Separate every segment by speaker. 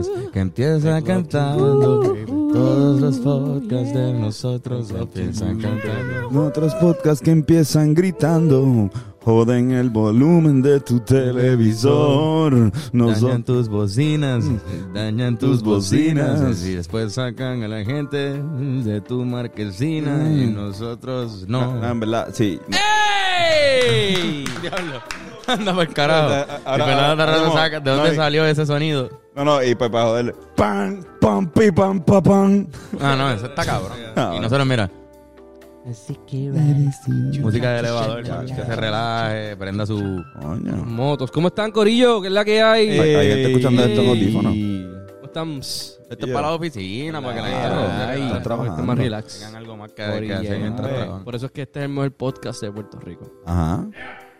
Speaker 1: Este empieza cantando. Todos los podcasts de nosotros empiezan cantando.
Speaker 2: Otros podcasts que empiezan gritando. Joden el volumen de tu televisor.
Speaker 1: Dañan
Speaker 2: Nosotros.
Speaker 1: tus bocinas, dañan tus
Speaker 2: Tus bocinas.
Speaker 1: bocinas. Y después sacan a la gente de tu marquesina y nosotros
Speaker 2: Ah,
Speaker 1: no.
Speaker 2: en verdad, sí.
Speaker 1: ¡Ey! ¡Diablo! Anda por
Speaker 2: Ahora-
Speaker 1: carajo.
Speaker 2: ahora-
Speaker 1: Y Fernando Tarrado
Speaker 2: no,
Speaker 1: saca- ¿De
Speaker 2: no,
Speaker 1: dónde
Speaker 2: y-
Speaker 1: salió ese sonido?
Speaker 2: No, no, y pues para joder. Pan, pam, pi, pam, pa, pam.
Speaker 1: Ah, no, eso está cabrón.
Speaker 2: Ah,
Speaker 1: Y nosotros, mira,
Speaker 3: Así que vale, sí.
Speaker 1: música de elevador, que se relaje, prenda su...
Speaker 2: Coño.
Speaker 4: Motos. ¿Cómo están, Corillo? ¿Qué es la que hay?
Speaker 2: Hay hay gente escuchando esto en audífono.
Speaker 4: ¿Cómo están? Pss,
Speaker 1: Esto es
Speaker 2: Yeah.
Speaker 1: para la oficina, para que la gente...
Speaker 4: Ay,
Speaker 1: se
Speaker 5: este
Speaker 1: relaje.
Speaker 2: Están trabajando.
Speaker 4: están más relax.
Speaker 1: Tengan algo más que, que
Speaker 4: Corillo.
Speaker 1: hacer mientras
Speaker 2: Ay.
Speaker 1: trabajan.
Speaker 4: Por eso es que este es el mejor podcast de Puerto Rico.
Speaker 2: Ajá.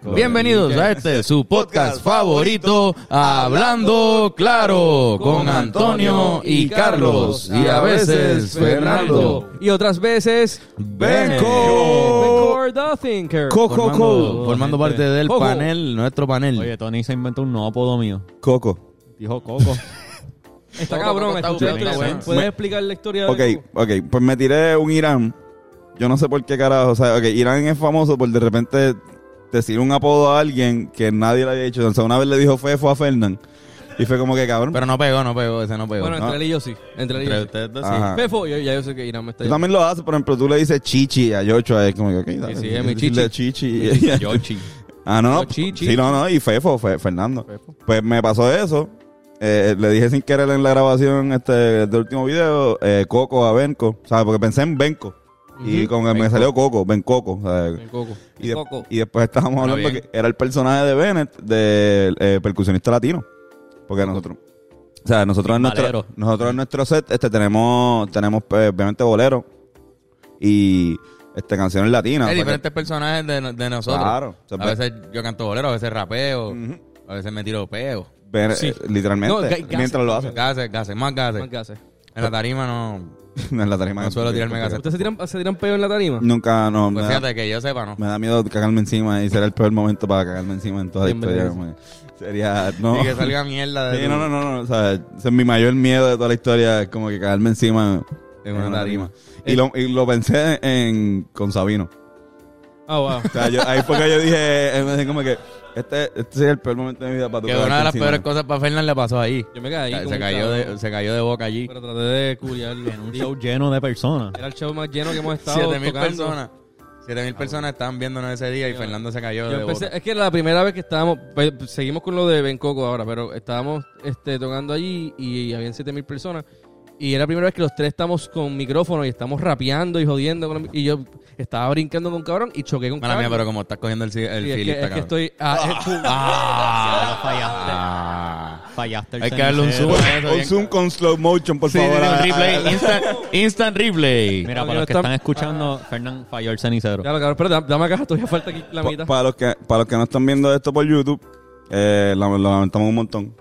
Speaker 1: Bienvenidos a este su podcast favorito, Hablando Claro, con Antonio y Carlos, y a veces Fernando.
Speaker 4: Y otras veces... eh,
Speaker 2: Benco.
Speaker 4: Record the Thinker.
Speaker 2: Coco,
Speaker 1: Formando,
Speaker 2: Coco.
Speaker 1: formando parte del
Speaker 4: Coco.
Speaker 1: panel, nuestro panel.
Speaker 5: Oye, Tony se inventó un nuevo apodo mío.
Speaker 2: Coco.
Speaker 5: Dijo Coco.
Speaker 4: Está cabrón.
Speaker 1: Está
Speaker 4: escucha la
Speaker 1: bueno,
Speaker 4: historia.
Speaker 1: está bueno.
Speaker 4: ¿Puedes explicar la historia?
Speaker 2: Ok,
Speaker 4: de
Speaker 2: ok. Pues me tiré un Irán. Yo no sé por qué carajo. O sea, ok, Irán es famoso por de repente decir un apodo a alguien que nadie le había dicho. O sea, una vez le dijo Fefo a Fernán. Y fue como que cabrón.
Speaker 1: Pero no pegó, no pegó, ese no pegó.
Speaker 4: Bueno, entre él y yo sí. Entre él
Speaker 1: Entre
Speaker 4: y yo sí.
Speaker 1: ustedes dos, sí.
Speaker 2: Ajá.
Speaker 4: Fefo, yo- ya yo sé que Irán me está...
Speaker 2: Tú también lo haces, por ejemplo, tú le dices chichi a Yocho a él, como que, ok, dale,
Speaker 4: sí, es mi
Speaker 2: dile chichi.
Speaker 1: Yochi.
Speaker 2: ah, no, no,
Speaker 4: Chichi.
Speaker 2: sí, no, no, y Fefo, Fe- Fernando. Pues me pasó eso, eh, le dije sin querer en la grabación este, del último video, eh, Coco a Benco, ¿sabes? Porque pensé en Benco, y como que me salió Coco, Ben Coco, ¿sabes?
Speaker 4: El coco.
Speaker 2: Y, de-
Speaker 4: Coco.
Speaker 2: y después estábamos
Speaker 1: Bueno,
Speaker 2: hablando
Speaker 1: bien.
Speaker 2: que era el personaje de Bennett, del eh, percusionista latino. Porque nosotros, o sea, nosotros en nuestro,
Speaker 5: Timbalero.
Speaker 2: nosotros en nuestro set este, tenemos, tenemos pues, obviamente boleros y este, canciones
Speaker 1: Hay
Speaker 2: latinas. Para que-
Speaker 1: diferentes personajes de, no- de nosotros.
Speaker 2: Claro. O sea, pues
Speaker 1: A veces yo canto bolero, a veces rapeo, a veces me tiro peo.
Speaker 2: Bennett,
Speaker 4: Sí.
Speaker 2: eh, literalmente,
Speaker 4: No, ga- gases.
Speaker 2: mientras lo hacen.
Speaker 1: Gases, gases, más gases.
Speaker 4: Más gases.
Speaker 1: En la tarima no...
Speaker 2: en la tarima.
Speaker 1: No suelo tirarme gases.
Speaker 4: ¿Ustedes se tiran, se tiran peo en la tarima?
Speaker 2: Nunca, no.
Speaker 1: Pues
Speaker 2: me, da,
Speaker 1: fíjate que yo sepa, ¿no?
Speaker 2: me da miedo cagarme encima y será el peor momento para cagarme encima en toda la historia.
Speaker 4: Bienvenido.
Speaker 2: como que sería, no.
Speaker 1: Y que salga mierda de
Speaker 2: Sí,
Speaker 1: tu-
Speaker 2: no, no, no, no, o sea, ese es mi mayor miedo de toda la historia, es como que caerme encima en una tarima. Y lo, y lo pensé en, con Sabino.
Speaker 4: Ah, wow.
Speaker 2: O sea, yo, ahí fue que yo dije, eh, me dije como que este, este es el peor momento de mi vida para tu
Speaker 1: Que una de las peores cosas para Fernández le pasó ahí.
Speaker 4: Yo me caí. como
Speaker 1: se,
Speaker 4: un
Speaker 1: cayó de,
Speaker 4: cabrón,
Speaker 1: se cayó de boca allí.
Speaker 4: Pero traté de curiarlo.
Speaker 5: Un show lleno de personas.
Speaker 4: Era el show más lleno que hemos estado
Speaker 1: Siete mil
Speaker 4: tocando.
Speaker 1: personas. Siete mil personas estaban viéndonos ese día y Fernando se cayó
Speaker 4: Yo
Speaker 1: de
Speaker 4: empecé-
Speaker 1: boca.
Speaker 4: es que era la primera vez que estábamos, pe- seguimos con lo de Ben Coco ahora, pero estábamos este, tocando allí y habían 7000 personas. Y era la primera vez que los tres estamos con micrófono y estamos rapeando y jodiendo. con el- y yo estaba brincando con cabrón y choqué con
Speaker 1: Mala
Speaker 4: cabrón.
Speaker 1: mía, pero como estás cogiendo el, ci- el
Speaker 4: Sí, es,
Speaker 1: feeling,
Speaker 4: que,
Speaker 1: está
Speaker 4: es que
Speaker 1: cabrón.
Speaker 4: estoy. ah, es-
Speaker 5: Ah, fallaste.
Speaker 1: Ah.
Speaker 5: Fallaste el
Speaker 1: Hay que darle un
Speaker 5: cenicero.
Speaker 1: zoom a eso.
Speaker 2: Un
Speaker 1: bien-
Speaker 2: zoom con slow motion, por
Speaker 1: Sí, sí,
Speaker 2: favor.
Speaker 1: sí, un
Speaker 2: a-
Speaker 1: replay.
Speaker 2: a-
Speaker 1: Instant, instant replay.
Speaker 5: Mira,
Speaker 4: Porque
Speaker 5: para los que
Speaker 4: no
Speaker 5: están
Speaker 4: están-
Speaker 5: escuchando, Fernán falló el cenicero.
Speaker 4: ya lo cabrón, pero dame, dame acá, todavía falta aquí la
Speaker 2: pa-
Speaker 4: mitad.
Speaker 2: para, los que, para los que no están viendo esto por YouTube, eh, lo, lo lamentamos un montón.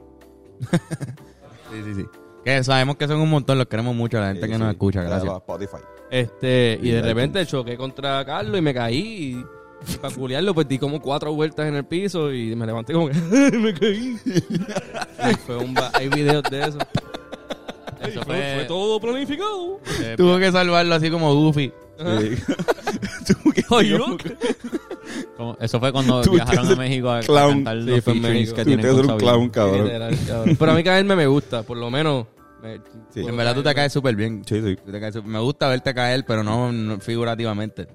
Speaker 1: Sí, sí, sí. Que sabemos que son un montón, los queremos mucho a la gente que nos escucha, gracias.
Speaker 2: Eh, Spotify.
Speaker 4: Este, y de
Speaker 2: Sí,
Speaker 4: repente choqué contra Carlos y me caí. Y, para culiarlo, pues di como cuatro vueltas en el piso y me levanté como que me caí. Y fue un ba- Hay videos de eso. Eso fue,
Speaker 1: fue-
Speaker 4: fue todo planificado.
Speaker 1: Tuvo que salvarlo así como Goofy.
Speaker 4: Ay, yo-
Speaker 5: Como- Eso fue cuando
Speaker 2: Tuviste que
Speaker 5: viajaron a
Speaker 2: ser
Speaker 5: México a, a
Speaker 2: clown.
Speaker 5: cantar los
Speaker 4: Sí, fue en
Speaker 5: featurings
Speaker 4: México.
Speaker 5: que
Speaker 2: Tú te
Speaker 5: tienen con
Speaker 2: hacer un
Speaker 5: Sabino.
Speaker 2: clown, cabrón.
Speaker 4: Literal, cabrón. Pero a mí caerme me gusta, por lo menos. me-
Speaker 2: Sí.
Speaker 1: En verdad tú te caes súper bien.
Speaker 2: Sí, sí.
Speaker 1: Tú te caes súper- Me gusta verte caer, pero no, no figurativamente.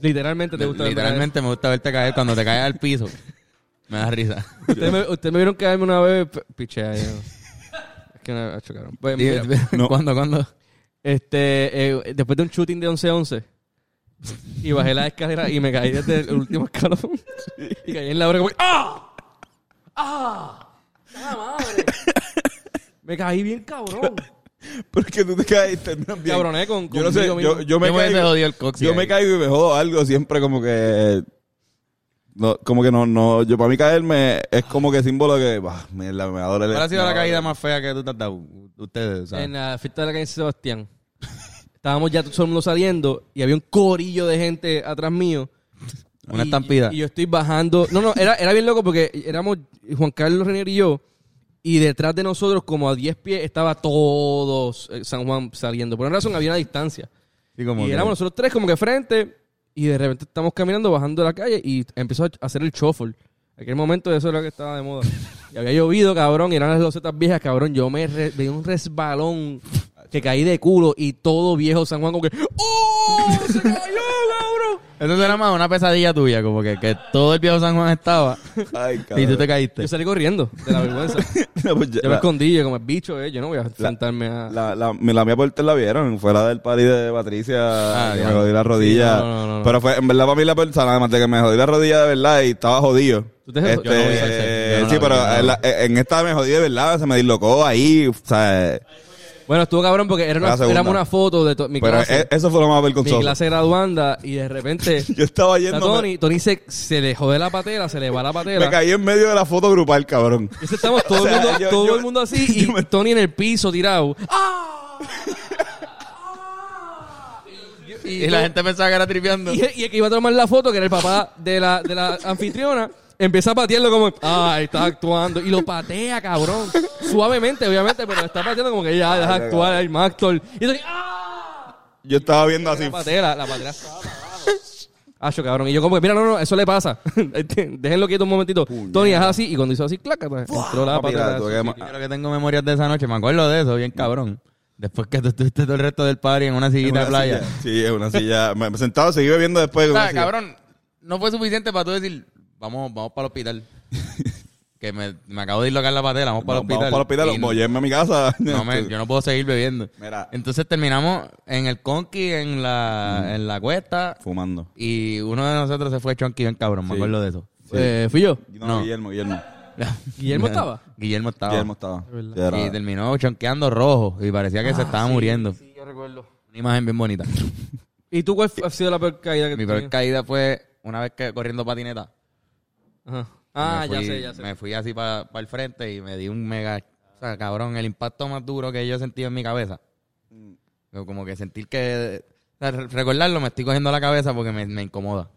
Speaker 4: Literalmente te gusta.
Speaker 1: Literalmente me gusta verte caer cuando te caes al piso. Me da risa.
Speaker 4: Ustedes me, ustedes me vieron caerme una vez. p- Piché ahí, ¿no? Es que me chocaron. Pues, mira,
Speaker 2: No.
Speaker 1: ¿Cuándo, cuándo?
Speaker 4: Este, eh, después de un shooting de 11-11, y bajé la escalera y me caí desde el último escalón. Y caí en la hora como, ¡ah! ¡ah! ¡Ah, madre! Me caí bien cabrón.
Speaker 2: Porque tú te caes terminas bien.
Speaker 4: Cabroné con,
Speaker 2: Yo no sé,
Speaker 4: conmigo
Speaker 2: yo, yo
Speaker 4: mismo.
Speaker 2: me
Speaker 1: Yo me hubiese
Speaker 2: caigo.
Speaker 1: jodido el coxis
Speaker 2: Yo
Speaker 1: ahí.
Speaker 2: me caigo y me jodo algo siempre como que... No, como que no, no, yo para mí caerme es como que símbolo que, bah, mierda, me va a doler.
Speaker 1: ¿Cuál ha sido
Speaker 2: me
Speaker 1: la
Speaker 2: va a
Speaker 1: caída
Speaker 2: doler.
Speaker 1: más fea que tú te has dado? Ustedes, ¿sabes?
Speaker 4: En la fiesta de la calle Sebastián. Estábamos ya todo el mundo saliendo y había un corillo de gente atrás mío.
Speaker 1: Una
Speaker 4: Y-
Speaker 1: estampida.
Speaker 4: Y yo estoy bajando. No, no, era, era bien loco porque éramos Juan Carlos Renier y yo. Y detrás de nosotros, como a 10 pies, estaba todo eh, San Juan saliendo. Por una razón había una distancia.
Speaker 2: Sí, como
Speaker 4: y
Speaker 2: que-
Speaker 4: éramos nosotros tres como que frente y de repente estamos caminando bajando la calle y empezó a hacer el shuffle. En aquel momento eso era lo que estaba de moda. Y había llovido, cabrón, y eran las losetas viejas, cabrón. Yo me re- me di un resbalón que caí de culo y todo viejo San Juan como que ¡Oh! ¡Se cayó, cabrón!
Speaker 1: Eso suena más a una pesadilla tuya, como que, que todo el viejo San Juan estaba
Speaker 2: Ay,
Speaker 1: y tú te
Speaker 2: cabrón.
Speaker 1: caíste.
Speaker 4: Yo salí corriendo de la vergüenza.
Speaker 2: No, pues ya-
Speaker 4: Yo me
Speaker 2: la-
Speaker 4: escondí, yo como el bicho, eh. Yo no voy a sentarme a...
Speaker 2: La, la, mi- la mía por usted la vieron, fuera del party de Patricia, que
Speaker 1: ya.
Speaker 2: me jodí la rodilla.
Speaker 4: Sí, no, no, no.
Speaker 2: Pero fue, en verdad, para mí la por, o sea, nada más de que me jodí la rodilla de verdad y estaba jodido.
Speaker 4: ¿Tú te-
Speaker 2: Este,
Speaker 4: Yo no
Speaker 5: vi esa escena. Yo no
Speaker 2: sí,
Speaker 5: la
Speaker 2: pero
Speaker 5: vi, yo no la
Speaker 2: en, la- en esta me jodí de verdad, se me dislocó ahí, o sea,
Speaker 4: Bueno, estuvo cabrón porque era una,
Speaker 2: La segunda.
Speaker 4: éramos una foto de to- mi
Speaker 2: pero
Speaker 4: clase.
Speaker 2: e- eso fue lo más
Speaker 4: mi
Speaker 2: vergonzoso.
Speaker 4: clase graduanda y de repente...
Speaker 2: Yo estaba
Speaker 4: Está
Speaker 2: yendo, me,
Speaker 4: Tony, Tony se, se le jode la patera, se le va la
Speaker 2: me
Speaker 4: patera.
Speaker 2: caí en medio de la foto grupal, cabrón.
Speaker 4: Y estamos todo,
Speaker 2: O sea,
Speaker 4: el, mundo,
Speaker 2: yo-
Speaker 4: todo
Speaker 2: yo-
Speaker 4: el mundo así y Tony en el piso tirado. ¡Ah! y,
Speaker 1: Y la gente pensaba que era tripeando.
Speaker 4: y- y el que iba a tomar la foto, que era el papá de la, de la anfitriona, empieza a patearlo como, ay, está actuando. Y lo patea, cabrón. Suavemente, obviamente, pero está pateando como que ya, deja
Speaker 2: Ay,
Speaker 4: actuar, hay más actor. Y Tony, ¡ah!
Speaker 2: Yo estaba viendo así.
Speaker 4: La patera, la patera estaba para abajo. Acho, cabrón. Y yo como que, mira, no, no, eso le pasa. Este, Déjenlo quieto un momentito. Tony, haz así. Y cuando hizo así, claca, entró la
Speaker 2: Papi,
Speaker 4: patera.
Speaker 2: la tuve
Speaker 4: así.
Speaker 2: que-
Speaker 1: Creo que tengo memorias de esa noche, me acuerdo de eso, bien cabrón. Después que tú estuviste todo el resto del party en una
Speaker 2: en
Speaker 1: sillita
Speaker 2: una
Speaker 1: de playa.
Speaker 2: silla. Sí, en una silla. Me me sentado, seguí bebiendo después. en
Speaker 1: O
Speaker 2: una
Speaker 1: sea,
Speaker 2: silla.
Speaker 1: cabrón, no fue suficiente para tú decir, vamos, vamos para el hospital. que me, me acabo de dislocar la patela, vamos para el
Speaker 2: Vamos
Speaker 1: hospital.
Speaker 2: para el hospital,
Speaker 1: Y
Speaker 2: voy a irme a mi casa.
Speaker 1: no me- yo no puedo seguir bebiendo.
Speaker 2: Mira. Mm.
Speaker 1: Entonces terminamos en el conqui, en la, en la cuesta.
Speaker 2: Fumando.
Speaker 1: Y uno de nosotros se fue chonqui bien cabrón, me
Speaker 2: Sí.
Speaker 1: acuerdo de eso.
Speaker 4: Eh, fui yo.
Speaker 2: No,
Speaker 1: No. Ah,
Speaker 2: Guillermo, Guillermo.
Speaker 4: ¿Guillermo estaba?
Speaker 1: Guillermo estaba.
Speaker 2: Guillermo estaba.
Speaker 4: verdad.
Speaker 2: Sí, era-
Speaker 1: Y terminó chonqueando rojo y parecía que se estaba muriendo.
Speaker 4: Ah, Sí, yo recuerdo.
Speaker 1: Una imagen bien bonita.
Speaker 4: ¿Y tú cuál fue- ha sido la peor caída que
Speaker 1: Mi
Speaker 4: tú
Speaker 1: peor
Speaker 4: tienes?
Speaker 1: caída fue una vez que corriendo patineta.
Speaker 4: Ajá. Ah,
Speaker 1: Me
Speaker 4: ya
Speaker 1: fui-
Speaker 4: sé, ya sé.
Speaker 1: Me fui así para el frente y me di un mega. O sea, cabrón, el impacto más duro que yo he sentido en mi cabeza.
Speaker 4: Mm.
Speaker 1: Yo Como que sentir que. o sea, re- recordarlo me estoy cogiendo la cabeza porque me, me incomoda.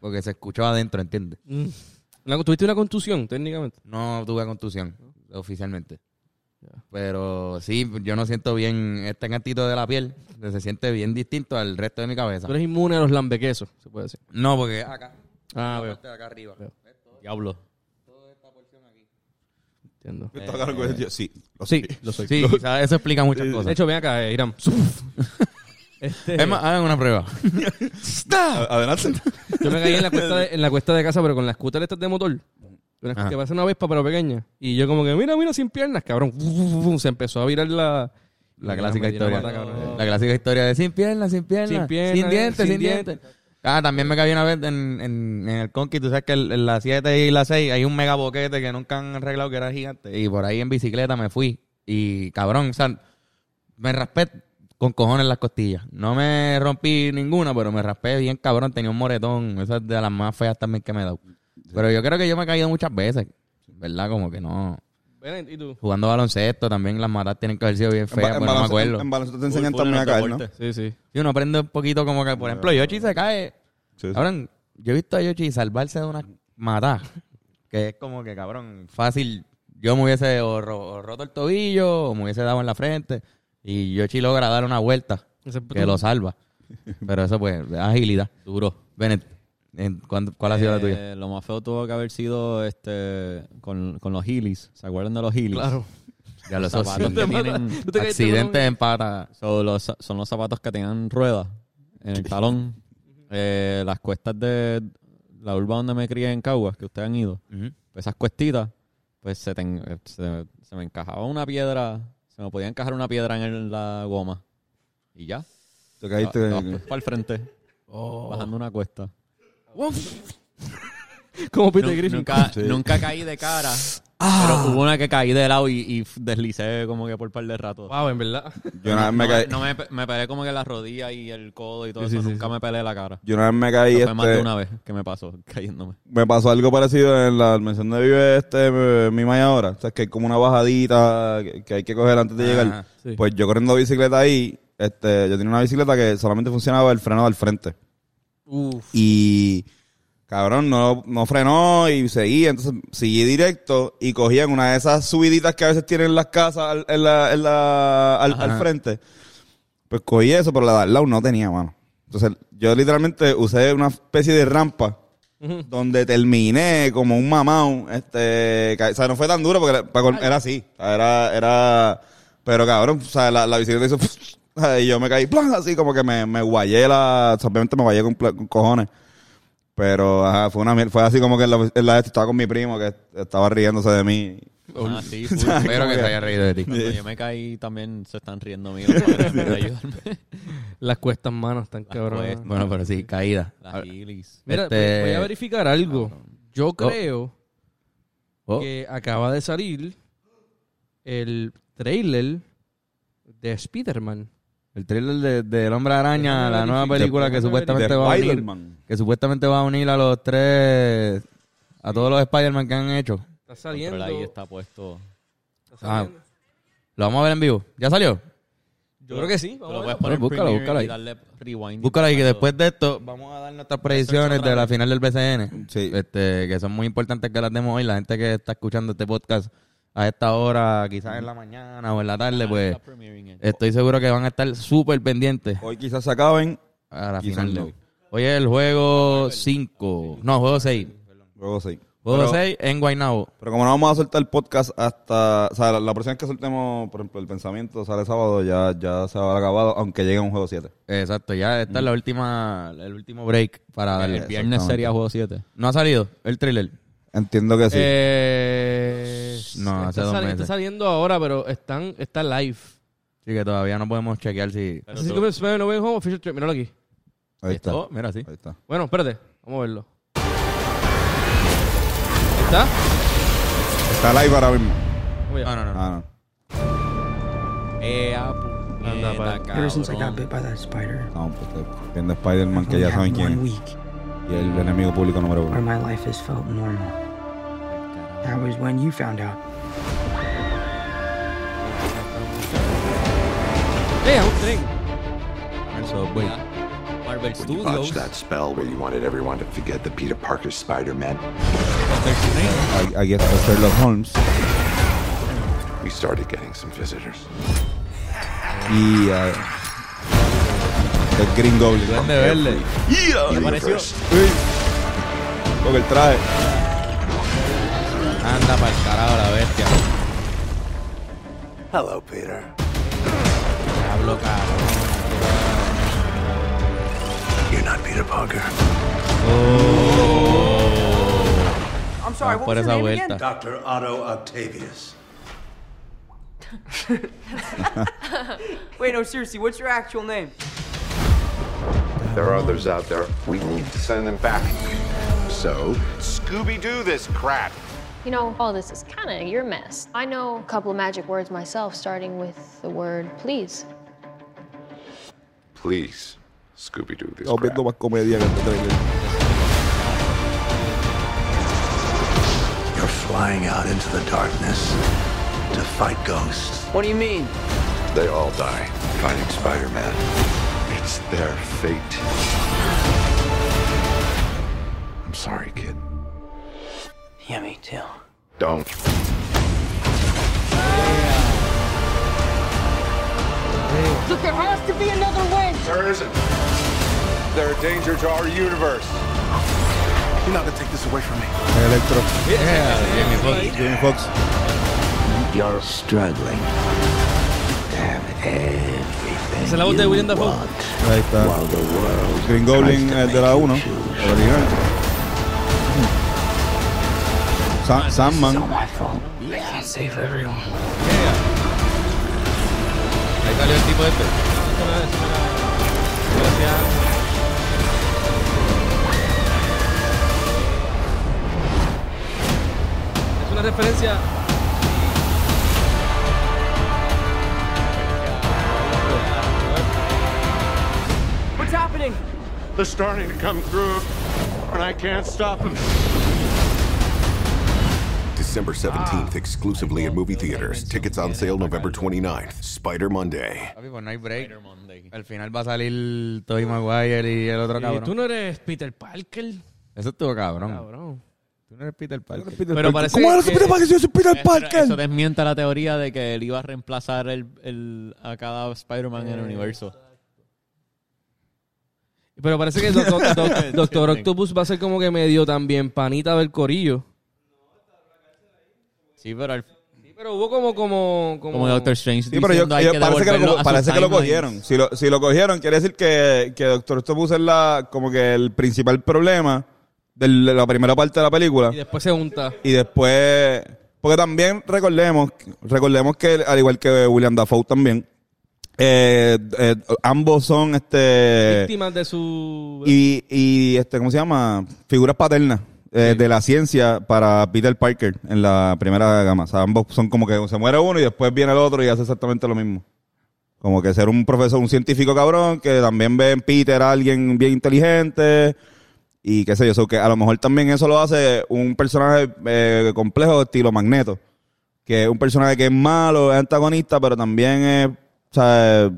Speaker 1: Porque se escuchó adentro, ¿entiendes?
Speaker 4: Mm. Una- ¿Tuviste una contusión, técnicamente?
Speaker 1: No tuve contusión, oficialmente. Pero sí, yo no siento bien este cantito de la piel. que Se siente bien distinto al resto de mi cabeza.
Speaker 4: Tú eres inmune a los lambequesos, se puede decir.
Speaker 1: No, porque acá.
Speaker 4: Ah,
Speaker 1: la
Speaker 4: veo.
Speaker 1: parte de acá arriba.
Speaker 5: Diablo.
Speaker 4: Entiendo. Eh,
Speaker 2: Está claro que yo- sí. lo
Speaker 1: Sí,
Speaker 2: sé.
Speaker 1: lo soy. Sí, quizás eso explica muchas
Speaker 4: De
Speaker 1: cosas.
Speaker 4: hecho, ven acá, eh, Irán. Este,
Speaker 1: Es más, hagan una prueba.
Speaker 2: A- Adelante.
Speaker 4: Yo me caí en la cuesta de, en la cuesta de casa, pero con las scooter estas de motor. Una-
Speaker 1: Ajá.
Speaker 4: que pasa una vespa, pero pequeña. Y yo como que, mira, mira, sin piernas, cabrón. Se empezó a virar la...
Speaker 1: La
Speaker 4: Me
Speaker 1: clásica
Speaker 4: metí la
Speaker 1: historia.
Speaker 4: pata, cabrón.
Speaker 1: La clásica historia de sin piernas, sin piernas.
Speaker 4: Sin
Speaker 1: Sin,
Speaker 4: piernas,
Speaker 1: dientes, sin,
Speaker 4: sin
Speaker 1: dientes. Ah, también me caí una vez en, en, en el Conqui. Tú sabes que el- en la 7 y la 6 hay un mega boquete que nunca han arreglado que era gigante. Y por ahí en bicicleta me fui. Y cabrón, o sea, me raspé con cojones las costillas. No me rompí ninguna, pero me raspé bien cabrón. Tenía un moretón. Esa es de las más feas también que me he dado. Pero yo creo que yo me he caído muchas veces. ¿Verdad? Como que no.
Speaker 4: Ven, ¿y tú?
Speaker 1: Jugando baloncesto también las matas tienen que haber sido bien
Speaker 2: En ba-
Speaker 1: feas, pero pues,
Speaker 2: en
Speaker 1: no me
Speaker 2: baloncesto-
Speaker 1: acuerdo.
Speaker 2: En baloncesto te enseñan
Speaker 5: Fútbol,
Speaker 2: también a
Speaker 5: fútbol,
Speaker 2: caer, ¿no?
Speaker 4: Sí,
Speaker 5: deporte.
Speaker 4: sí.
Speaker 1: Y uno aprende un poquito como que, por ejemplo, Yoshi se cae.
Speaker 2: Sí, sí.
Speaker 1: Cabrón, yo he visto a Yoshi salvarse de una matada. Que es como que, cabrón, fácil. Yo me hubiese o ro- o roto el tobillo o me hubiese dado en la frente. Y Yoshi logra dar una vuelta
Speaker 4: Ese-
Speaker 1: que lo salva. Pero eso, pues, es agilidad. Duro. Bennett, en- ¿cuándo- ¿cuál ha sido la
Speaker 5: Eh,
Speaker 1: tuya?
Speaker 5: Lo más feo tuvo que haber sido este con, con los Heelys. ¿Se acuerdan de los Heelys?
Speaker 4: Claro.
Speaker 1: Ya lo
Speaker 5: Los zapatos que tienen.
Speaker 4: ¿Tú te caíste,
Speaker 1: Accidente en pata.
Speaker 5: So, los, za- son los zapatos que tenían ruedas en el talón. Eh, las cuestas de la urba donde me crié en Caguas, que ustedes han ido. Pues esas cuestitas, pues se, ten- eh, se, se me encajaba una piedra, se me podía encajar una piedra en el- la goma. Y ya.
Speaker 2: Te caíste.
Speaker 5: para el frente. Bajando una cuesta.
Speaker 4: Como Peter
Speaker 5: Nu-
Speaker 4: Griffin.
Speaker 5: Nunca,
Speaker 2: Sí.
Speaker 5: nunca caí de cara. Pero hubo una que caí de lado y, y deslicé como que por un par de rato.
Speaker 4: Wow, en verdad.
Speaker 2: Yo una vez me
Speaker 5: no,
Speaker 2: caí.
Speaker 5: no me, pe- me pegué como que la rodilla y el codo y todo eso. nunca me peleé la cara.
Speaker 2: Yo una vez me caí.
Speaker 5: Fue más de
Speaker 2: este,
Speaker 5: una vez que me pasó cayéndome.
Speaker 2: Me pasó algo parecido en la mención donde vive este eh, mi maya ahora. O sea, que hay como una bajadita que, que hay que coger antes de
Speaker 1: Ajá,
Speaker 2: llegar.
Speaker 4: sí.
Speaker 2: Pues yo corriendo bicicleta ahí, este, yo tenía una bicicleta que solamente funcionaba el freno del frente.
Speaker 4: Uf.
Speaker 2: Y Cabrón, no, no frenó y seguía. Entonces seguí directo y cogían una de esas subiditas que a veces tienen las casas al, en la- en la- al, al frente. Pues cogí eso, pero la de al lado no tenía, mano. Entonces yo literalmente usé una especie de rampa donde terminé como un mamón. Este, ca- o sea, no fue tan duro porque era, pa- era así. O sea, Era, era, pero cabrón, o sea, la, la bicicleta hizo... y yo me caí, plan, así como que me, me guayé la... o sea, obviamente me guayé con, pla- con cojones. Pero ajá, fue una mier- Fue así como que en la, en la- estaba con mi primo que estaba riéndose de mí.
Speaker 5: Ah, sí, full.
Speaker 1: Espero que se haya reído de ti.
Speaker 5: Cuando yo me caí también se están riendo míos para para ayudarme.
Speaker 4: Las cuestas manos están
Speaker 5: cuestas.
Speaker 4: cabronas.
Speaker 1: Bueno, pero sí, caída.
Speaker 5: Las gilis.
Speaker 4: Mira,
Speaker 1: Este- Ah,
Speaker 4: voy a verificar algo. Yo creo
Speaker 1: Oh.
Speaker 4: que acaba de salir el trailer de Spider-Man.
Speaker 1: El thriller de, de El Hombre Araña,
Speaker 4: Déjame
Speaker 1: la nueva
Speaker 4: verificar,
Speaker 1: película
Speaker 4: déjame
Speaker 1: que supuestamente
Speaker 2: De
Speaker 1: va a unir,
Speaker 2: Spider-Man.
Speaker 1: que supuestamente va a unir a los tres, a todos los Spider-Man que han hecho.
Speaker 4: Está
Speaker 5: Pero
Speaker 4: saliendo.
Speaker 5: ahí está puesto.
Speaker 1: Ah, lo vamos a ver en vivo. ¿Ya salió?
Speaker 4: Yo creo que sí. vamos
Speaker 5: Tú lo
Speaker 4: a ver.
Speaker 5: puedes poner
Speaker 1: Bueno, búscalo,
Speaker 5: búscalo,
Speaker 1: búscalo ahí.
Speaker 5: y darle rewind.
Speaker 1: Búscala ahí que después de esto vamos a dar nuestras predicciones de la final del BCN.
Speaker 2: Sí.
Speaker 1: Este, que son muy importantes que las demos hoy. La gente que está escuchando este podcast a esta hora, quizás en la mañana o en la tarde, pues
Speaker 5: Está premiering en-
Speaker 1: estoy seguro que van a estar súper pendientes
Speaker 2: Hoy quizás se acaben.
Speaker 1: a la
Speaker 2: Quizás
Speaker 1: final.
Speaker 2: no.
Speaker 1: de- Hoy es el juego 5. No, juego 6.
Speaker 2: Luego sí.
Speaker 1: Juego
Speaker 2: Pero-
Speaker 1: 6 en Guaynabo.
Speaker 2: Pero como no vamos a soltar el podcast hasta. O sea, la, la próxima vez que soltemos, por ejemplo, el pensamiento sale sábado, ya, ya se va a haber acabado, aunque llegue un juego 7.
Speaker 1: Exacto, ya está la última, el último break para darle.
Speaker 5: El viernes
Speaker 1: Exactamente.
Speaker 5: sería juego 7.
Speaker 1: No ha salido el thriller.
Speaker 2: Entiendo que sí.
Speaker 4: Eh,
Speaker 1: No, hace
Speaker 4: está,
Speaker 1: dos
Speaker 4: sali-
Speaker 1: meses.
Speaker 4: está saliendo ahora, pero están, está live.
Speaker 1: Así que todavía no podemos chequear si.
Speaker 5: Pero
Speaker 4: Así
Speaker 5: tú-
Speaker 4: que me- me- no veo home official trip. Míralo aquí.
Speaker 2: ahí está.
Speaker 1: Oh, mira, sí.
Speaker 2: Ahí está.
Speaker 4: Bueno, espérate. Vamos a verlo. Ahí ¿Está?
Speaker 2: Está live ahora mismo.
Speaker 4: Vamos allá.
Speaker 1: No, no, no.
Speaker 2: Ah, no.
Speaker 4: Eh, ah, Anda, pa-
Speaker 3: Ever since I got bit by that spider,
Speaker 2: Estamos pues, viendo Spider-Man,
Speaker 3: I've
Speaker 2: que
Speaker 3: only
Speaker 2: ya saben
Speaker 3: had one
Speaker 2: quién es.
Speaker 3: week
Speaker 2: Y el enemigo público número
Speaker 3: where
Speaker 2: uno.
Speaker 3: my life has felt normal. That was when you found out.
Speaker 4: ¡Eh, a un tren! Ah,
Speaker 1: El subway.
Speaker 5: Marvel
Speaker 6: When you botched
Speaker 5: Studios.
Speaker 6: that spell where you wanted everyone to forget that Peter Parker's Spider-Man,
Speaker 2: Aquí- Aquí está Sherlock Holmes.
Speaker 6: we started getting some visitors.
Speaker 2: Y. eh, el Green Goblin.
Speaker 1: Duende verde.
Speaker 6: Universe.
Speaker 2: Con el traje.
Speaker 1: Anda para el carajo la bestia.
Speaker 6: Hello, Peter.
Speaker 1: Diablo, cabrón.
Speaker 6: You're not Peter Parker.
Speaker 7: I'm sorry, what
Speaker 1: Ah, Por
Speaker 7: was
Speaker 1: esa
Speaker 7: your name
Speaker 1: vuelta.
Speaker 7: again?
Speaker 6: Dr. Otto Octavius.
Speaker 7: Wait, no, seriously, what's your actual name?
Speaker 6: There are others out there. We need to send them back. So, Scooby-Doo this crap.
Speaker 8: You know, all this is kind of your mess. I know a couple of magic words myself, starting with the word please.
Speaker 6: Please, Scooby-Doo this
Speaker 2: Estamos
Speaker 6: crap.
Speaker 2: viendo más comedia que este trailer.
Speaker 6: You're flying out into the darkness to fight ghosts.
Speaker 7: What do you mean?
Speaker 6: They all die fighting Spider-Man. It's their fate. I'm sorry, kid.
Speaker 7: Yeah, me too.
Speaker 6: Don't.
Speaker 8: Look, there has to be another way.
Speaker 6: There isn't. They're a danger to our universe. You're not gonna take this away from me.
Speaker 2: Electro. Jamie Foxx.
Speaker 6: You're struggling to have everything.
Speaker 4: Esa es la voz de William Dafoe.
Speaker 2: Ahí está.
Speaker 6: The world.
Speaker 2: Green Goblin el de la 1. Original. Sa- Sandman.
Speaker 3: My fault. I can't save everyone.
Speaker 1: Ahí salió el tipo este.
Speaker 4: Es una referencia.
Speaker 7: What's happening?
Speaker 9: They're starting to come through, and I can't stop them.
Speaker 10: December 17th, exclusively at movie theaters. Tickets on sale November 29th. Spider Monday.
Speaker 1: Papi, pues no hay break. Al final va a salir Tobey Maguire y el otro
Speaker 4: Eh,
Speaker 1: cabrón.
Speaker 4: ¿Tú no eres Peter Parker?
Speaker 1: Eso estuvo cabrón.
Speaker 4: Cabrón.
Speaker 1: Tú no eres Peter Parker.
Speaker 4: Pero parece
Speaker 2: ¿Cómo eres
Speaker 4: que-
Speaker 2: Peter Parker si yo soy Peter Parker?
Speaker 5: Eso desmiente la teoría de que él iba a reemplazar el, el- a cada Spider-Man en el universo.
Speaker 4: Pero parece que Doc- Doc- Doc- Doctor Octopus va a ser como que medio también panita del corillo.
Speaker 5: Sí, pero al-
Speaker 4: Sí, pero hubo como, como, como,
Speaker 5: como Doctor Strange
Speaker 2: Sí, pero yo,
Speaker 5: diciendo, hay
Speaker 2: yo-
Speaker 5: que
Speaker 2: parece, que
Speaker 5: devolverlo
Speaker 2: lo,
Speaker 5: a
Speaker 2: parece
Speaker 5: sus
Speaker 2: que lo
Speaker 5: timelines.
Speaker 2: cogieron. Si lo, si lo cogieron, quiere decir que, que Doctor Octopus es la, como que el principal problema de la primera parte de la película.
Speaker 4: Y después se junta.
Speaker 2: Y después. Porque también recordemos, recordemos que al igual que William Dafoe también, eh, eh, ambos son
Speaker 6: Eh,
Speaker 2: este
Speaker 4: Víctimas de su...
Speaker 2: y, y este, ¿cómo se llama? Figuras paternas eh, de la ciencia para Peter Parker en la primera gama. O sea, ambos son como que se muere uno y después viene el otro y hace exactamente lo mismo. Como que ser un profesor, un científico cabrón, que también ve en Peter a alguien bien inteligente y qué sé yo. So que a lo mejor también eso lo hace un personaje eh, complejo estilo Magneto. Que es un personaje que es malo, es antagonista, pero también es o sea,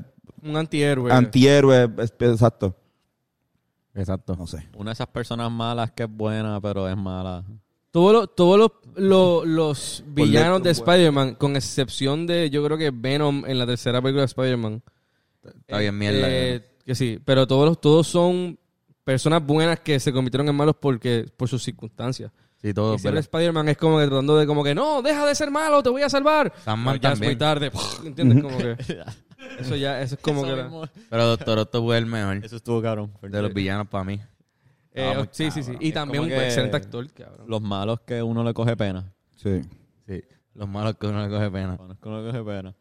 Speaker 4: un antihéroe.
Speaker 1: Pues,
Speaker 2: antihéroe. es- Exacto.
Speaker 1: Exacto.
Speaker 2: No sé.
Speaker 5: Una de esas personas malas que es buena, pero es mala.
Speaker 4: Todos los, todos los, lo- los villanos de
Speaker 2: Por dentro,
Speaker 4: Spider-Man, con excepción de, yo creo que Venom en la tercera película de Spider-Man.
Speaker 1: Está bien,
Speaker 4: eh,
Speaker 1: mierda.
Speaker 4: eh, que sí, pero todos, los, todos son personas buenas que se convirtieron en malos porque por sus circunstancias.
Speaker 1: sí, todo.
Speaker 4: Y siempre
Speaker 1: pero-
Speaker 4: Spider-Man es como que tratando de como que no, deja de ser malo, te voy a salvar.
Speaker 1: Sandman
Speaker 4: Pero ya
Speaker 1: también.
Speaker 4: es muy tarde. ¿Entiendes? Como que eso ya eso es como
Speaker 5: Eso
Speaker 4: que la-
Speaker 5: mismo.
Speaker 1: Pero Doctor Octopus es el mejor
Speaker 5: Eso estuvo cabrón.
Speaker 1: de los villanos para mí.
Speaker 4: eh,
Speaker 5: Vamos,
Speaker 4: sí, sí, sí.
Speaker 5: cabrón.
Speaker 4: Y
Speaker 5: Es
Speaker 4: también un
Speaker 5: como que-
Speaker 4: excelente actor, cabrón.
Speaker 5: Los malos que uno le coge pena.
Speaker 2: Sí.
Speaker 1: Sí. Los malos que uno le coge pena.
Speaker 5: Bueno, es que uno le coge pena.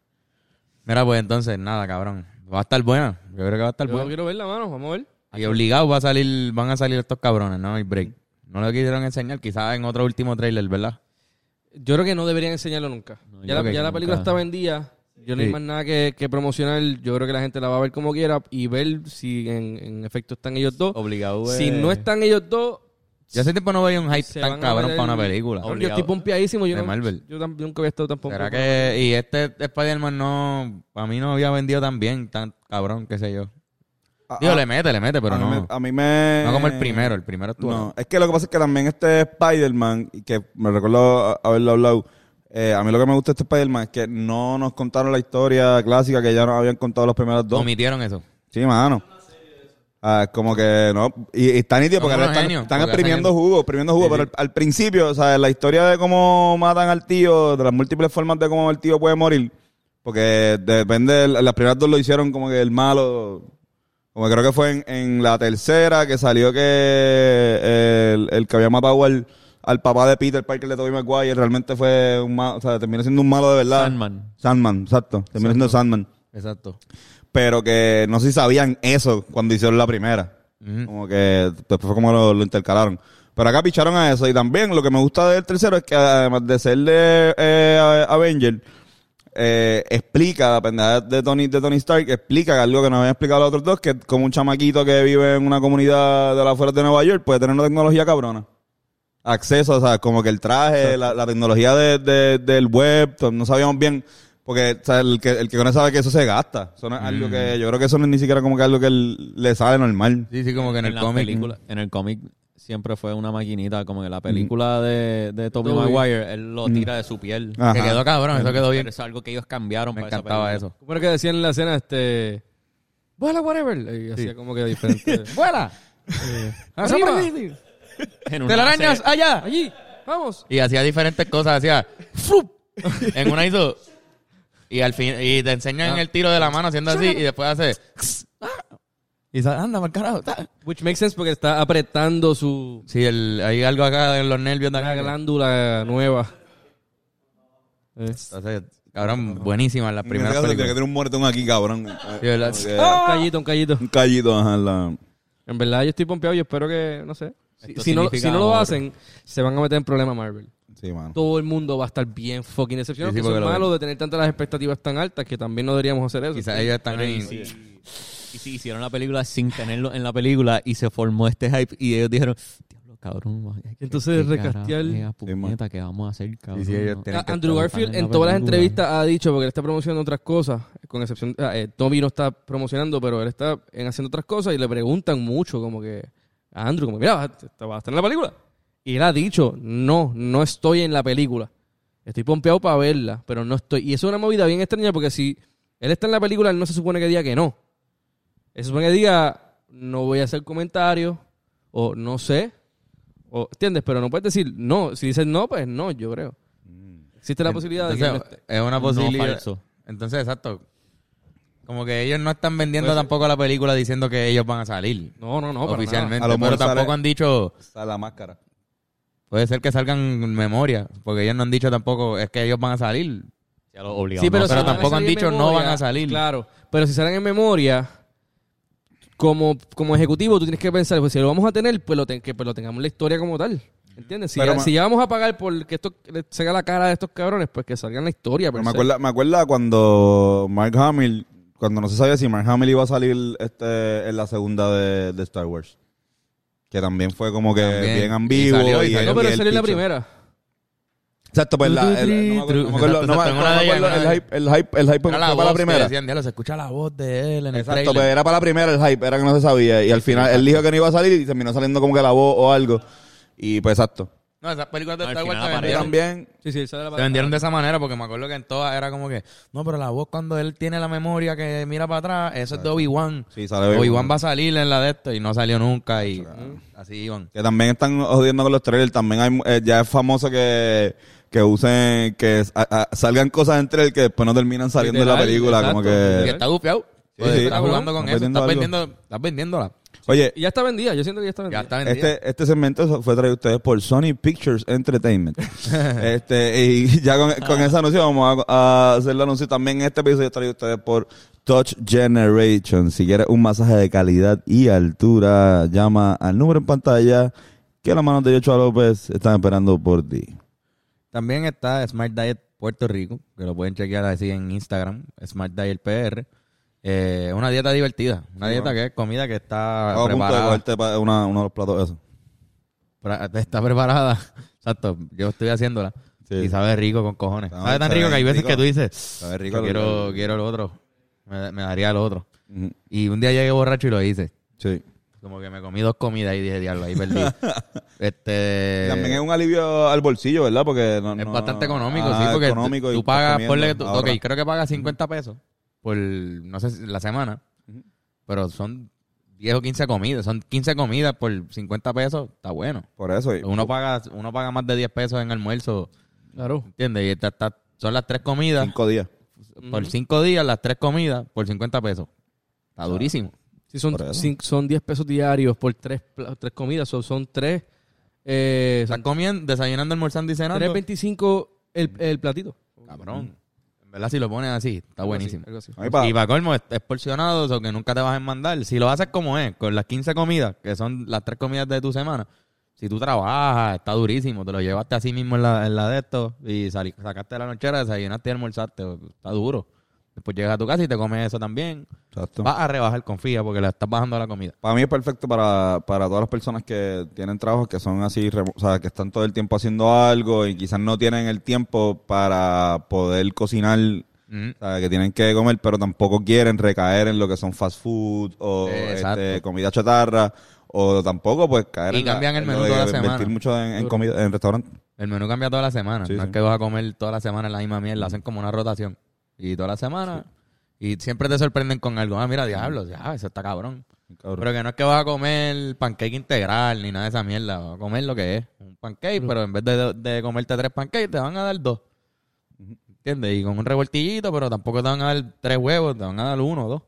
Speaker 1: Mira, pues entonces, nada, cabrón. Va a estar buena. Yo creo que va a estar
Speaker 4: Yo
Speaker 1: buena.
Speaker 4: quiero ver la mano, vamos a ver.
Speaker 1: Y obligado va a salir, van a salir estos cabrones, ¿no? El break. No lo quisieron enseñar, quizás en otro último trailer, ¿verdad?
Speaker 4: Yo creo que no deberían enseñarlo nunca.
Speaker 5: No,
Speaker 4: ya
Speaker 5: yo creo
Speaker 4: la,
Speaker 5: que
Speaker 4: ya la
Speaker 5: nunca.
Speaker 4: película está vendida. Yo no
Speaker 1: Sí.
Speaker 4: hay más nada que, que promocionar. Yo creo que la gente la va a ver como quiera y ver si en, en efecto están ellos dos.
Speaker 5: Obligado. eh.
Speaker 4: Si
Speaker 5: es-
Speaker 4: no están ellos dos,
Speaker 1: Ya hace tiempo no veía un hype
Speaker 4: se
Speaker 1: tan
Speaker 4: van a
Speaker 1: cabrón
Speaker 4: meter-
Speaker 1: para una película.
Speaker 4: Cabrón, Yo
Speaker 5: Obligado.
Speaker 4: estoy pompeadísimo. Yo,
Speaker 1: De
Speaker 4: no-
Speaker 1: Marvel.
Speaker 4: yo tam- nunca había estado tan pompeado.
Speaker 1: ¿Será que.? Y este Spider-Man no. A mí no había vendido tan bien, tan cabrón, qué sé yo. Digo, le mete, le mete, pero
Speaker 2: Ah, a
Speaker 1: no.
Speaker 2: Mí me, a mí me-
Speaker 1: No como el primero, el primero estuvo.
Speaker 2: No, es que lo que pasa es que también este Spider-Man, y que me recuerdo a- haberlo hablado, eh, a mí lo que me gusta de este Spider-Man es que no nos contaron la historia clásica que ya nos habían contado los primeros dos.
Speaker 1: Omitieron eso.
Speaker 2: Sí, mano. Ah, como que no. Y, y está nítido
Speaker 1: Son
Speaker 2: porque ahora
Speaker 1: unos
Speaker 2: están,
Speaker 1: genios,
Speaker 2: están
Speaker 1: porque
Speaker 2: exprimiendo
Speaker 1: hacen-
Speaker 2: jugo, exprimiendo jugo. Pero al, al principio, o sea, la historia de cómo matan al tío, de las múltiples formas de cómo el tío puede morir. Porque depende, de- las primeras dos lo hicieron como que el malo. Como creo que fue en, en la tercera que salió que eh, el, el que había matado al, al papá de Peter Parker de Tobey Maguire realmente fue un malo, o sea, terminó siendo un malo de verdad.
Speaker 5: Sandman.
Speaker 2: Sandman, exacto. Terminó siendo Sandman
Speaker 1: Exacto.
Speaker 2: pero que no sé si sabían eso cuando hicieron la primera. Como que después fue como lo, lo intercalaron. Pero acá picharon a eso. Y también lo que me gusta del tercero es que además de ser de eh, Avenger, eh, explica la pendejada de Tony, de Tony Stark, explica algo que nos habían explicado los otros dos, que como un chamaquito que vive en una comunidad de las afueras de Nueva York puede tener una tecnología cabrona. Acceso, o sea, como que el traje, la, la tecnología de- de- del web, to- no sabíamos bien, porque o sea, el que el que conoce sabe que eso se gasta. Eso no es algo que, yo creo que eso no es ni siquiera como que algo que l- le sale normal.
Speaker 1: Sí, sí, como que en, el
Speaker 5: la
Speaker 1: cómic.
Speaker 5: película- en el cómic siempre fue una maquinita, como en la película de, de Tobey Maguire, él lo tira de su piel.
Speaker 1: Que
Speaker 2: Ajá.
Speaker 1: quedó cabrón, eso quedó
Speaker 5: Pero
Speaker 1: bien.
Speaker 5: eso es algo que ellos cambiaron
Speaker 1: Me
Speaker 5: para esa
Speaker 1: encantaba
Speaker 5: película.
Speaker 1: eso.
Speaker 4: ¿Cómo era que decían en la escena? Este. Vuela, whatever. Y hacía como que diferente. Eh,
Speaker 1: ¡Fuera!
Speaker 4: ¡Arriba!
Speaker 5: En una
Speaker 1: ¡Telarañas
Speaker 5: serie-
Speaker 1: allá!
Speaker 4: ¡Allí! ¡Vamos!
Speaker 1: Y hacía diferentes cosas, hacía ¡flup! en una hizo y al fin y te enseñan el tiro de la mano haciendo así y después hace y dice, anda, mal carajo. ta".
Speaker 4: Which makes sense porque está apretando su
Speaker 1: Sí, el, hay algo acá de los nervios de
Speaker 4: una
Speaker 1: acá.
Speaker 4: glándula nueva.
Speaker 1: Entonces, cabrón, buenísimas las
Speaker 2: En este
Speaker 1: primeras
Speaker 2: caso, tiene que
Speaker 1: películas.
Speaker 2: tener un muertón aquí, cabrón.
Speaker 1: Sí, ¿verdad?
Speaker 2: Como que-
Speaker 4: Un callito, un callito.
Speaker 2: Un callito, ajá. la-
Speaker 4: En verdad, yo estoy pompeado. Yo espero que, no sé. Si,
Speaker 5: Esto
Speaker 4: si no,
Speaker 5: significa
Speaker 4: si no lo
Speaker 5: amor.
Speaker 4: hacen, se van a meter en problemas Marvel.
Speaker 2: Sí, mano.
Speaker 4: Todo el mundo va a estar bien fucking decepcionado.
Speaker 1: Sí, sí,
Speaker 4: porque
Speaker 1: porque
Speaker 4: eso
Speaker 1: lo
Speaker 4: es malo de tener tantas las expectativas tan altas que también no deberíamos hacer eso.
Speaker 1: Quizás ellos están ahí.
Speaker 5: Y si hicieron la película sin tenerlo en la película y se formó este hype y ellos dijeron, diablo, cabrón. man, qué-
Speaker 4: Entonces,
Speaker 5: qué carajo,
Speaker 4: recastear-
Speaker 5: mega puñeta
Speaker 2: man.
Speaker 5: que vamos a hacer, cabrón.
Speaker 1: sí, ellos
Speaker 5: no?
Speaker 1: tienen-
Speaker 4: A-
Speaker 1: que
Speaker 4: Andrew
Speaker 5: estar
Speaker 4: Garfield
Speaker 5: en la
Speaker 4: en todas las
Speaker 5: película.
Speaker 4: entrevistas ha dicho, porque él está promocionando otras cosas, con excepción, ah, eh, Tommy no está promocionando, pero él está en haciendo otras cosas y le preguntan mucho como que, a Andrew, como, mira, ¿vas a- vas a estar en la película? Y él ha dicho, no, no estoy en la película. Estoy pompeado para verla, pero no estoy. Y eso es una movida bien extraña porque si él está en la película, él no se supone que diga que no. Él se supone que diga, no voy a hacer comentarios, o no sé, o, ¿entiendes? Pero no puedes decir no. Si dices no, pues no, yo creo. Existe la posibilidad de que él no
Speaker 1: Mm. Entonces,
Speaker 4: esté.
Speaker 1: es una
Speaker 5: No
Speaker 1: posibilidad.
Speaker 5: falso.
Speaker 1: Entonces, exacto. Como que ellos no están vendiendo tampoco la película diciendo que ellos van a salir
Speaker 4: No, no, no, para nada.
Speaker 1: oficialmente.
Speaker 2: A lo
Speaker 1: Pero
Speaker 2: mejor sale-
Speaker 1: tampoco han dicho.
Speaker 2: Está la máscara.
Speaker 1: Puede ser que salgan en memoria, porque ellos no han dicho tampoco es que ellos van a salir.
Speaker 5: Ya lo obligamos.
Speaker 4: Sí, pero,
Speaker 1: No, pero
Speaker 4: si van a
Speaker 1: tampoco han
Speaker 4: salir en
Speaker 1: dicho no
Speaker 4: memoria,
Speaker 1: van a salir.
Speaker 4: Claro, pero si salen en memoria, como, como ejecutivo, tú tienes que pensar, pues si lo vamos a tener, pues lo, ten- que, pues lo tengamos en la historia como tal. ¿Entiendes? Si,
Speaker 2: Pero
Speaker 4: ya,
Speaker 2: ma-
Speaker 4: si ya vamos a pagar por que esto le salga la cara de estos cabrones, pues que salga en la historia. per
Speaker 2: Pero me
Speaker 4: se.
Speaker 2: acuerda, me acuerda cuando Mark Hamill, cuando no se sabía si Mark Hamill iba a salir este en la segunda de, de Star Wars. Que también fue como que
Speaker 1: También.
Speaker 2: bien ambiguo.
Speaker 1: Y salió, y salió.
Speaker 4: No, pero
Speaker 2: él
Speaker 4: salió en la
Speaker 2: pichó.
Speaker 4: primera.
Speaker 2: Exacto, pues la, el, no me acuerdo- no me acuerdo- no me
Speaker 1: Exacto, exacto, en una de ellas,
Speaker 2: acuerdo
Speaker 1: en una
Speaker 2: el
Speaker 1: de
Speaker 2: hype, el hype, el hype fue
Speaker 1: Era
Speaker 2: fue
Speaker 1: voz
Speaker 2: para la
Speaker 1: que
Speaker 2: primera.
Speaker 1: decían, "Diablo, se escucha la voz de él en el
Speaker 2: Exacto, pues.
Speaker 1: trailer".
Speaker 2: pero era para la primera el hype, era que no se sabía. Y al final él dijo que no iba a salir y terminó saliendo como que la voz o algo. Y pues exacto.
Speaker 1: No, esas películas de
Speaker 5: Al
Speaker 1: Star Wars
Speaker 5: final
Speaker 1: se
Speaker 2: Pero
Speaker 1: vendieron,
Speaker 2: también,
Speaker 4: Sí, sí, sale la
Speaker 1: se vendieron de esa manera, porque me acuerdo que en todas era como que, no, pero la voz cuando él tiene la memoria que mira para atrás, eso es de Obi-Wan.
Speaker 2: Sí, sale Obi-Wan.
Speaker 1: Obi-Wan va a salir en la de esto y no salió nunca y Mm, así iban.
Speaker 2: que también están jodiendo con los trailers. También hay, eh, ya es famoso que, que usen, que s- a- a- salgan cosas entre el que después no terminan saliendo en la
Speaker 4: Literal,
Speaker 2: película.
Speaker 4: exacto,
Speaker 2: Como
Speaker 1: Y
Speaker 2: que.
Speaker 1: está gufiado.
Speaker 2: Sí,
Speaker 1: Pues
Speaker 2: sí.
Speaker 1: está jugando
Speaker 2: Están
Speaker 1: con eso.
Speaker 2: vendiendo
Speaker 1: Estás
Speaker 2: algo.
Speaker 1: vendiendo, estás vendiéndola.
Speaker 2: Oye,
Speaker 4: Y ya está vendida, yo siento que ya está
Speaker 1: Ya
Speaker 4: vendida.
Speaker 1: está vendida.
Speaker 2: Este, este segmento fue traído a ustedes por Sony Pictures Entertainment. este, y ya con, con ese anuncio vamos a, a hacer el anuncio también. Este episodio es traído a ustedes por Touch Generation. Si quieres un masaje de calidad y altura, llama al número en pantalla que las manos de Yochoa López están esperando por ti.
Speaker 1: También está Smart Diet Puerto Rico, que lo pueden chequear así en Instagram, Smart Diet PR. Eh, una dieta divertida, una dieta que es comida que está
Speaker 2: Estaba a punto de
Speaker 1: preparada.
Speaker 2: cogerte pa- una- uno de los platos esos.
Speaker 1: pra- Está preparada. Exacto, yo estoy haciéndola.
Speaker 2: Sí.
Speaker 1: Y sabe rico con cojones.
Speaker 2: Sabe-
Speaker 1: sabe tan
Speaker 2: sabe
Speaker 1: rico que hay veces
Speaker 2: rico.
Speaker 1: que tú dices,
Speaker 2: Sabe rico
Speaker 1: "Yo
Speaker 2: lo
Speaker 1: quiero,
Speaker 2: que-
Speaker 1: quiero el otro, me, me daría el otro.
Speaker 2: Ujú.
Speaker 1: Y un día llegué borracho y lo hice.
Speaker 2: Sí.
Speaker 1: Como que me comí dos comidas y dije, diablo, ahí perdí. este...
Speaker 2: También es un alivio al bolsillo, ¿verdad? Porque no-
Speaker 1: Es
Speaker 2: no-
Speaker 1: bastante económico,
Speaker 2: Ah,
Speaker 1: sí, porque
Speaker 2: económico y
Speaker 1: tú
Speaker 2: estás
Speaker 1: pagas,
Speaker 2: comiendo Ah,
Speaker 1: ponle, que tú- ok,
Speaker 2: ahora.
Speaker 1: creo que pagas 50 pesos por, no sé, si- la semana, pero son 10 o 15 comidas, son 15 comidas por 50 pesos, está bueno.
Speaker 2: Por eso. y-
Speaker 1: Uno paga, uno paga más de 10 pesos en almuerzo,
Speaker 4: Claro.
Speaker 1: ¿entiendes? Y está- está- son las tres comidas,
Speaker 2: Cinco días.
Speaker 1: por 5 días, las tres comidas por 50 pesos. Está durísimo.
Speaker 4: Si son,
Speaker 2: Por eso.
Speaker 4: cin- son 10 pesos diarios por tres, pla- tres comidas, son, son tres, eh,
Speaker 1: Estás comiendo, desayunando, almorzando y cenando.
Speaker 4: 3.25 el, el platito.
Speaker 1: Cabrón. En verdad, si lo pones así, está
Speaker 4: Algo así,
Speaker 1: buenísimo.
Speaker 4: algo así.
Speaker 2: Ahí pa-
Speaker 1: Y para colmo, es, es porcionado, o sea, que nunca te vas a enmandar. Si lo haces como es, con las 15 comidas, que son las tres comidas de tu semana, si tú trabajas, está durísimo, te lo llevaste así mismo en la, en la de esto y salí- sacaste de la nochera, desayunaste y almorzaste, o- está duro. Después llegas a tu casa y te comes eso también.
Speaker 2: Exacto.
Speaker 1: Vas a rebajar, confía, porque le estás bajando la comida.
Speaker 2: Para mí es perfecto para, para todas las personas que tienen trabajos que son así, remo- o sea, que están todo el tiempo haciendo algo y quizás no tienen el tiempo para poder cocinar,
Speaker 1: Mm.
Speaker 2: o sea, que tienen que comer, pero tampoco quieren recaer en lo que son fast food o
Speaker 1: Eh, exacto.
Speaker 2: este, comida chatarra, o tampoco pues caer
Speaker 1: Y
Speaker 2: en la-
Speaker 1: cambian el
Speaker 2: en
Speaker 1: menú
Speaker 2: lo de
Speaker 1: toda la
Speaker 2: invertir
Speaker 1: semana.
Speaker 2: mucho en, en comida, en restaurante.
Speaker 1: El menú cambia toda la semana.
Speaker 2: Sí,
Speaker 1: no
Speaker 2: sí.
Speaker 1: es que vas a comer toda la semana la misma mierda. Hacen como una rotación. Y toda la semana. Y siempre te sorprenden con algo. Ah, mira, diablos. Ya, eso está cabrón.
Speaker 2: Cabrón.
Speaker 1: Pero que no es que vas a comer pancake integral ni nada de esa mierda. Vas a comer lo que es. Un pancake, pero en vez de, de comerte tres pancakes, te van a dar dos. ¿Entiendes? Y con un revoltillito, pero tampoco te van a dar tres huevos, te van a dar uno o dos.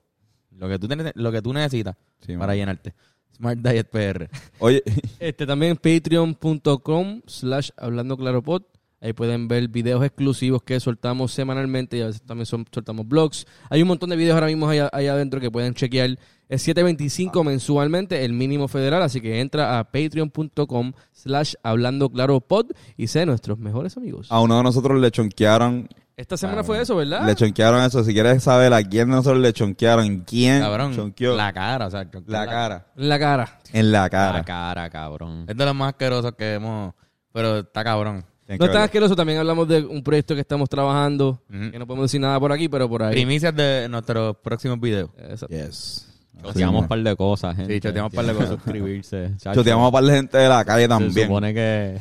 Speaker 1: Lo que tú, tienes- lo que tú necesitas
Speaker 2: Sí,
Speaker 1: para
Speaker 2: mano.
Speaker 1: llenarte. Smart Diet PR.
Speaker 2: Oye,
Speaker 4: Este también patreon.com slash hablando claro pod. Ahí pueden ver videos exclusivos que soltamos semanalmente y a veces también son- soltamos blogs. Hay un montón de videos ahora mismo allá, allá adentro que pueden chequear. Es 725 mensualmente, el mínimo federal, así que entra a patreon.com slash hablando claro pod y sé nuestros mejores amigos.
Speaker 2: a uno de nosotros le chonquearon,
Speaker 4: Esta semana fue eso,
Speaker 1: Ah.
Speaker 4: ¿verdad?
Speaker 2: Ah. le chonquearon eso. Si quieres saber a quién de nosotros le chonquearon, quién
Speaker 1: Cabrón.
Speaker 2: chonqueó
Speaker 1: La cara, o sea,
Speaker 2: la cara.
Speaker 4: En la cara.
Speaker 2: En la cara.
Speaker 5: La cara, cabrón.
Speaker 1: Es de los más asquerosos que hemos. Pero está cabrón.
Speaker 2: Tienes
Speaker 4: No
Speaker 2: que
Speaker 4: es tan
Speaker 2: verlo.
Speaker 4: asqueroso, también hablamos de un proyecto que estamos trabajando,
Speaker 1: Ujú.
Speaker 4: que no podemos decir nada por aquí, pero por ahí.
Speaker 1: Primicias de nuestros próximos videos.
Speaker 4: Exacto.
Speaker 2: Yes.
Speaker 5: Choteamos un par de cosas, gente.
Speaker 1: Sí, choteamos un par de
Speaker 5: Tienen
Speaker 1: cosas.
Speaker 5: que Suscribirse. Chacho,
Speaker 2: Choteamos a par de gente de la calle
Speaker 5: Se
Speaker 2: también.
Speaker 5: supone que...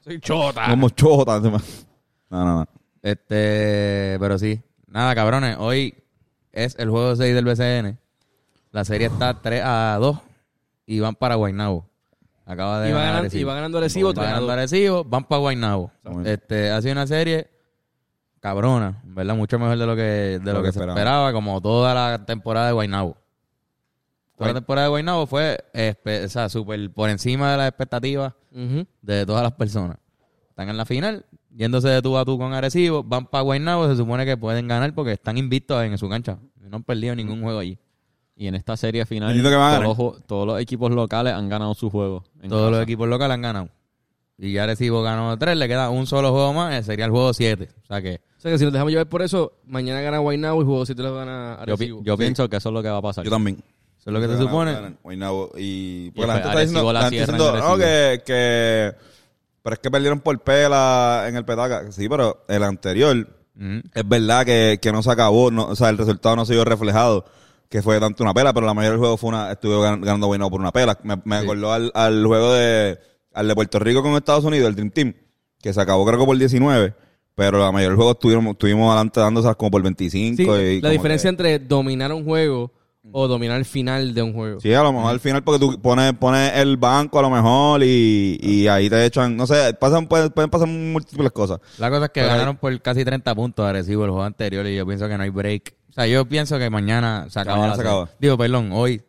Speaker 4: Soy chota.
Speaker 2: Como chotas. No, no, no.
Speaker 1: Este, pero sí. Nada, cabrones. Hoy es el juego 6 del BCN. La serie está 3 a 2 y van para Guaynabo. Acaba de
Speaker 4: Y va
Speaker 1: ganar
Speaker 4: ganando-
Speaker 1: Arecibo.
Speaker 4: y va ganando Arecibo,
Speaker 1: Va
Speaker 4: 3 a
Speaker 1: ganando
Speaker 4: 2.
Speaker 1: Arecibo, van para Guaynabo. Este, ha sido una serie cabrona, ¿verdad? Mucho mejor de lo que, de lo que, se
Speaker 2: esperaba.
Speaker 1: esperaba, como toda la temporada de Guaynabo. Toda la temporada de Guaynabo fue espe- o sea, super por encima de las expectativas
Speaker 4: Ujú.
Speaker 1: de todas las personas. Están en la final, yéndose de tú a tú con Arecibo, van para Guaynabo, se supone que pueden ganar porque están invictos en su cancha. No han perdido ningún juego allí.
Speaker 5: Y en esta serie final,
Speaker 2: Entiendo que van a
Speaker 5: todos los, ju- todos los equipos locales han ganado su juego. en
Speaker 1: Todos los
Speaker 5: casa.
Speaker 1: equipos locales han ganado. Y ya Arecibo ganó tres, le queda un solo juego más, eh, sería el juego siete. O sea que
Speaker 4: O sea que si nos dejamos llevar por eso, mañana gana Guaynabo y juego si te lo gana
Speaker 5: Yo, pi-
Speaker 4: Arecibo.
Speaker 5: yo pienso que eso es lo que va a pasar.
Speaker 2: Yo también.
Speaker 1: eso es lo que se
Speaker 2: Ganan,
Speaker 1: supone.
Speaker 2: ganan. Guaynabo. Y
Speaker 5: Y
Speaker 2: porque la gente está
Speaker 5: Arecibo
Speaker 2: diciendo,
Speaker 5: la
Speaker 2: la gente
Speaker 5: cierran,
Speaker 2: diciendo no,
Speaker 5: Arecibo.
Speaker 2: que, que. Pero es que perdieron por pela en el petaca. Sí, pero el anterior. Es verdad que, que no se acabó. No, o sea, el resultado no se vio reflejado. Que fue tanto una pela, pero la mayoría del juego fue una. Estuvo gan- ganando Guaynabo por una pela. Me, me acordó al, al juego de. Al de Puerto Rico con Estados Unidos, el Dream Team. Que se acabó, creo que por 19. Pero la mayoría del juego estuvimos, estuvimos adelante dándosas como por 25.
Speaker 4: Sí,
Speaker 2: y
Speaker 4: la
Speaker 2: como
Speaker 4: diferencia
Speaker 2: que-
Speaker 4: entre dominar un juego o dominar el final de un juego.
Speaker 2: Sí, a lo mejor al final porque tú pones, pones el banco a lo mejor y, y ahí te echan, no sé, pasan, pueden, pueden pasar múltiples cosas.
Speaker 1: La cosa es que
Speaker 2: Pero ahí-
Speaker 1: ganaron por casi 30 puntos Arecibo el juego anterior y yo pienso que no hay break. O sea, yo pienso que mañana se acaba
Speaker 2: mañana
Speaker 1: la
Speaker 2: se
Speaker 1: serie.
Speaker 2: acaba.
Speaker 1: Digo, perdón, hoy,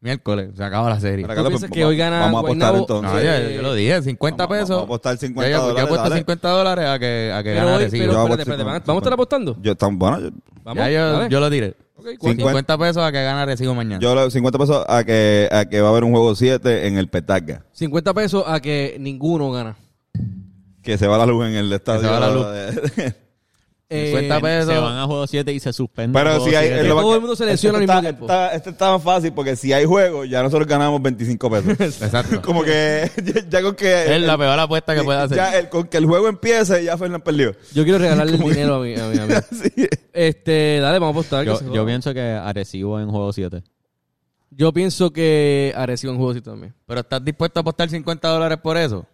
Speaker 1: miércoles, se acaba la serie.
Speaker 2: Mira,
Speaker 4: ¿Tú
Speaker 2: Carlos,
Speaker 4: piensas
Speaker 2: pues,
Speaker 4: que hoy gana
Speaker 2: Vamos a apostar
Speaker 4: Guaynabo?
Speaker 2: entonces.
Speaker 1: No,
Speaker 4: Sí.
Speaker 1: yo, yo lo dije, 50
Speaker 2: Vamos-
Speaker 1: pesos.
Speaker 2: vamos a apostar 50
Speaker 1: Yo- yo,
Speaker 2: dólares,
Speaker 1: apuesto
Speaker 2: dale.
Speaker 1: 50 dólares a que, a que
Speaker 4: Pero
Speaker 1: gane
Speaker 4: hoy-
Speaker 1: Arecibo.
Speaker 4: pero
Speaker 2: Yo
Speaker 4: espérate,
Speaker 2: apuesto
Speaker 4: espérate, ¿vamos
Speaker 2: 50.
Speaker 4: a estar apostando?
Speaker 2: Yo, tan, bueno, yo,
Speaker 4: Vamos,
Speaker 1: ya yo,
Speaker 4: dale.
Speaker 1: yo lo tiré.
Speaker 4: Ok, ¿cuál?
Speaker 1: 50. pesos a que gane Arecibo mañana.
Speaker 2: yo le doy 50 pesos a que, a que va a haber un juego 7 en el petaca.
Speaker 4: 50 pesos a que ninguno gana.
Speaker 2: Que se va la luz en el estadio.
Speaker 1: va la luz.
Speaker 4: Eh,
Speaker 1: 50 pesos.
Speaker 5: Se van a juego 7 y se suspenden.
Speaker 2: Pero si hay...
Speaker 4: Que
Speaker 2: lo-
Speaker 4: todo el mundo se lesiona al
Speaker 2: este
Speaker 4: mismo
Speaker 2: está-
Speaker 4: tiempo.
Speaker 2: está- Este está más fácil porque si hay juego ya nosotros ganamos 25 pesos.
Speaker 1: Exacto.
Speaker 2: Como que ya, ya con que...
Speaker 1: es la peor apuesta que puede hacer.
Speaker 2: Ya el- con que el juego empiece ya Fernández perdió.
Speaker 4: Yo quiero regalarle el dinero a mi, a mi amigo.
Speaker 2: Sí.
Speaker 4: Este, dale, vamos a apostar. que
Speaker 5: Yo,
Speaker 4: se
Speaker 5: yo
Speaker 4: joda.
Speaker 5: pienso que Arecibo en juego 7.
Speaker 4: Yo pienso que Arecibo en juego sí también.
Speaker 1: Pero ¿estás dispuesto a apostar 50 dólares por eso?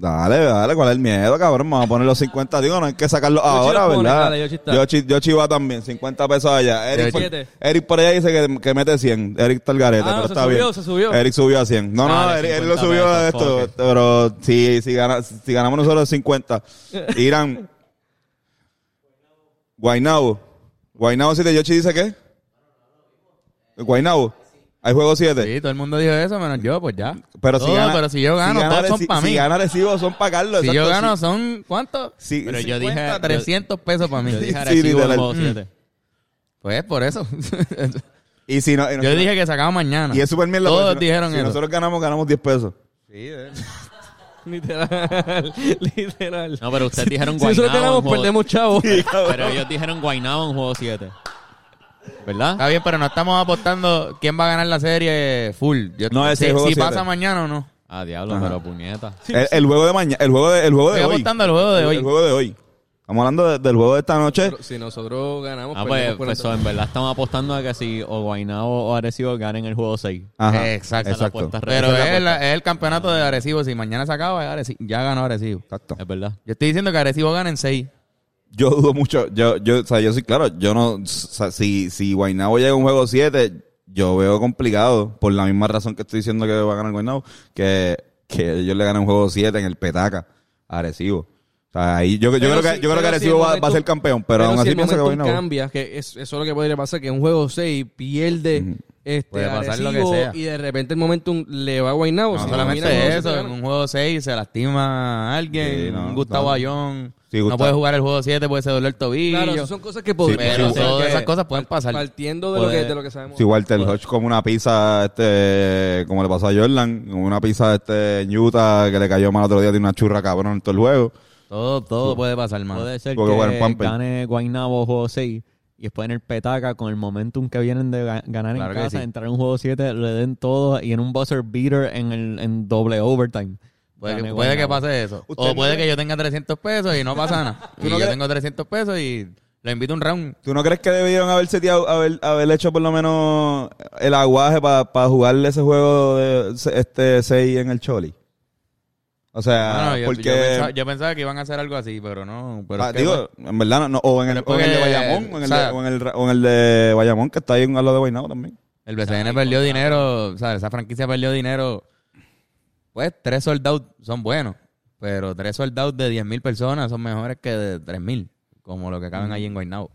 Speaker 2: Dale, dale, ¿cuál es el miedo, cabrón? Vamos a poner los 50, digo, no hay que sacarlos ahora,
Speaker 4: los pone,
Speaker 2: ¿verdad?
Speaker 4: dale, Yoshi está.
Speaker 2: Yoshi- Yoshi va también, 50 pesos allá. Eric, por,
Speaker 4: Siete.
Speaker 2: Eric por allá dice que, que mete 100. Eric está al garete,
Speaker 4: Ah,
Speaker 2: pero
Speaker 4: se
Speaker 2: está
Speaker 4: subió,
Speaker 2: bien.
Speaker 4: se subió.
Speaker 2: Eric subió a 100. No, no,
Speaker 5: Dale,
Speaker 2: Eric, Eric lo
Speaker 5: 50
Speaker 2: subió a
Speaker 5: pesos,
Speaker 2: esto,
Speaker 5: fuck it.
Speaker 2: pero si, si, gana- si ganamos nosotros 50, irán. Guainabo. Guainabo 7, Yoshi dice qué? Guainabo. Hay juego 7.
Speaker 1: Sí, todo el mundo dijo eso, menos yo, pues ya.
Speaker 2: Pero, si
Speaker 1: Todo,
Speaker 2: gana,
Speaker 1: pero si yo gano,
Speaker 2: gana
Speaker 1: todos son
Speaker 2: Reci-
Speaker 1: para mí.
Speaker 2: Si gana recibo, son para Carlos.
Speaker 1: Si
Speaker 2: exacto,
Speaker 1: yo
Speaker 2: sí.
Speaker 1: gano, ¿son cuántos?
Speaker 2: Sí,
Speaker 1: Pero yo
Speaker 2: 50,
Speaker 1: dije
Speaker 2: yo-
Speaker 1: 300 pesos para mí.
Speaker 5: Yo dije
Speaker 2: Sí,
Speaker 5: Arecibo en
Speaker 2: literal.
Speaker 5: juego
Speaker 2: Mm.
Speaker 5: 7.
Speaker 1: Pues por eso.
Speaker 2: Y si no, y no-
Speaker 1: yo dije que se acaba mañana.
Speaker 2: y es súper mierda.
Speaker 1: Todos
Speaker 2: porque si no-
Speaker 1: dijeron
Speaker 2: si
Speaker 1: eso.
Speaker 2: nosotros ganamos, ganamos 10 pesos.
Speaker 4: Literal. Literal.
Speaker 5: No, pero ustedes dijeron
Speaker 4: si nosotros
Speaker 5: Guaynabo.
Speaker 4: ganamos,
Speaker 5: en juego-
Speaker 4: perdemos chavo.
Speaker 5: Pero ellos dijeron Guaynabo en juego 7. ¿Verdad?
Speaker 2: Ah.
Speaker 1: Está bien, pero no estamos apostando quién va a ganar la serie full. Yo-
Speaker 2: No, ese
Speaker 1: si,
Speaker 2: juego
Speaker 1: si
Speaker 2: siete.
Speaker 1: pasa mañana o no.
Speaker 5: Ah, diablo, pero puñeta.
Speaker 2: el, el juego de mañana, el juego de, el juego de
Speaker 1: Estoy
Speaker 2: hoy.
Speaker 1: apostando al juego de
Speaker 2: El-
Speaker 1: hoy.
Speaker 2: El juego de hoy. Estamos hablando de- del juego de esta noche.
Speaker 4: si nosotros ganamos,
Speaker 5: Ah, pues,
Speaker 4: perdemos
Speaker 5: pues eso, en verdad estamos apostando a que si o Guaynabo o Arecibo ganen el juego 6.
Speaker 2: Ajá.
Speaker 1: Eh, Exacto.
Speaker 2: Exacto.
Speaker 5: Esa es la
Speaker 1: Pero
Speaker 5: apuesta.
Speaker 1: es, la- es el campeonato de Arecibo. Si mañana se acaba, es Arecibo. ya ganó Arecibo.
Speaker 2: Exacto.
Speaker 5: Es verdad.
Speaker 1: Yo estoy diciendo que Arecibo gana en 6.
Speaker 2: Yo dudo mucho. Yo, yo, o sea, yo sí, claro, yo no. o sea, si, si Guaynabo llega a un juego 7, yo veo complicado, por la misma razón que estoy diciendo que va a ganar Guaynabo, que, que ellos le ganan un juego 7 en el petaca a Arecibo. O sea, ahí yo, yo
Speaker 4: Pero
Speaker 2: creo que,
Speaker 4: si-
Speaker 2: yo creo
Speaker 4: pero
Speaker 2: que
Speaker 4: si
Speaker 2: Arecibo
Speaker 4: el
Speaker 2: va, va a
Speaker 4: momento-
Speaker 2: ser campeón, pero, aún
Speaker 4: si
Speaker 2: así
Speaker 4: el
Speaker 2: pienso que
Speaker 4: momentum
Speaker 2: Guaynabo.
Speaker 4: cambia, que es, eso es lo que podría pasar, que un juego 6 pierde este,
Speaker 1: Puede pasar lo que
Speaker 4: Arecibo
Speaker 1: sea.
Speaker 4: y de repente el momentum le va a Guaynabo.
Speaker 1: No
Speaker 4: Si domina el
Speaker 1: solamente
Speaker 4: juego,
Speaker 1: eso,
Speaker 4: se
Speaker 1: en
Speaker 4: gana.
Speaker 1: un juego 6 se lastima a alguien,
Speaker 2: Sí, no,
Speaker 1: un Gustavo
Speaker 2: no.
Speaker 1: Ayón,
Speaker 2: Sí,
Speaker 1: no
Speaker 2: Gustavo.
Speaker 1: puede jugar el juego 7 porque se duele el tobillo.
Speaker 4: Claro, eso son cosas que podrían
Speaker 1: pero
Speaker 4: pasar,
Speaker 1: todas
Speaker 4: que
Speaker 1: esas cosas pueden pasar.
Speaker 4: Partiendo de, lo,
Speaker 5: Puede-
Speaker 4: que, de lo que sabemos.
Speaker 2: Si Walter Hodge como una pizza, este, como le pasó a Jordan, como una pizza este, en Utah que le cayó mal otro día, tiene una churra cabrón en todo el juego.
Speaker 1: Todo, todo puede pasar, mano.
Speaker 5: Puede ser
Speaker 2: Porque
Speaker 5: que
Speaker 2: juegan Pamper.
Speaker 5: gane Guaynabo juego 6 y después en el petaca con el momentum que vienen de ga- ganar
Speaker 1: Claro que
Speaker 5: en casa,
Speaker 1: sí.
Speaker 5: entrar en un juego 7, le den todo y en un buzzer beater en el en doble overtime.
Speaker 1: Puede,
Speaker 5: gane
Speaker 1: que- puede
Speaker 5: Guaynabo.
Speaker 1: que pase eso. O puede que yo tenga 300 pesos y no pasa nada. y yo tengo 300 pesos y Lo invito a un round.
Speaker 2: ¿Tú no crees que debieron haber, seteado- haber, haber hecho por lo menos el aguaje para jugarle ese juego de se- este 6 en el Choli? O sea,
Speaker 1: Ah, no, yo,
Speaker 2: porque...
Speaker 1: yo pensaba, yo pensaba que iban a hacer algo así, pero no. Pero
Speaker 2: Ah,
Speaker 1: es que,
Speaker 2: digo, en verdad, no, no, o, en el,
Speaker 1: Pero
Speaker 2: o en el de
Speaker 1: porque,
Speaker 2: Bayamón, o en el,
Speaker 1: o sea,
Speaker 2: de, o en el ra- o en el de Bayamón, que está ahí en lo de Guaynabo también.
Speaker 1: el BCN perdió dinero, o sea, esa franquicia perdió dinero. Pues tres sold out son buenos, pero tres sold out de 10.000 personas son mejores que de 3.000, como lo que caben allí en Guaynabo.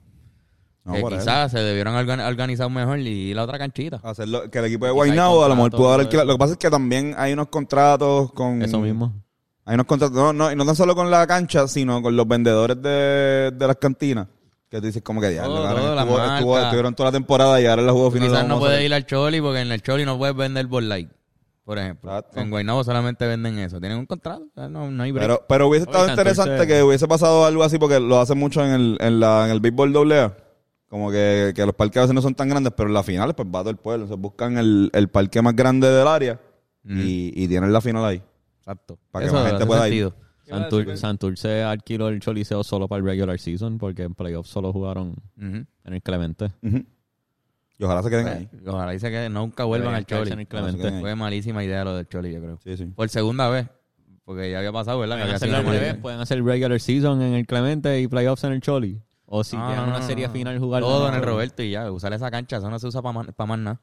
Speaker 2: No,
Speaker 1: que
Speaker 2: por eso.
Speaker 1: quizás se debieron organ- organizar mejor y ir a la otra canchita.
Speaker 2: Hacerlo, que el equipo de
Speaker 5: Porque hay
Speaker 2: Guaynabo a lo mejor
Speaker 5: contratos,
Speaker 2: pudo haber alquilado. Lo que pasa es que también hay unos contratos con...
Speaker 5: Eso mismo.
Speaker 2: Hay unos contratos, no, no, y no tan solo con la cancha, sino con los vendedores de, de las cantinas. Que tú dices, como que diablo,
Speaker 1: Todo,
Speaker 2: cabrón,
Speaker 1: todo, las
Speaker 2: estuvo-
Speaker 1: marcas.
Speaker 2: estuvo- estuvieron toda la temporada y ahora en los juegos finales.
Speaker 1: Quizás no
Speaker 2: vamos a
Speaker 1: puedes
Speaker 2: hacer-
Speaker 1: ir al Choli porque en el Choli no puedes vender Bud Light, por ejemplo.
Speaker 2: Exacto.
Speaker 1: En Guaynabo solamente venden eso. Tienen un contrato, o sea, no, no hay break.
Speaker 2: Pero, pero hubiese estado
Speaker 5: Oye, Santurce-
Speaker 2: interesante que hubiese pasado algo así, porque lo hacen mucho en el, en la, en el béisbol doble A. Como que, que los parques a veces no son tan grandes, pero en las finales, pues va todo el pueblo. Entonces buscan el, el parque más grande del área y, y tienen la final ahí.
Speaker 1: Exacto.
Speaker 2: Para que más gente pueda ir.
Speaker 5: Santur, Santurce alquiló el Choliseo solo para el regular season porque en playoffs solo jugaron en el Clemente.
Speaker 2: Ujú. Y ojalá se queden
Speaker 1: Pues,
Speaker 2: ahí.
Speaker 1: Ojalá dice que nunca vuelvan
Speaker 5: Deberían
Speaker 1: al
Speaker 5: quedarse
Speaker 1: Choli.
Speaker 5: en el Clemente.
Speaker 2: Ojalá se queden ahí.
Speaker 1: Fue malísima idea lo del Choli, yo creo.
Speaker 2: Sí, sí.
Speaker 1: Por segunda vez. Porque ya había pasado, ¿verdad? Que había
Speaker 5: Pueden hacerlo
Speaker 1: sido
Speaker 5: al
Speaker 1: mala
Speaker 5: revés,
Speaker 1: idea.
Speaker 5: pueden hacer regular season en el Clemente y playoffs en el Choli. O si
Speaker 1: No,
Speaker 5: llegan
Speaker 1: no,
Speaker 5: a una
Speaker 1: no,
Speaker 5: serie
Speaker 1: no.
Speaker 5: final jugar
Speaker 1: Todo en el Roberto y ya. Usar esa cancha, eso no se usa para más, pa más nada.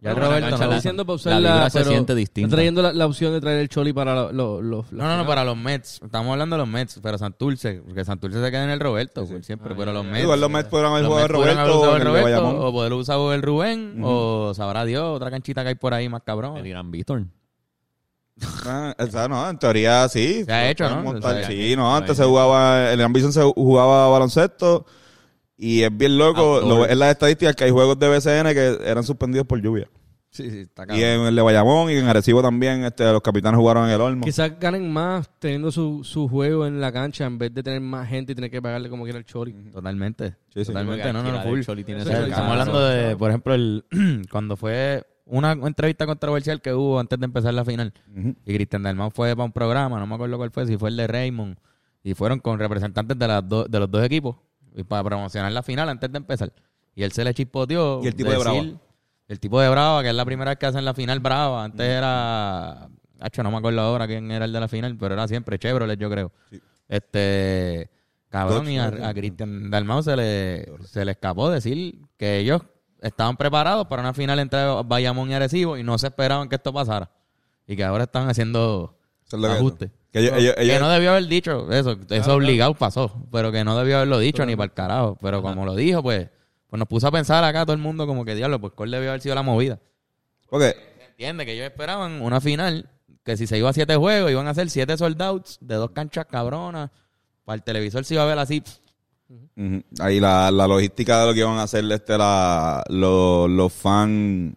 Speaker 1: Ya el
Speaker 4: Bueno,
Speaker 1: Roberto
Speaker 4: están
Speaker 1: no, lo usa.
Speaker 4: diciendo para usar
Speaker 5: La
Speaker 4: la,
Speaker 5: vibra se
Speaker 4: pero
Speaker 5: siente distinta.
Speaker 4: están trayendo la, la opción de traer el Choli para lo- lo- lo- la
Speaker 1: No, no, no,
Speaker 4: final.
Speaker 1: para los Mets. Estamos hablando de los Mets, pero Santurce. Porque Santurce se queda en el Roberto por siempre. pero los Mets.
Speaker 2: Igual los Mets podrán haber
Speaker 1: pues, los
Speaker 2: jugado
Speaker 1: Mets
Speaker 2: a
Speaker 1: pudieran haber
Speaker 2: Roberto
Speaker 1: usado el
Speaker 2: o en el de
Speaker 1: Roberto,
Speaker 2: Bayamón.
Speaker 1: o poder usar el Rubén, o sabrá Dios, otra canchita que hay por ahí más cabrón.
Speaker 5: El Irán Víctor.
Speaker 2: Ah, o sea, no, en teoría sí.
Speaker 1: Se ha hecho,
Speaker 2: Pueden
Speaker 1: ¿no?
Speaker 2: montar,
Speaker 1: O sea,
Speaker 2: sí, no, antes se jugaba, en el Ambition se jugaba baloncesto y es bien
Speaker 1: Ah,
Speaker 2: loco,
Speaker 5: Outdoor.
Speaker 2: lo- es las estadísticas que hay juegos de BCN que eran suspendidos por lluvia.
Speaker 1: Sí, sí, está
Speaker 2: Y en el de Bayamón y en Arecibo también, este, los capitanes jugaron en el Olmo.
Speaker 4: Quizás ganen más teniendo su, su juego en la cancha en vez de tener más gente y tener que pagarle como quiera el Choli.
Speaker 1: Totalmente.
Speaker 2: Sí, sí.
Speaker 1: Totalmente,
Speaker 5: Porque
Speaker 1: no, no, no,
Speaker 5: alquilar
Speaker 1: full.
Speaker 5: el Choli tiene
Speaker 1: O
Speaker 5: ese
Speaker 1: sea,
Speaker 5: mercado.
Speaker 1: Estamos hablando de, por ejemplo, el, cuando fue una entrevista controversial que hubo antes de empezar la final. Y Cristian Dalmau fue para un programa, no me acuerdo cuál fue, si fue el de Raymond. Y fueron con representantes de, las do- de los dos equipos y para promocionar la final antes de empezar. Y él se le chispoteó.
Speaker 2: Y el tipo de
Speaker 1: decir-
Speaker 2: Brava.
Speaker 1: El tipo de Brava, que es la primera vez que hacen la final Brava. Antes era. Hacho, no me acuerdo ahora quién era el de la final, pero era siempre Chevrolet, yo creo. Este. Cabrón, y a, a Cristian Dalmau se le, se le escapó decir que ellos estaban preparados para una final entre Bayamón y Arecibo y no se esperaban que esto pasara. Y que ahora están haciendo
Speaker 2: Eso es lo que-
Speaker 1: ajustes.
Speaker 2: que ellos- ellos-
Speaker 1: Que
Speaker 2: ellos-
Speaker 1: no debió haber dicho eso. eso obligado pasó. Pero que no debió haberlo dicho ni para el carajo. Pero como lo dijo, pues, pues nos puso a pensar acá todo el mundo como que, diablo, pues cuál debió haber sido la movida.
Speaker 2: Porque
Speaker 1: ¿Se entiende? Que ellos esperaban una final que si se iba a siete juegos iban a hacer siete sold outs de dos canchas cabronas. Para el televisor se iba a ver así. pff,
Speaker 2: ujú, ahí la, la logística de lo que iban a hacer este, la, los, los fan,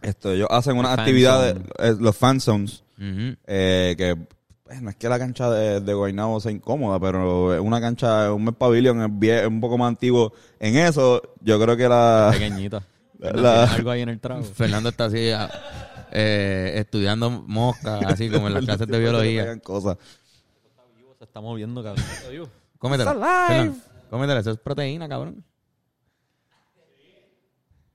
Speaker 2: esto, ellos hacen unas
Speaker 5: fan
Speaker 2: actividades,
Speaker 5: zone.
Speaker 2: eh, los fan zones.
Speaker 1: ujú.
Speaker 2: Eh, que pues, no es que la cancha de, de Guaynabo sea incómoda, pero es una cancha, un Met Pavilion es, bien- es un poco más antiguo. En eso, yo creo que la.
Speaker 5: Pequeñita.
Speaker 2: La-
Speaker 5: Tiene
Speaker 4: Ah.
Speaker 5: Algo ahí en el trago.
Speaker 1: Fernando está así ah, eh, estudiando moscas, así como en las clases de biología.
Speaker 2: Cosas.
Speaker 5: Se está moviendo, cabrón.
Speaker 1: Cómetela. Fernando, Cómetela, eso es proteína, cabrón.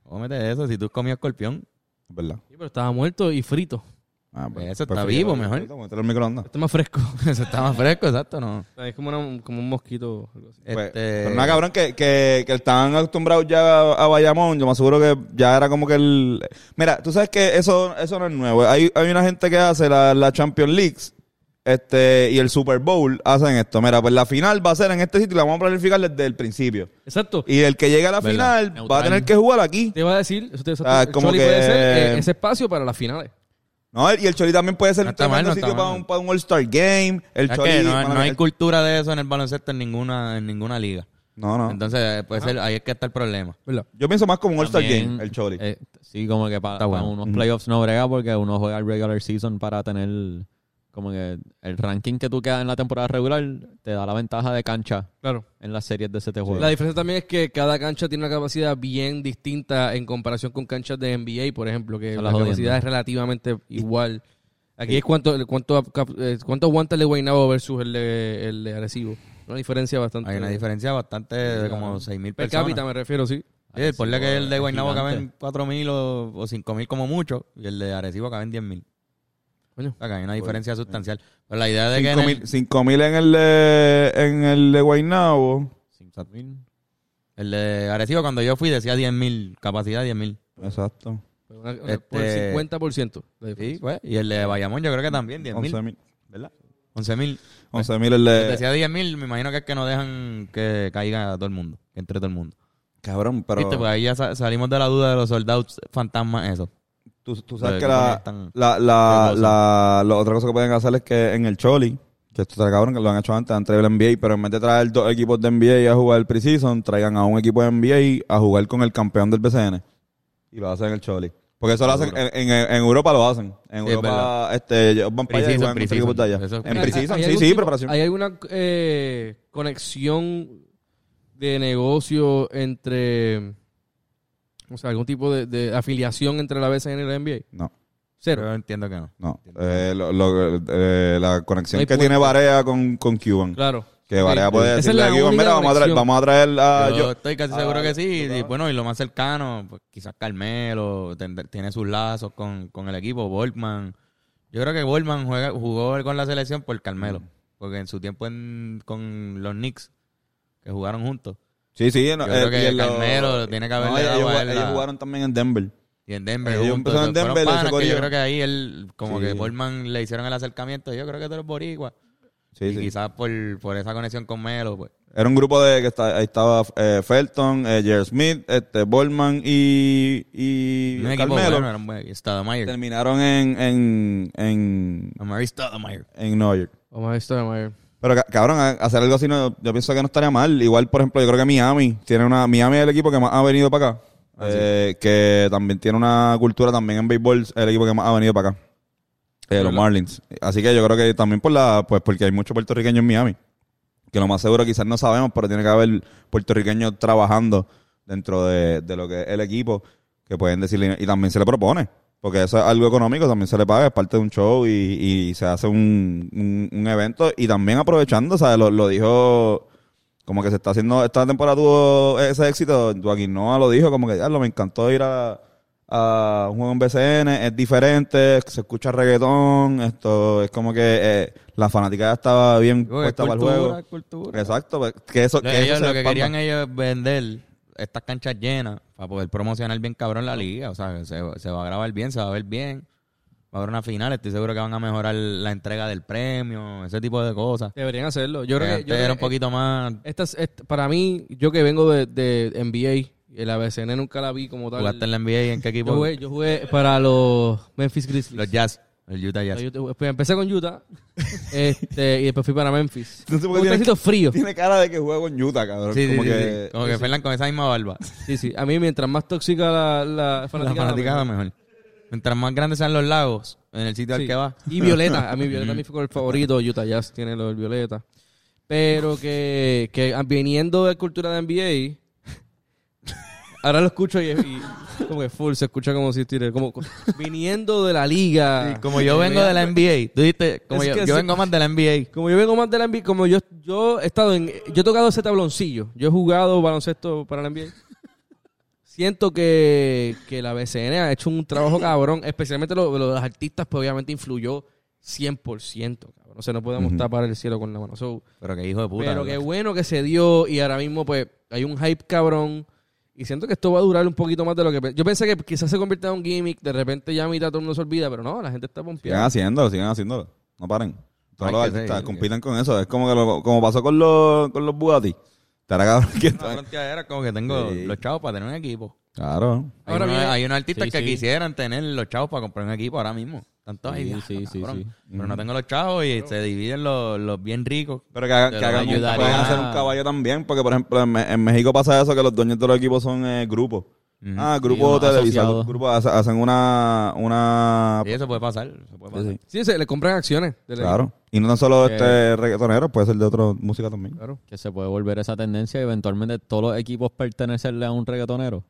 Speaker 1: Cómete eso, si tú comías escorpión.
Speaker 2: ¿Verdad?
Speaker 4: Sí, pero estaba muerto y frito.
Speaker 2: Ah,
Speaker 1: Pues eso está vivo, mejor.
Speaker 2: Mételo en el microondas.
Speaker 4: Está más fresco.
Speaker 1: Eso está más fresco, exacto, ¿no?
Speaker 4: O sea, es como, una- como un mosquito. algo así. Eh,
Speaker 2: Pues,
Speaker 1: Este-
Speaker 2: pero nada, cabrón, que, que, que estaban acostumbrados ya a, a Bayamón. Yo me aseguro que ya era como que el. Mira, tú sabes que eso, eso no es nuevo. Hay, hay una gente que hace la, la Champions Leagues este, y el Super Bowl hacen esto. Mira, pues la final va a ser en este sitio y la vamos a planificar desde el principio.
Speaker 4: Exacto.
Speaker 2: Y el que llegue a la
Speaker 5: ¿Verdad?
Speaker 2: final va a
Speaker 5: Neutral.
Speaker 2: tener que jugar aquí.
Speaker 4: te iba a decir, eso te, eso
Speaker 2: Ah,
Speaker 4: te- el
Speaker 2: como
Speaker 4: Choli
Speaker 2: que-
Speaker 4: puede ser eh, ese espacio para las finales.
Speaker 2: No, y el Choli también puede ser
Speaker 1: No
Speaker 2: un
Speaker 1: está mal,
Speaker 2: tremendo
Speaker 1: no está
Speaker 2: sitio para
Speaker 1: mal.
Speaker 2: un, para un All-Star Game. El
Speaker 1: Es
Speaker 2: Choli.
Speaker 1: que no,
Speaker 2: mano,
Speaker 1: no hay
Speaker 2: el-
Speaker 1: cultura de eso en el baloncesto en ninguna, en ninguna liga.
Speaker 2: no, no.
Speaker 1: Entonces,
Speaker 4: Ah.
Speaker 1: pues el- ahí es que está el problema.
Speaker 4: ¿Verdad?
Speaker 2: Yo pienso más como un All-Star
Speaker 5: También,
Speaker 2: Game, el Choli.
Speaker 5: eh, sí, como que para,
Speaker 1: Está bueno.
Speaker 5: unos playoffs no brega porque uno juega el regular season para tener como que el ranking que tú quedas en la temporada regular te da la ventaja de cancha
Speaker 4: Claro.
Speaker 5: en las series de siete juegos.
Speaker 4: La diferencia también es que cada cancha tiene una capacidad bien distinta en comparación con canchas de NBA, por ejemplo, que
Speaker 5: Son
Speaker 4: la
Speaker 5: las
Speaker 4: capacidad
Speaker 5: jodiendas.
Speaker 4: es relativamente igual. eh, Aquí es cuánto, cuánto, cuánto aguanta el de Guaynabo versus el de, el de Arecibo. Una diferencia bastante.
Speaker 1: Hay una diferencia bastante de como 6 mil
Speaker 4: Per
Speaker 1: personas.
Speaker 4: cápita me refiero, sí.
Speaker 1: Sí, ponle que el de Guaynabo
Speaker 5: gigante.
Speaker 1: caben 4 mil o, o 5 mil como mucho y el de Arecibo caben 10 mil.
Speaker 4: Coño.
Speaker 1: O sea, que hay una diferencia sustancial. Pero la idea de que... en el-
Speaker 2: 5000 en el de, en el de Guaynabo.
Speaker 1: El de Arecibo cuando yo fui decía 10 mil, capacidad 10 mil.
Speaker 2: Exacto.
Speaker 4: Pero una- una- Por
Speaker 1: Este-
Speaker 4: el 50%. la diferencia.
Speaker 1: Sí, pues. Y el de Bayamón yo creo que también 10 mil. Eh.
Speaker 2: 11000. ¿Verdad?
Speaker 1: 11 mil.
Speaker 2: 11000 el de.
Speaker 1: Decía 10 mil, me imagino que es que no dejan que caiga todo el mundo, que entre todo el mundo.
Speaker 2: Cabrón, pero.
Speaker 1: Viste, pues ahí ya sa- salimos de la duda de los soldados fantasmas, eso.
Speaker 2: Tú, tú
Speaker 1: Pero
Speaker 2: sabes que
Speaker 1: que
Speaker 2: la,
Speaker 1: conectan-
Speaker 2: la, la, la, la otra cosa que pueden hacer es que en el Choli, que esto está cabrón, que lo han hecho antes, han traído el NBA, pero en vez de traer dos equipos de NBA a jugar el preseason, traigan a un equipo de NBA a jugar con el campeón del BCN. Y lo hacen en el Choli. Porque eso lo hacen, en, en, en Europa lo hacen. En
Speaker 1: Sí, es
Speaker 2: Europa, este, ellos van para allá y
Speaker 1: Preseason,
Speaker 2: juegan contra equipos de allá.
Speaker 1: preseason. Eso es
Speaker 2: En
Speaker 1: pre-
Speaker 2: preseason,
Speaker 4: ¿Hay
Speaker 2: sí,
Speaker 4: algún
Speaker 2: sí,
Speaker 4: tipo-
Speaker 2: preparación.
Speaker 4: ¿Hay alguna eh, conexión de negocio entre. O sea, algún tipo de, de afiliación entre la BCN y la NBA?
Speaker 2: No,
Speaker 4: Cero.
Speaker 1: Pero entiendo que no.
Speaker 2: no. Eh, lo- lo- eh, la conexión
Speaker 4: No hay
Speaker 2: que tiene
Speaker 4: puente.
Speaker 2: Barea con, con Cuban.
Speaker 4: Claro.
Speaker 2: Que Barea
Speaker 4: Sí.
Speaker 2: puede
Speaker 4: Esa es
Speaker 2: decirle
Speaker 4: la
Speaker 2: a Cuban,
Speaker 4: única
Speaker 2: mira, vamos a traer,
Speaker 4: conexión.
Speaker 2: vamos a traer a...
Speaker 1: yo,
Speaker 2: Ah, yo-
Speaker 1: estoy casi seguro que sí. Y bueno, y lo más cercano, pues, quizás Carmelo ten- tiene sus lazos con, con el equipo, Boltman. Yo creo que Boltman juega, jugó con la selección por
Speaker 2: Mm.
Speaker 1: Carmelo. Porque en su tiempo en- con los Knicks, que jugaron juntos.
Speaker 2: Sí, sí. no, eh,
Speaker 1: Yo creo que
Speaker 2: y en lo-
Speaker 1: Carmelo tiene que haberle
Speaker 2: ellos,
Speaker 1: dado a
Speaker 2: ellos
Speaker 1: él
Speaker 2: ellos
Speaker 1: la-
Speaker 2: jugaron también en Denver.
Speaker 1: Y en Denver.
Speaker 2: Ellos
Speaker 1: juntos,
Speaker 2: empezaron en
Speaker 1: fueron
Speaker 2: Denver,
Speaker 1: panas
Speaker 2: ese
Speaker 1: que
Speaker 2: corillo.
Speaker 1: yo creo que ahí él, como
Speaker 2: Sí.
Speaker 1: que Boltman le hicieron el acercamiento. Yo creo que tú eres boricua.
Speaker 2: Sí,
Speaker 1: y
Speaker 2: sí.
Speaker 1: quizás por, por esa conexión con Melo, pues.
Speaker 2: Era un grupo de que está- ahí estaba eh, Felton, eh, Jer Smith, este, Borman y, y
Speaker 1: Un equipo
Speaker 2: Carmelo.
Speaker 1: bueno, era un buen- Stoudemire.
Speaker 2: Terminaron en, en, en,
Speaker 1: Amari Stoudemire.
Speaker 2: en New York.
Speaker 4: Vamos a ver esto de manera-
Speaker 2: Pero ca- cabrón, a- hacer algo así no, yo pienso que no estaría mal. Igual, por ejemplo, yo creo que Miami tiene una, Miami es el equipo que más ha venido para acá. Eh, que también tiene una cultura también en béisbol, es el equipo que más ha venido para acá. Eh, los Marlins. Así que yo creo que también por la, pues porque hay muchos puertorriqueños en Miami. Que lo más seguro quizás no sabemos, pero tiene que haber puertorriqueños trabajando dentro de, de lo que es el equipo, que pueden decirle, y también se le propone. Porque eso es algo económico, también se le paga, es parte de un show y, y se hace un, un, un evento. Y también aprovechando, ¿sabes? Lo, lo dijo, como que se está haciendo, esta temporada tuvo ese éxito. Joaquín Noah lo dijo, como que, diablo, me encantó ir a, a un juego en BCN, es diferente, se escucha reggaetón, esto es como que eh, la fanaticada estaba bien
Speaker 1: Digo, es
Speaker 2: puesta para el
Speaker 1: cultura,
Speaker 2: juego.
Speaker 1: es cultura.
Speaker 2: Exacto, pues, que eso,
Speaker 1: Lo-
Speaker 2: que eso
Speaker 1: ellos
Speaker 2: se
Speaker 1: lo que
Speaker 2: expanda.
Speaker 1: querían ellos vender estas canchas llenas para poder promocionar bien cabrón la liga. O sea, que se, se va a grabar bien, se va a ver bien. Va a haber una final, estoy seguro que van a mejorar la entrega del premio, ese tipo de cosas.
Speaker 4: Deberían hacerlo. Yo creo que.
Speaker 1: Antes
Speaker 4: yo creo
Speaker 1: era
Speaker 4: que- eh,
Speaker 1: un poquito más.
Speaker 4: estas- est- para mí, yo que vengo de, de NBA, y la BCN nunca la vi como tal.
Speaker 1: Jugaste en la NBA y en qué equipo.
Speaker 4: Yo jugué, yo jugué para los Memphis Grizzlies.
Speaker 1: Los Jazz, el Utah Jazz.
Speaker 4: Yo te- pues, empecé con Utah este, y después fui para Memphis.
Speaker 2: No sé por
Speaker 4: Un
Speaker 2: qué tienes
Speaker 4: tracito frío.
Speaker 2: Tiene cara de que juega con Utah, cabrón.
Speaker 1: Sí, sí,
Speaker 2: como
Speaker 1: sí, sí.
Speaker 2: que...
Speaker 1: Como que Fernan con esa misma barba.
Speaker 4: Sí, sí. A mí mientras más tóxica la, la
Speaker 1: La
Speaker 4: fanaticada,
Speaker 1: fanaticada
Speaker 4: mejor.
Speaker 1: mejor. Mientras más grandes sean los lagos en el sitio
Speaker 4: Sí.
Speaker 1: al que va.
Speaker 4: Y Violeta. A mí Violeta mi el favorito. Utah Jazz tiene lo del Violeta. Pero que, que ah, viniendo de cultura de NBA, ahora lo escucho y, y como que full se escucha como si estuviera... Como, co- viniendo de la liga.
Speaker 1: Y como yo vengo de la NBA, tú dijiste, como
Speaker 4: Es
Speaker 1: yo,
Speaker 4: que
Speaker 1: yo
Speaker 4: sí.
Speaker 1: vengo más de la NBA.
Speaker 4: Como yo vengo más de la NBA, como yo, yo he estado en. Yo he tocado ese tabloncillo. Yo he jugado baloncesto para la NBA. Siento que, que la BCN ha hecho un trabajo cabrón. Especialmente lo, lo de los artistas, pues obviamente influyó 100%. Cabrón. O sea, no podemos tapar el cielo con la mano. So,
Speaker 1: Pero que hijo de puta.
Speaker 4: pero
Speaker 1: ¿verdad?
Speaker 4: qué bueno que se dio y ahora mismo pues hay un hype cabrón y siento que esto va a durar un poquito más de lo que... pe- Yo pensé que quizás se convierta en un gimmick, de repente ya a mitad todo el mundo se olvida, pero no, la gente está
Speaker 2: Sigan
Speaker 4: pompeada.
Speaker 2: haciéndolo, sigan haciéndolo. No paren.
Speaker 1: Ay,
Speaker 2: Todos los
Speaker 1: que sí,
Speaker 2: artistas
Speaker 1: sí.
Speaker 2: compitan con eso. Es como que lo- como pasó con los, con los Bugatti. Estará cabrón que
Speaker 1: una
Speaker 2: están.
Speaker 1: frontera como que tengo
Speaker 2: Sí.
Speaker 1: los chavos para tener un equipo.
Speaker 2: Claro.
Speaker 1: Hay,
Speaker 4: Ahora
Speaker 1: unos-
Speaker 4: viene-
Speaker 1: hay unos artistas
Speaker 5: Sí,
Speaker 1: que
Speaker 5: sí.
Speaker 1: quisieran tener los chavos para comprar un equipo ahora mismo. Tanto
Speaker 5: Sí,
Speaker 1: hay.
Speaker 5: sí, sí, sí.
Speaker 1: Pero no tengo los chavos y se dividen los, los bien ricos.
Speaker 2: Pero que hagan,
Speaker 1: Te
Speaker 2: que
Speaker 1: lo
Speaker 2: hagan un,
Speaker 1: ayudaría.
Speaker 2: pueden hacer un caballo también, porque por ejemplo en, Me- en México pasa eso que los dueños de los equipos son eh, grupos. Ah, grupos
Speaker 5: Sí, unos
Speaker 2: televisados.
Speaker 5: asociados.
Speaker 2: Grupos hace- hacen una, una
Speaker 1: Y eso puede pasar. eso puede pasar.
Speaker 2: Pues
Speaker 4: Sí, se le compran acciones. de la-
Speaker 2: claro. Y no tan solo
Speaker 5: Eh.
Speaker 2: este reggaetonero, puede ser de otra música también.
Speaker 4: Claro.
Speaker 5: Que se puede volver esa tendencia y eventualmente todos los equipos pertenecerle a un reggaetonero.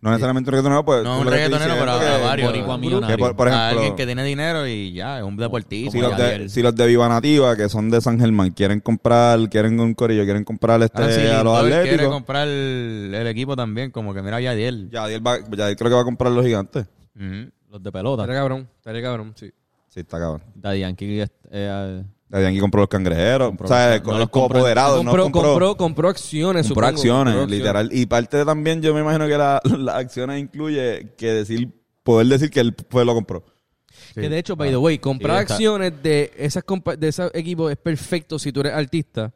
Speaker 2: No necesariamente un reggaetonero, pues.
Speaker 1: No
Speaker 2: tú
Speaker 1: un
Speaker 2: lo que estoy
Speaker 1: reggaetonero,
Speaker 2: diciendo
Speaker 1: pero
Speaker 2: que-
Speaker 1: a varios.
Speaker 5: Boricua
Speaker 1: Que
Speaker 5: millonario.
Speaker 2: por- por
Speaker 1: a
Speaker 2: ejemplo-
Speaker 1: alguien que tiene dinero y ya, es un deportista.
Speaker 2: Si los, de,
Speaker 1: Javier.
Speaker 2: si los de Viva Nativa, que son de San Germán, quieren comprar, quieren un corillo, quieren comprar este,
Speaker 1: Ahora, si
Speaker 2: a los
Speaker 1: Lindor Ah, quiere
Speaker 2: atléticos.
Speaker 1: comprar el, el equipo también, como que mira a Yadiel.
Speaker 2: Yadier, va- Yadier creo que va a comprar los gigantes.
Speaker 1: Ujú.
Speaker 5: Los de pelota.
Speaker 4: Estaría cabrón, estaría cabrón, sí.
Speaker 2: Sí, está cabrón.
Speaker 5: Daddy Yankee eh, eh,
Speaker 2: Yadier aquí compró los cangrejeros.
Speaker 5: Compró
Speaker 2: o sea,
Speaker 5: los-
Speaker 2: el co-
Speaker 5: no
Speaker 2: el
Speaker 5: los compró.
Speaker 2: coapoderado,
Speaker 4: Compró,
Speaker 2: no
Speaker 4: compró, compró, acciones,
Speaker 2: Compró
Speaker 4: supongo,
Speaker 2: acciones,
Speaker 4: compró acciones.
Speaker 2: literal. Y parte de también, yo me imagino que la- las acciones incluye que decir, poder decir que él pues, lo compró.
Speaker 4: Que de hecho, by the way, comprar
Speaker 5: Sí, está-
Speaker 4: acciones de esas compa- de esos equipos es perfecto si tú eres artista.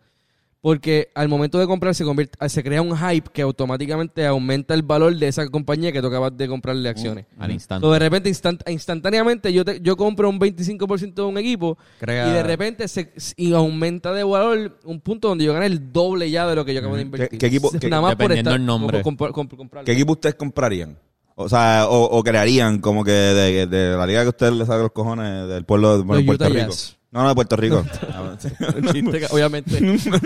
Speaker 4: Porque al momento de comprar se convierte, ah, se crea un hype que automáticamente aumenta el valor de esa compañía que tú acabas de
Speaker 2: Uh,
Speaker 4: comprarle acciones.
Speaker 5: al instante.
Speaker 4: Entonces, de repente, instant- instantáneamente, yo, te- yo compro un 25% de un equipo
Speaker 1: Crea-
Speaker 4: y de repente se, y aumenta de valor un punto donde yo gané el doble ya de lo que yo acabo de invertir.
Speaker 2: qué equipo- qué-
Speaker 5: dependiendo
Speaker 4: estar-
Speaker 5: el nombre.
Speaker 4: como comprar- comp- comprarlo.
Speaker 2: ¿Qué equipo ustedes comprarían? O sea, o, o crearían como que de, de la liga que ustedes les saca los cojones del pueblo de bueno,
Speaker 4: Los
Speaker 2: Puerto
Speaker 4: Utah
Speaker 2: Rico.
Speaker 4: Jazz.
Speaker 2: No, no, de Puerto Rico. Ah,
Speaker 4: Un chiste que- obviamente.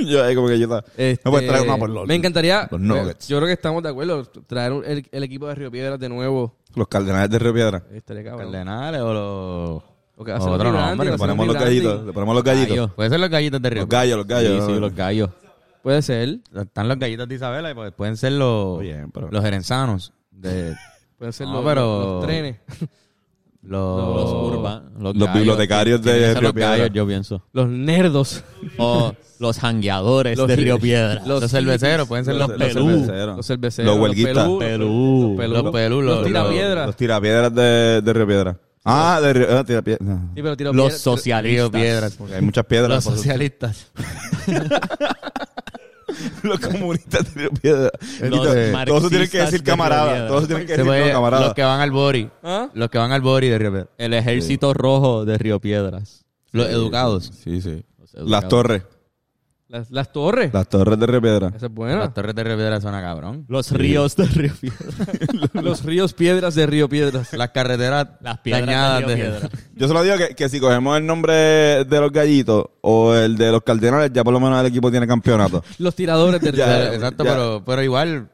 Speaker 2: yo ahí como que yo estaba-
Speaker 4: Este,
Speaker 2: No puedes traer una por los,
Speaker 4: Me encantaría.
Speaker 2: los Nuggets.
Speaker 4: Yo creo que estamos de acuerdo. Traer un- el, el equipo de Río Piedras de nuevo.
Speaker 2: los Cardenales de Río Piedra.
Speaker 4: Estaría cabrón.
Speaker 1: Cardenales o los.
Speaker 4: O que
Speaker 1: o
Speaker 4: hacen
Speaker 1: otro
Speaker 4: un rebranding,
Speaker 1: nombre.
Speaker 2: Le
Speaker 4: hacen un
Speaker 2: ponemos los
Speaker 4: rebranding.
Speaker 2: gallitos, le ponemos los gallitos.
Speaker 5: Gallo.
Speaker 1: Puede ser los gallitos de Río.
Speaker 2: Los gallos, los
Speaker 5: Sí,
Speaker 2: gallos.
Speaker 5: sí, los gallos.
Speaker 4: Puede ser.
Speaker 1: Están los gallitos de Isabela y pues pueden ser los,
Speaker 2: Bien, pero-
Speaker 1: los gerenzanos. De,
Speaker 4: Pueden ser
Speaker 1: No,
Speaker 4: los,
Speaker 1: pero-
Speaker 4: los trenes.
Speaker 1: los,
Speaker 5: Los urban. Los,
Speaker 2: Los
Speaker 5: gallos.
Speaker 2: bibliotecarios de
Speaker 5: Tienen que ser
Speaker 2: Río
Speaker 5: Los
Speaker 2: Piedra.
Speaker 5: gallos, yo pienso.
Speaker 4: Los nerdos.
Speaker 5: O los hangueadores
Speaker 4: Los
Speaker 5: de
Speaker 4: hi-
Speaker 5: Río Piedra.
Speaker 1: los, cerveceros, pueden ser los,
Speaker 2: los
Speaker 1: pelú.
Speaker 2: cerveceros.
Speaker 4: Los cerveceros.
Speaker 2: Los huelguistas.
Speaker 4: pelú, Los
Speaker 5: Pelú.
Speaker 4: pelú.
Speaker 1: Los pelú,
Speaker 4: Los
Speaker 1: los-
Speaker 4: tirapiedras.
Speaker 2: Los tirapiedras de, de Río Piedra. Ah, de Río ah, tirapiedra. No.
Speaker 4: Sí, pero tirapiedras-
Speaker 5: Los socialistas.
Speaker 1: Río Piedras.
Speaker 2: Porque hay muchas piedras.
Speaker 1: Los
Speaker 2: por eso-
Speaker 1: socialistas.
Speaker 2: los comunistas de Río Piedra. Y
Speaker 5: Los
Speaker 2: to- todos se tienen que decir
Speaker 5: marxistas de Río
Speaker 2: camarada.
Speaker 5: Piedra.
Speaker 2: Todos se tienen que
Speaker 1: Se
Speaker 2: decir
Speaker 1: puede-
Speaker 2: no,
Speaker 1: los
Speaker 2: camarada.
Speaker 1: que van al Bori.
Speaker 4: ¿Ah?
Speaker 1: Los que van al Bori de Río Piedras.
Speaker 5: El ejército rojo de Río Piedras.
Speaker 1: Los educados.
Speaker 2: Sí, sí.
Speaker 5: Los
Speaker 2: Las
Speaker 5: educados.
Speaker 2: torres.
Speaker 4: Las, las torres.
Speaker 2: Las torres de Río Piedra.
Speaker 4: Esa es buena.
Speaker 1: Las torres de Río Piedras suena cabrón.
Speaker 5: Los ríos de Río Piedras.
Speaker 4: los ríos piedras de Río Piedras.
Speaker 1: Las carreteras
Speaker 5: Las piedras
Speaker 1: dañadas
Speaker 5: de Río Piedras.
Speaker 2: Yo solo digo que, que si cogemos el nombre de los gallitos o el de los cardenales, ya por lo menos el equipo tiene campeonato.
Speaker 4: Los tiradores de Río
Speaker 2: Ya,
Speaker 4: Piedras.
Speaker 1: Exacto,
Speaker 2: Ya.
Speaker 1: pero, pero igual.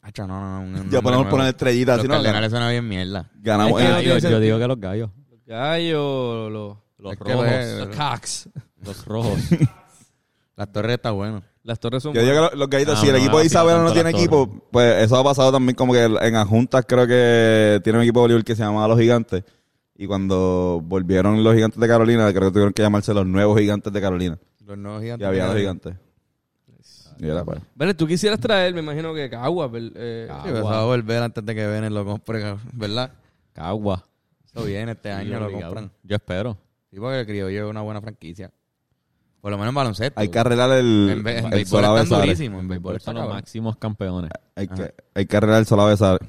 Speaker 1: Acho, no, no, no, no,
Speaker 2: Ya
Speaker 1: no,
Speaker 2: podemos
Speaker 1: no,
Speaker 2: poner
Speaker 1: no.
Speaker 2: estrellitas.
Speaker 1: Los
Speaker 2: Si no,
Speaker 1: cardenales suena bien mierda.
Speaker 2: ganamos. Eh,
Speaker 4: Es que
Speaker 2: en-
Speaker 4: no tiene
Speaker 5: Gallos, yo
Speaker 4: sentido.
Speaker 5: digo que los gallos.
Speaker 4: Gallo, los,
Speaker 5: Los
Speaker 1: Es que,
Speaker 5: rojos.
Speaker 1: pues,
Speaker 4: los cocks.
Speaker 5: Los rojos.
Speaker 1: Las torres está bueno.
Speaker 4: Las torres son
Speaker 2: Yo digo que lo- los gallitos,
Speaker 5: Ah,
Speaker 2: si el
Speaker 5: no,
Speaker 2: equipo
Speaker 5: no,
Speaker 2: de
Speaker 5: sí,
Speaker 2: Isabela
Speaker 5: tanto
Speaker 2: no
Speaker 5: la
Speaker 2: tiene
Speaker 5: torre.
Speaker 2: equipo, pues eso ha pasado también como que en Ajuntas creo que tiene un equipo de Bolívar que se llamaba Los Gigantes. Y cuando volvieron los gigantes de Carolina, creo que tuvieron que llamarse los nuevos gigantes de Carolina.
Speaker 1: Los nuevos
Speaker 2: Y
Speaker 1: gigantes.
Speaker 2: había los gigantes. Y era pues, para.
Speaker 4: Vale, tú quisieras traer, me imagino que Caguas, ¿ver- eh,
Speaker 1: Sí, pero se va a volver antes de que Venen lo compre, cabrón, ¿verdad?
Speaker 5: Cagua.
Speaker 1: Eso viene este año, lo compran.
Speaker 5: Yo espero.
Speaker 1: Sí, porque el criollo es una buena franquicia. Por lo menos en baloncesto.
Speaker 2: Hay que arreglar el,
Speaker 1: En, be- en
Speaker 2: el
Speaker 1: béisbol
Speaker 2: Solá
Speaker 1: están
Speaker 2: Besares.
Speaker 1: durísimos. En béisbol Pues está
Speaker 5: Son los
Speaker 1: cabrón.
Speaker 5: máximos campeones.
Speaker 2: Hay que, hay que arreglar el Solá Besares.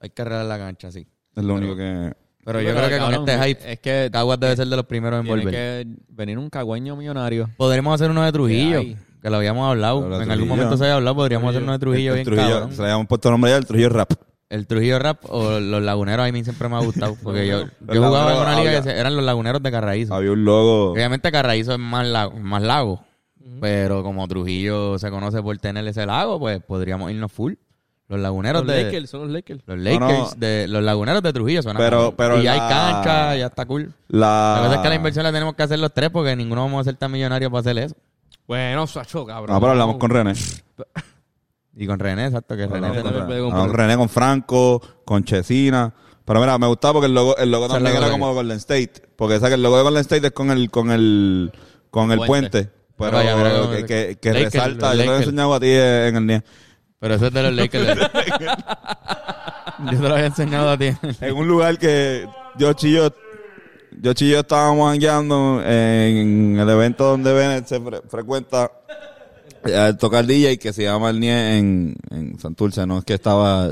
Speaker 1: Hay que arreglar la cancha, sí.
Speaker 2: Es lo único que...
Speaker 1: Pero
Speaker 5: Sí,
Speaker 1: yo
Speaker 5: pero,
Speaker 1: creo que con
Speaker 5: cabrón,
Speaker 1: este hype,
Speaker 5: es que
Speaker 1: Caguas debe ser de los primeros en
Speaker 5: tiene
Speaker 1: volver.
Speaker 5: que venir un cagüeño millonario.
Speaker 1: Podremos hacer uno de Trujillo,
Speaker 5: hay?
Speaker 1: que lo habíamos hablado.
Speaker 2: Pero
Speaker 1: en
Speaker 2: de
Speaker 1: algún
Speaker 2: Trujillo.
Speaker 1: momento se había hablado, podríamos hacer uno de Trujillo
Speaker 2: el
Speaker 1: bien
Speaker 2: Trujillo,
Speaker 1: cabrón.
Speaker 2: Se le habían puesto nombre ya, el Trujillo Rap.
Speaker 1: El Trujillo Rap o los Laguneros a mí siempre me ha gustado, porque yo, yo
Speaker 2: Los
Speaker 1: jugaba en
Speaker 2: Laguneros,
Speaker 1: una liga que
Speaker 2: habla.
Speaker 1: se- eran los Laguneros de Carraízo.
Speaker 2: Había un logo...
Speaker 1: Obviamente Carraízo es más lago, más lago pero como Trujillo se conoce por tener ese lago, pues podríamos irnos full. Los Laguneros
Speaker 4: Los
Speaker 1: de...
Speaker 4: Lakers, son los Lakers.
Speaker 1: Los
Speaker 2: No,
Speaker 1: Lakers,
Speaker 2: no.
Speaker 1: De, los Laguneros de Trujillo suena cabrón.
Speaker 2: Pero- pero
Speaker 1: Y ya
Speaker 2: la- Ah.
Speaker 1: hay cancha, ya está cool.
Speaker 2: La...
Speaker 1: La cosa es que la inversión la tenemos que hacer los tres porque ninguno vamos a ser tan millonarios para hacer eso.
Speaker 4: Bueno, Sacho, cabrón.
Speaker 2: No, Ah, pero hablamos con René.
Speaker 1: Y con René, exacto, que René...
Speaker 2: Hablamos
Speaker 1: se-
Speaker 2: con
Speaker 4: también puede
Speaker 2: René.
Speaker 4: comprar.
Speaker 2: Hablamos con René, con Franco, con Chesina. Pero mira, me gustaba porque el logo, el logo
Speaker 1: Esa es
Speaker 2: también
Speaker 1: la
Speaker 2: era
Speaker 1: cosa
Speaker 2: como Golden State. Porque esa que el logo de Golden State es con el, con el, con el
Speaker 5: Puente.
Speaker 2: puente. Pero
Speaker 1: Ah, vaya, mira,
Speaker 2: que, que, que
Speaker 1: Lakers,
Speaker 2: resalta, yo te lo he
Speaker 1: Lakers.
Speaker 2: enseñado a ti en el NIE.
Speaker 1: Pero eso es de los Lakers. Yo te lo había enseñado a ti.
Speaker 2: En un lugar que yo chillo, yo chillo estábamos hangueando en el evento donde Bennett se fre- frecuenta eh, al tocar DJ que se llama el NIE en, en Santurce, no es que estaba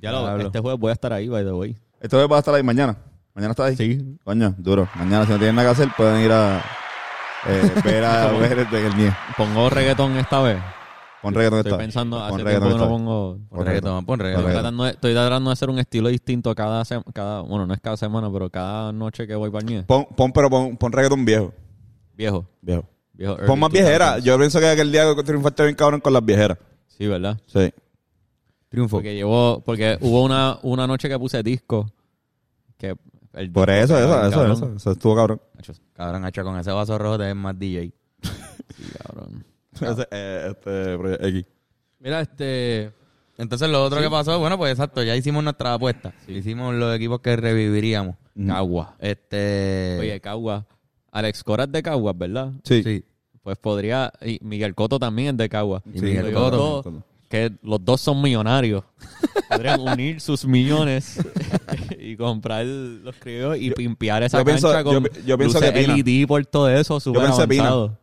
Speaker 5: Ya lo, este jueves voy a estar ahí, by the way.
Speaker 2: Esto va a estar ahí mañana. Mañana está ahí. Sí. Coño, duro. Mañana, si no tienen nada que hacer, pueden ir a eh, ver a ver el de- el mío.
Speaker 5: Pongo reggaetón esta vez.
Speaker 2: Con reggaetón
Speaker 5: Estoy
Speaker 2: está.
Speaker 5: pensando,
Speaker 2: con
Speaker 5: hace tiempo que no
Speaker 2: está.
Speaker 5: pongo...
Speaker 1: Pon reggaetón, pon
Speaker 5: Estoy
Speaker 1: reggaetón.
Speaker 2: Correcto.
Speaker 5: tratando, de, estoy tratando de hacer un estilo distinto cada semana, cada, bueno, no es cada semana, pero cada noche que voy para el NIE.
Speaker 2: Pon, pon, pero pon, pon reggaetón viejo.
Speaker 5: Viejo,
Speaker 2: Viejo.
Speaker 5: viejo. early
Speaker 2: Pon más
Speaker 5: 2000s.
Speaker 2: viejera. Yo pienso que aquel día que triunfaste bien cabrón con las viejeras.
Speaker 5: Sí, ¿verdad?
Speaker 2: Sí.
Speaker 1: Triunfo.
Speaker 5: Porque llevó, porque hubo una, una noche que puse disco. Que el
Speaker 2: Por
Speaker 5: disco
Speaker 2: eso, eso,
Speaker 5: pegaba bien,
Speaker 2: eso,
Speaker 5: cabrón.
Speaker 2: eso, eso estuvo cabrón.
Speaker 5: Hacho,
Speaker 1: Cabrón, hacho, con ese vaso rojo te ves más DJ.
Speaker 5: sí, cabrón.
Speaker 2: Ese, eh, este proyecto X.
Speaker 4: Mira, este.
Speaker 1: Entonces, lo otro que pasó, bueno, pues exacto, ya hicimos nuestra apuesta. Hicimos los equipos que reviviríamos.
Speaker 5: Cagua.
Speaker 1: Este.
Speaker 5: Oye, Cagua. Alex Cora es de Caguas, ¿verdad?
Speaker 2: Sí.
Speaker 1: sí.
Speaker 5: Pues podría. Y Miguel Coto también es de Caguas.
Speaker 1: Y Miguel
Speaker 5: Los
Speaker 1: Cotto.
Speaker 5: dos- que los dos son millonarios. Podrían unir sus millones y comprar los criollos y pimpear esa
Speaker 2: yo pienso-
Speaker 5: cancha con
Speaker 2: yo- yo pienso
Speaker 5: luces
Speaker 2: que Pina.
Speaker 5: LED por todo eso, súper
Speaker 2: pensé Pina.
Speaker 5: avanzado.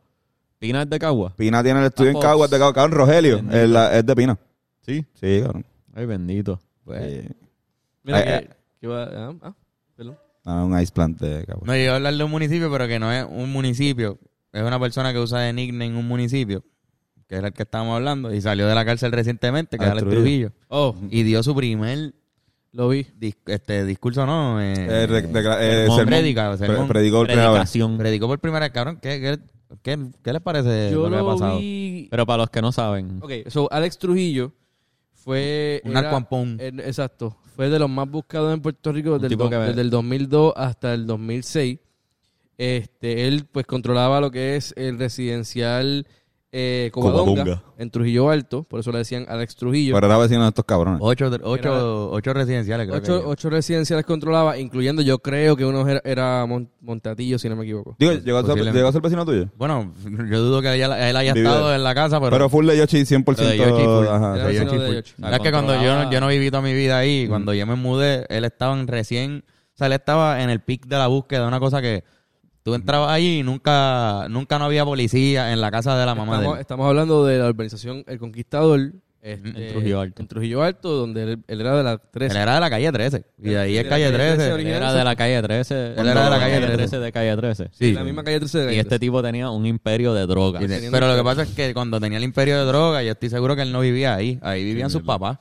Speaker 5: Pina es de Cagua.
Speaker 2: Pina tiene el estudio en
Speaker 5: Papo.
Speaker 2: Caguas de Caguas. Cabrón, Rogelio
Speaker 5: Bendito.
Speaker 2: el- la- es de Pina.
Speaker 5: Sí. Pues.
Speaker 2: Sí, cabrón.
Speaker 5: Ay, bendito.
Speaker 2: Eh,
Speaker 4: Mira,
Speaker 2: Ay,
Speaker 4: que,
Speaker 2: ay.
Speaker 4: que va- ah, ah, perdón.
Speaker 2: ah, un ice plant de Caguas.
Speaker 1: No, yo iba a hablar de un municipio, pero que no es un municipio. Es una persona que usa de nickname un municipio, que era el que estábamos hablando, y salió de la cárcel recientemente, que
Speaker 2: Ah,
Speaker 1: era el
Speaker 2: Trujillo.
Speaker 1: Trujillo.
Speaker 4: Oh,
Speaker 1: Y dio su primer
Speaker 4: lo vi.
Speaker 1: dis- este, discurso, ¿no? Eh,
Speaker 2: Eh, de- de- eh,
Speaker 1: sermón.
Speaker 2: sermón.
Speaker 1: Prédica,
Speaker 2: Pre-
Speaker 1: sermón.
Speaker 2: Predicó el primera vez.
Speaker 5: Predicación.
Speaker 1: predicó por primera vez, cabrón. ¿Qué, qué, qué, qué les parece
Speaker 4: Yo
Speaker 1: Eh, lo que ha
Speaker 4: lo
Speaker 1: pasado?
Speaker 4: vi.
Speaker 5: Pero para los que no saben,
Speaker 4: Ok, so Alex Trujillo fue.
Speaker 1: Un
Speaker 4: era-
Speaker 1: narcoampón.
Speaker 4: el- exacto. Fue de los más buscados en Puerto Rico desde el,
Speaker 5: tipo
Speaker 4: do-
Speaker 5: que-
Speaker 4: desde el 2002 hasta el 2006. Este, él pues controlaba lo que es el residencial eh, Covadonga,
Speaker 2: Covadonga.
Speaker 4: en Trujillo Alto, por eso le decían Alex Trujillo.
Speaker 2: Pero era vecino de estos cabrones.
Speaker 1: Ocho, ocho, ocho residenciales, creo
Speaker 4: ocho,
Speaker 1: que.
Speaker 4: ocho residenciales controlaba, incluyendo yo creo que uno era, era Mon- Montatillo, si no me equivoco.
Speaker 2: Digo, llegó a,
Speaker 1: pues,
Speaker 2: ser,
Speaker 1: Posiblemente.
Speaker 2: llegó a ser vecino tuyo.
Speaker 1: Bueno, yo dudo que ella- él haya
Speaker 2: Vive-
Speaker 1: estado en la casa, pero.
Speaker 2: Pero full de Eh, Yoshi 100%.
Speaker 1: Lo de Yoshi, full.
Speaker 2: ajá,
Speaker 4: Era
Speaker 2: sí,
Speaker 4: vecino
Speaker 2: Yoshi
Speaker 4: de
Speaker 2: full.
Speaker 4: Yoshi.
Speaker 1: Ah, Es que cuando yo,
Speaker 5: controlaba-
Speaker 1: no- yo no viví toda mi vida ahí, cuando yo me mudé, él estaba en recién, o sea, él estaba en el pic de la búsqueda, una cosa que tú entrabas ahí y nunca, nunca no había policía en la casa de la mamá
Speaker 4: Estamos,
Speaker 1: de él.
Speaker 4: estamos hablando de la urbanización El Conquistador. este,
Speaker 5: En Trujillo Alto.
Speaker 4: en Trujillo Alto, donde él, él era de la 13.
Speaker 1: Él era de la calle 13, y de ahí es
Speaker 4: de la
Speaker 1: calle
Speaker 4: calle 13
Speaker 5: él
Speaker 1: 13.
Speaker 4: original.
Speaker 5: era de la calle 13.
Speaker 1: Él era de la calle 13.
Speaker 5: de calle 13.
Speaker 1: Sí.
Speaker 4: la misma calle 13 de la
Speaker 5: Y
Speaker 4: calle
Speaker 5: este
Speaker 4: 13.
Speaker 5: tipo tenía un imperio de drogas.
Speaker 1: Y de- Pero lo que pasa es que cuando tenía el imperio de droga, yo estoy seguro que él no vivía ahí, ahí vivían sus papás.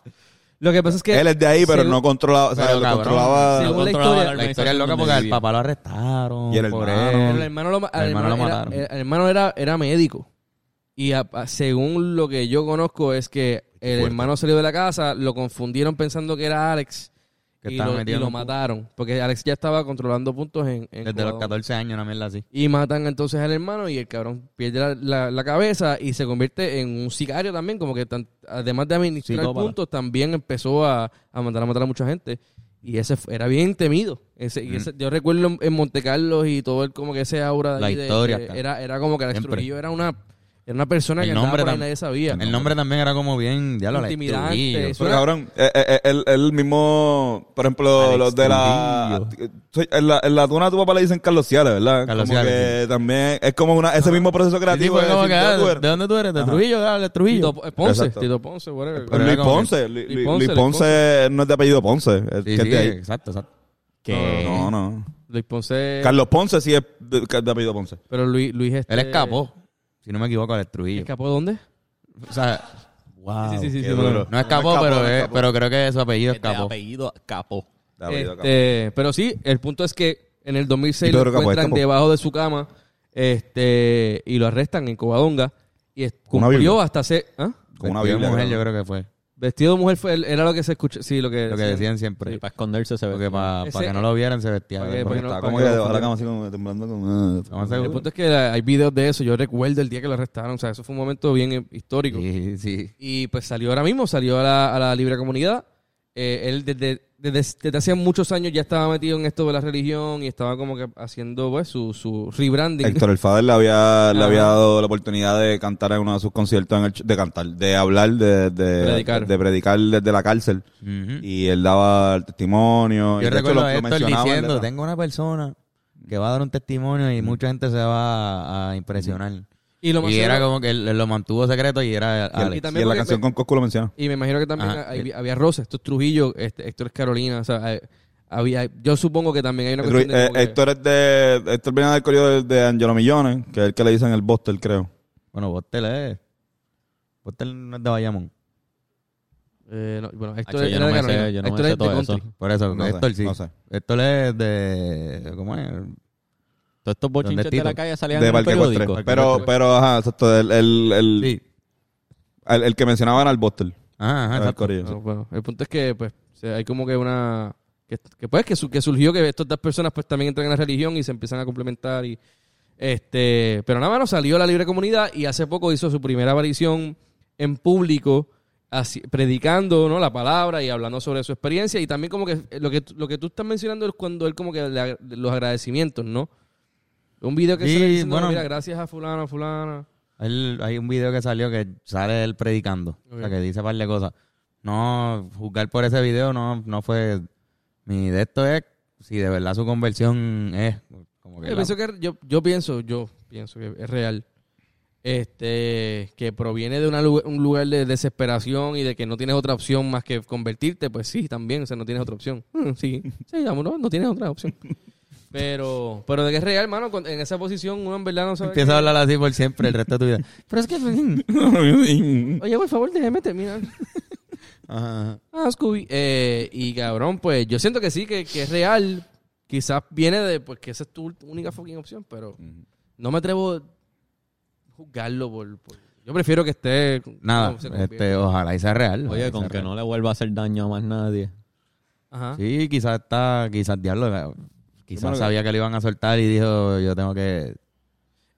Speaker 4: Lo que pasa es que.
Speaker 2: Él es de ahí, pero
Speaker 4: según-
Speaker 2: no controlaba. O sea,
Speaker 1: Pero
Speaker 2: lo
Speaker 1: cabrón,
Speaker 2: controlaba.
Speaker 4: según la
Speaker 5: controlaba
Speaker 4: historia-
Speaker 1: La historia es loca
Speaker 5: donde
Speaker 1: porque al
Speaker 5: vivía.
Speaker 1: papá lo arrestaron.
Speaker 2: Y el
Speaker 1: por
Speaker 2: hermano.
Speaker 4: Pero
Speaker 1: él.
Speaker 4: el hermano lo, ma-
Speaker 1: El
Speaker 4: el
Speaker 1: hermano
Speaker 4: hermano
Speaker 1: lo
Speaker 4: era-
Speaker 1: mataron.
Speaker 4: el- el hermano era, era médico. Y a- a- según lo que yo conozco, es que el hermano salió de la casa, lo confundieron pensando que era Alex.
Speaker 1: Que
Speaker 4: y
Speaker 1: estaba
Speaker 4: lo, y
Speaker 1: metido en
Speaker 4: lo
Speaker 1: un cu-
Speaker 4: mataron. Porque Alex ya estaba controlando puntos en. en
Speaker 1: Desde los
Speaker 4: Covadonga.
Speaker 1: 14 años, una mierda así.
Speaker 4: Y matan entonces al hermano y el cabrón pierde la, la- la cabeza y se convierte en un sicario también, como que tan- además de administrar
Speaker 5: Psicópata.
Speaker 4: puntos, también empezó a, a mandar a matar a mucha gente. Y ese fu- era bien temido. Ese, y ese- yo recuerdo en, en Monte Carlos y todo el como que ese aura de,
Speaker 1: La
Speaker 4: ahí de-
Speaker 1: historia,
Speaker 4: de-
Speaker 1: cara.
Speaker 4: era, era como que Alex
Speaker 1: Siempre.
Speaker 4: Trujillo era una, era una persona
Speaker 1: El
Speaker 4: que andaba
Speaker 1: nombre
Speaker 4: por ahí
Speaker 1: tam-
Speaker 4: nadie sabía.
Speaker 1: El nombre también era como bien, ya lo Alex
Speaker 4: Intimidante,
Speaker 1: Trujillo.
Speaker 4: eso
Speaker 2: Pero
Speaker 4: Suena-
Speaker 2: cabrón, eh, eh, él, él mismo, por ejemplo,
Speaker 5: Alex
Speaker 2: los de la, Soy- en la... En la tuna de tu papá le dicen Carlos Ciales, ¿verdad?
Speaker 1: Carlos
Speaker 2: como
Speaker 1: Ciales, Ah.
Speaker 2: que también es como una, ese mismo proceso
Speaker 1: Sí, sí,
Speaker 2: creativo.
Speaker 1: fue
Speaker 2: de
Speaker 1: como
Speaker 2: decir, pues,
Speaker 1: que,
Speaker 2: "Ya
Speaker 1: ah,
Speaker 2: tú
Speaker 1: ¿De
Speaker 2: eres".
Speaker 1: de dónde tú eres? ¿De
Speaker 2: Ajá.
Speaker 1: Trujillo? Ah, de Trujillo.
Speaker 4: Tito P- Ponce,
Speaker 2: Exacto.
Speaker 4: Tito Ponce, whatever.
Speaker 1: Pero
Speaker 2: Luis
Speaker 1: era como
Speaker 2: Ponce, Lu- Lu-
Speaker 4: Luis Ponce,
Speaker 2: Luis
Speaker 4: Luis
Speaker 2: Ponce no es de apellido Ponce, es
Speaker 1: Sí,
Speaker 2: que es
Speaker 1: sí,
Speaker 2: de
Speaker 4: eh,
Speaker 2: ahí.
Speaker 1: exacto, exacto.
Speaker 5: que
Speaker 2: No, no.
Speaker 4: Luis
Speaker 1: Eh,
Speaker 4: Ponce.
Speaker 2: Carlos Ponce sí es de, de apellido Ponce.
Speaker 4: Pero Luis, Luis este-
Speaker 1: Él escapó, si no me equivoco, Alex Trujillo.
Speaker 4: ¿Escapó dónde?
Speaker 1: O sea, wow.
Speaker 4: sí, sí, sí,
Speaker 2: qué
Speaker 4: sí, me acuerdo.
Speaker 2: Ah, duro.
Speaker 1: No escapó,
Speaker 2: No escapó,
Speaker 1: pero,
Speaker 2: no
Speaker 1: eh,
Speaker 2: escapó.
Speaker 1: pero creo que su apellido
Speaker 5: de
Speaker 1: escapó.
Speaker 5: apellido Capó.
Speaker 2: De apellido Ah, acá.
Speaker 4: Este, pero sí, el punto es que en el 2006
Speaker 2: Y
Speaker 4: lo
Speaker 2: Pedro Capó,
Speaker 4: encuentran
Speaker 2: Capó.
Speaker 4: debajo de su cama este, y lo arrestan en Covadonga y es-
Speaker 2: Una
Speaker 4: cumplió
Speaker 2: Biblia.
Speaker 4: hasta ser... ¿ah?
Speaker 2: Con una
Speaker 1: Vestido de
Speaker 2: Biblia.
Speaker 1: mujer,
Speaker 2: creo.
Speaker 1: yo creo que fue.
Speaker 4: Vestido de mujer fue, era lo que se escuchó, sí, lo que,
Speaker 1: Lo que decían siempre.
Speaker 5: Para esconderse se ve.
Speaker 1: Porque para
Speaker 4: Ese-
Speaker 1: que no lo vieran se vestía.
Speaker 4: Pa'
Speaker 1: de- pues,
Speaker 4: que-
Speaker 1: Porque-
Speaker 2: Porque
Speaker 4: no-
Speaker 2: estaba
Speaker 4: para
Speaker 2: como
Speaker 4: que
Speaker 2: que
Speaker 4: lo
Speaker 2: debajo de la
Speaker 4: fueran-
Speaker 2: cama así como temblando con...
Speaker 1: Vamos a
Speaker 4: El punto es que la- hay videos de eso, yo recuerdo el día que lo arrestaron, o sea, eso fue un momento bien eh, histórico.
Speaker 1: Sí, sí.
Speaker 4: Y pues salió ahora mismo, salió a la, a la libre comunidad. Eh, él desde, desde, desde hace muchos años ya estaba metido en esto de la religión y estaba como que haciendo pues su, su rebranding.
Speaker 2: Héctor El Fader le había, le
Speaker 4: Ajá.
Speaker 2: había dado la oportunidad de cantar en uno de sus conciertos, en el ch- de cantar, de hablar, de, de,
Speaker 4: Predicar.
Speaker 2: de predicar desde la cárcel.
Speaker 1: Ujú.
Speaker 2: Y él daba el testimonio. y
Speaker 1: Yo
Speaker 2: de hecho
Speaker 1: recuerdo
Speaker 2: lo-
Speaker 1: a
Speaker 2: lo
Speaker 1: Héctor
Speaker 2: mencionaba en
Speaker 1: diciendo,
Speaker 2: letra.
Speaker 1: tengo una persona que va a dar un testimonio y mucha gente se va a, a impresionar.
Speaker 4: Y lo
Speaker 1: Y
Speaker 4: mencionó-
Speaker 1: era como que él lo mantuvo secreto y era
Speaker 2: Y, el-
Speaker 1: Alex.
Speaker 4: Y
Speaker 2: y
Speaker 4: también
Speaker 2: en la
Speaker 4: porque-
Speaker 2: canción con Coscu lo menciona.
Speaker 4: Y me imagino que también
Speaker 1: Ajá.
Speaker 4: hay- había, roces. Esto es Trujillo, este, Héctor es Carolina. O sea, hay- había, yo supongo que también hay una
Speaker 2: Ru-
Speaker 4: cuestión de
Speaker 2: eh,
Speaker 4: como que-
Speaker 2: Héctor es de, Héctor viene del corrido de, de Angelo Millones, que es el que le dicen el Buster, creo.
Speaker 1: Bueno, Bostel es... Bostel no es de Bayamón.
Speaker 4: eh, no, bueno, Héctor
Speaker 5: Hacho,
Speaker 4: es
Speaker 5: yo no
Speaker 4: de
Speaker 5: me
Speaker 4: Carolina.
Speaker 5: sé- yo no me
Speaker 4: Héctor
Speaker 5: sé
Speaker 4: es de
Speaker 5: todo
Speaker 4: country.
Speaker 5: eso.
Speaker 1: Por eso,
Speaker 2: No sé,
Speaker 1: Héctor sí.
Speaker 2: no sé.
Speaker 1: Héctor es de... ¿Cómo es?
Speaker 5: Todos estos
Speaker 1: ¿Dónde
Speaker 5: bochinches de
Speaker 1: Tito?
Speaker 5: la calle salían
Speaker 2: De
Speaker 5: en el
Speaker 2: Parque
Speaker 5: periódico.
Speaker 2: Pero, pero, ajá, exacto, el, el, el,
Speaker 1: Sí.
Speaker 2: el- el que mencionaban al Buster.
Speaker 1: Ajá,
Speaker 4: Ah,
Speaker 1: ajá,
Speaker 2: Al
Speaker 1: exacto.
Speaker 2: corillo, sí.
Speaker 4: No, bueno, el punto es que pues o sea, hay como que una que, que, pues que, su- que surgió que estas dos personas pues también entran en la religión y se empiezan a complementar y este, pero nada más salió a la libre comunidad y hace poco hizo su primera aparición en público así- predicando ¿no? la palabra y hablando sobre su experiencia y también como que eh, lo que tú- lo que tú estás mencionando es cuando él como que le ag- los agradecimientos, ¿no? Un video que
Speaker 1: Sí,
Speaker 4: se le diciendo,
Speaker 1: bueno.
Speaker 4: mira, gracias a fulano, fulana.
Speaker 1: Él- hay un video que salió que sale él predicando. O sea,
Speaker 4: Ok.
Speaker 1: que dice par de cosas. No, juzgar por ese video no, no fue. Mi de esto es si de verdad su conversión es. Como que
Speaker 4: Yo
Speaker 1: la-
Speaker 4: pienso, que, yo, yo pienso, yo pienso que es real. Este, que proviene de una lu- un lugar de desesperación y de que no tienes otra opción más que convertirte, pues sí, también, o sea, no tienes otra opción. Mm, sí, sí, vámonos, no tienes otra opción. Pero, pero de que es real, mano, con- en esa posición uno en verdad no sabe.
Speaker 1: Empieza
Speaker 4: qué-
Speaker 1: a hablar así por siempre el resto de tu vida. Pero es que.
Speaker 4: Oye, por favor, déjeme terminar.
Speaker 1: Ajá.
Speaker 4: Ah, Scooby. Eh, y cabrón, pues yo siento que sí, que, que es real. Quizás viene de, pues que esa es tu única fucking opción, pero no me atrevo a juzgarlo por... por- Yo prefiero que esté...
Speaker 1: Nada,
Speaker 4: como se convierte.
Speaker 1: este, ojalá y sea real. ojalá
Speaker 5: Oye,
Speaker 1: y
Speaker 5: con
Speaker 1: sea
Speaker 5: que
Speaker 1: real.
Speaker 5: no le vuelva a hacer daño a más nadie.
Speaker 4: Ajá.
Speaker 1: Sí, quizás está. Quizás Diablo. eh,
Speaker 2: Bueno,
Speaker 1: Quizás
Speaker 2: que-
Speaker 1: sabía que le iban a soltar y dijo: Yo tengo que.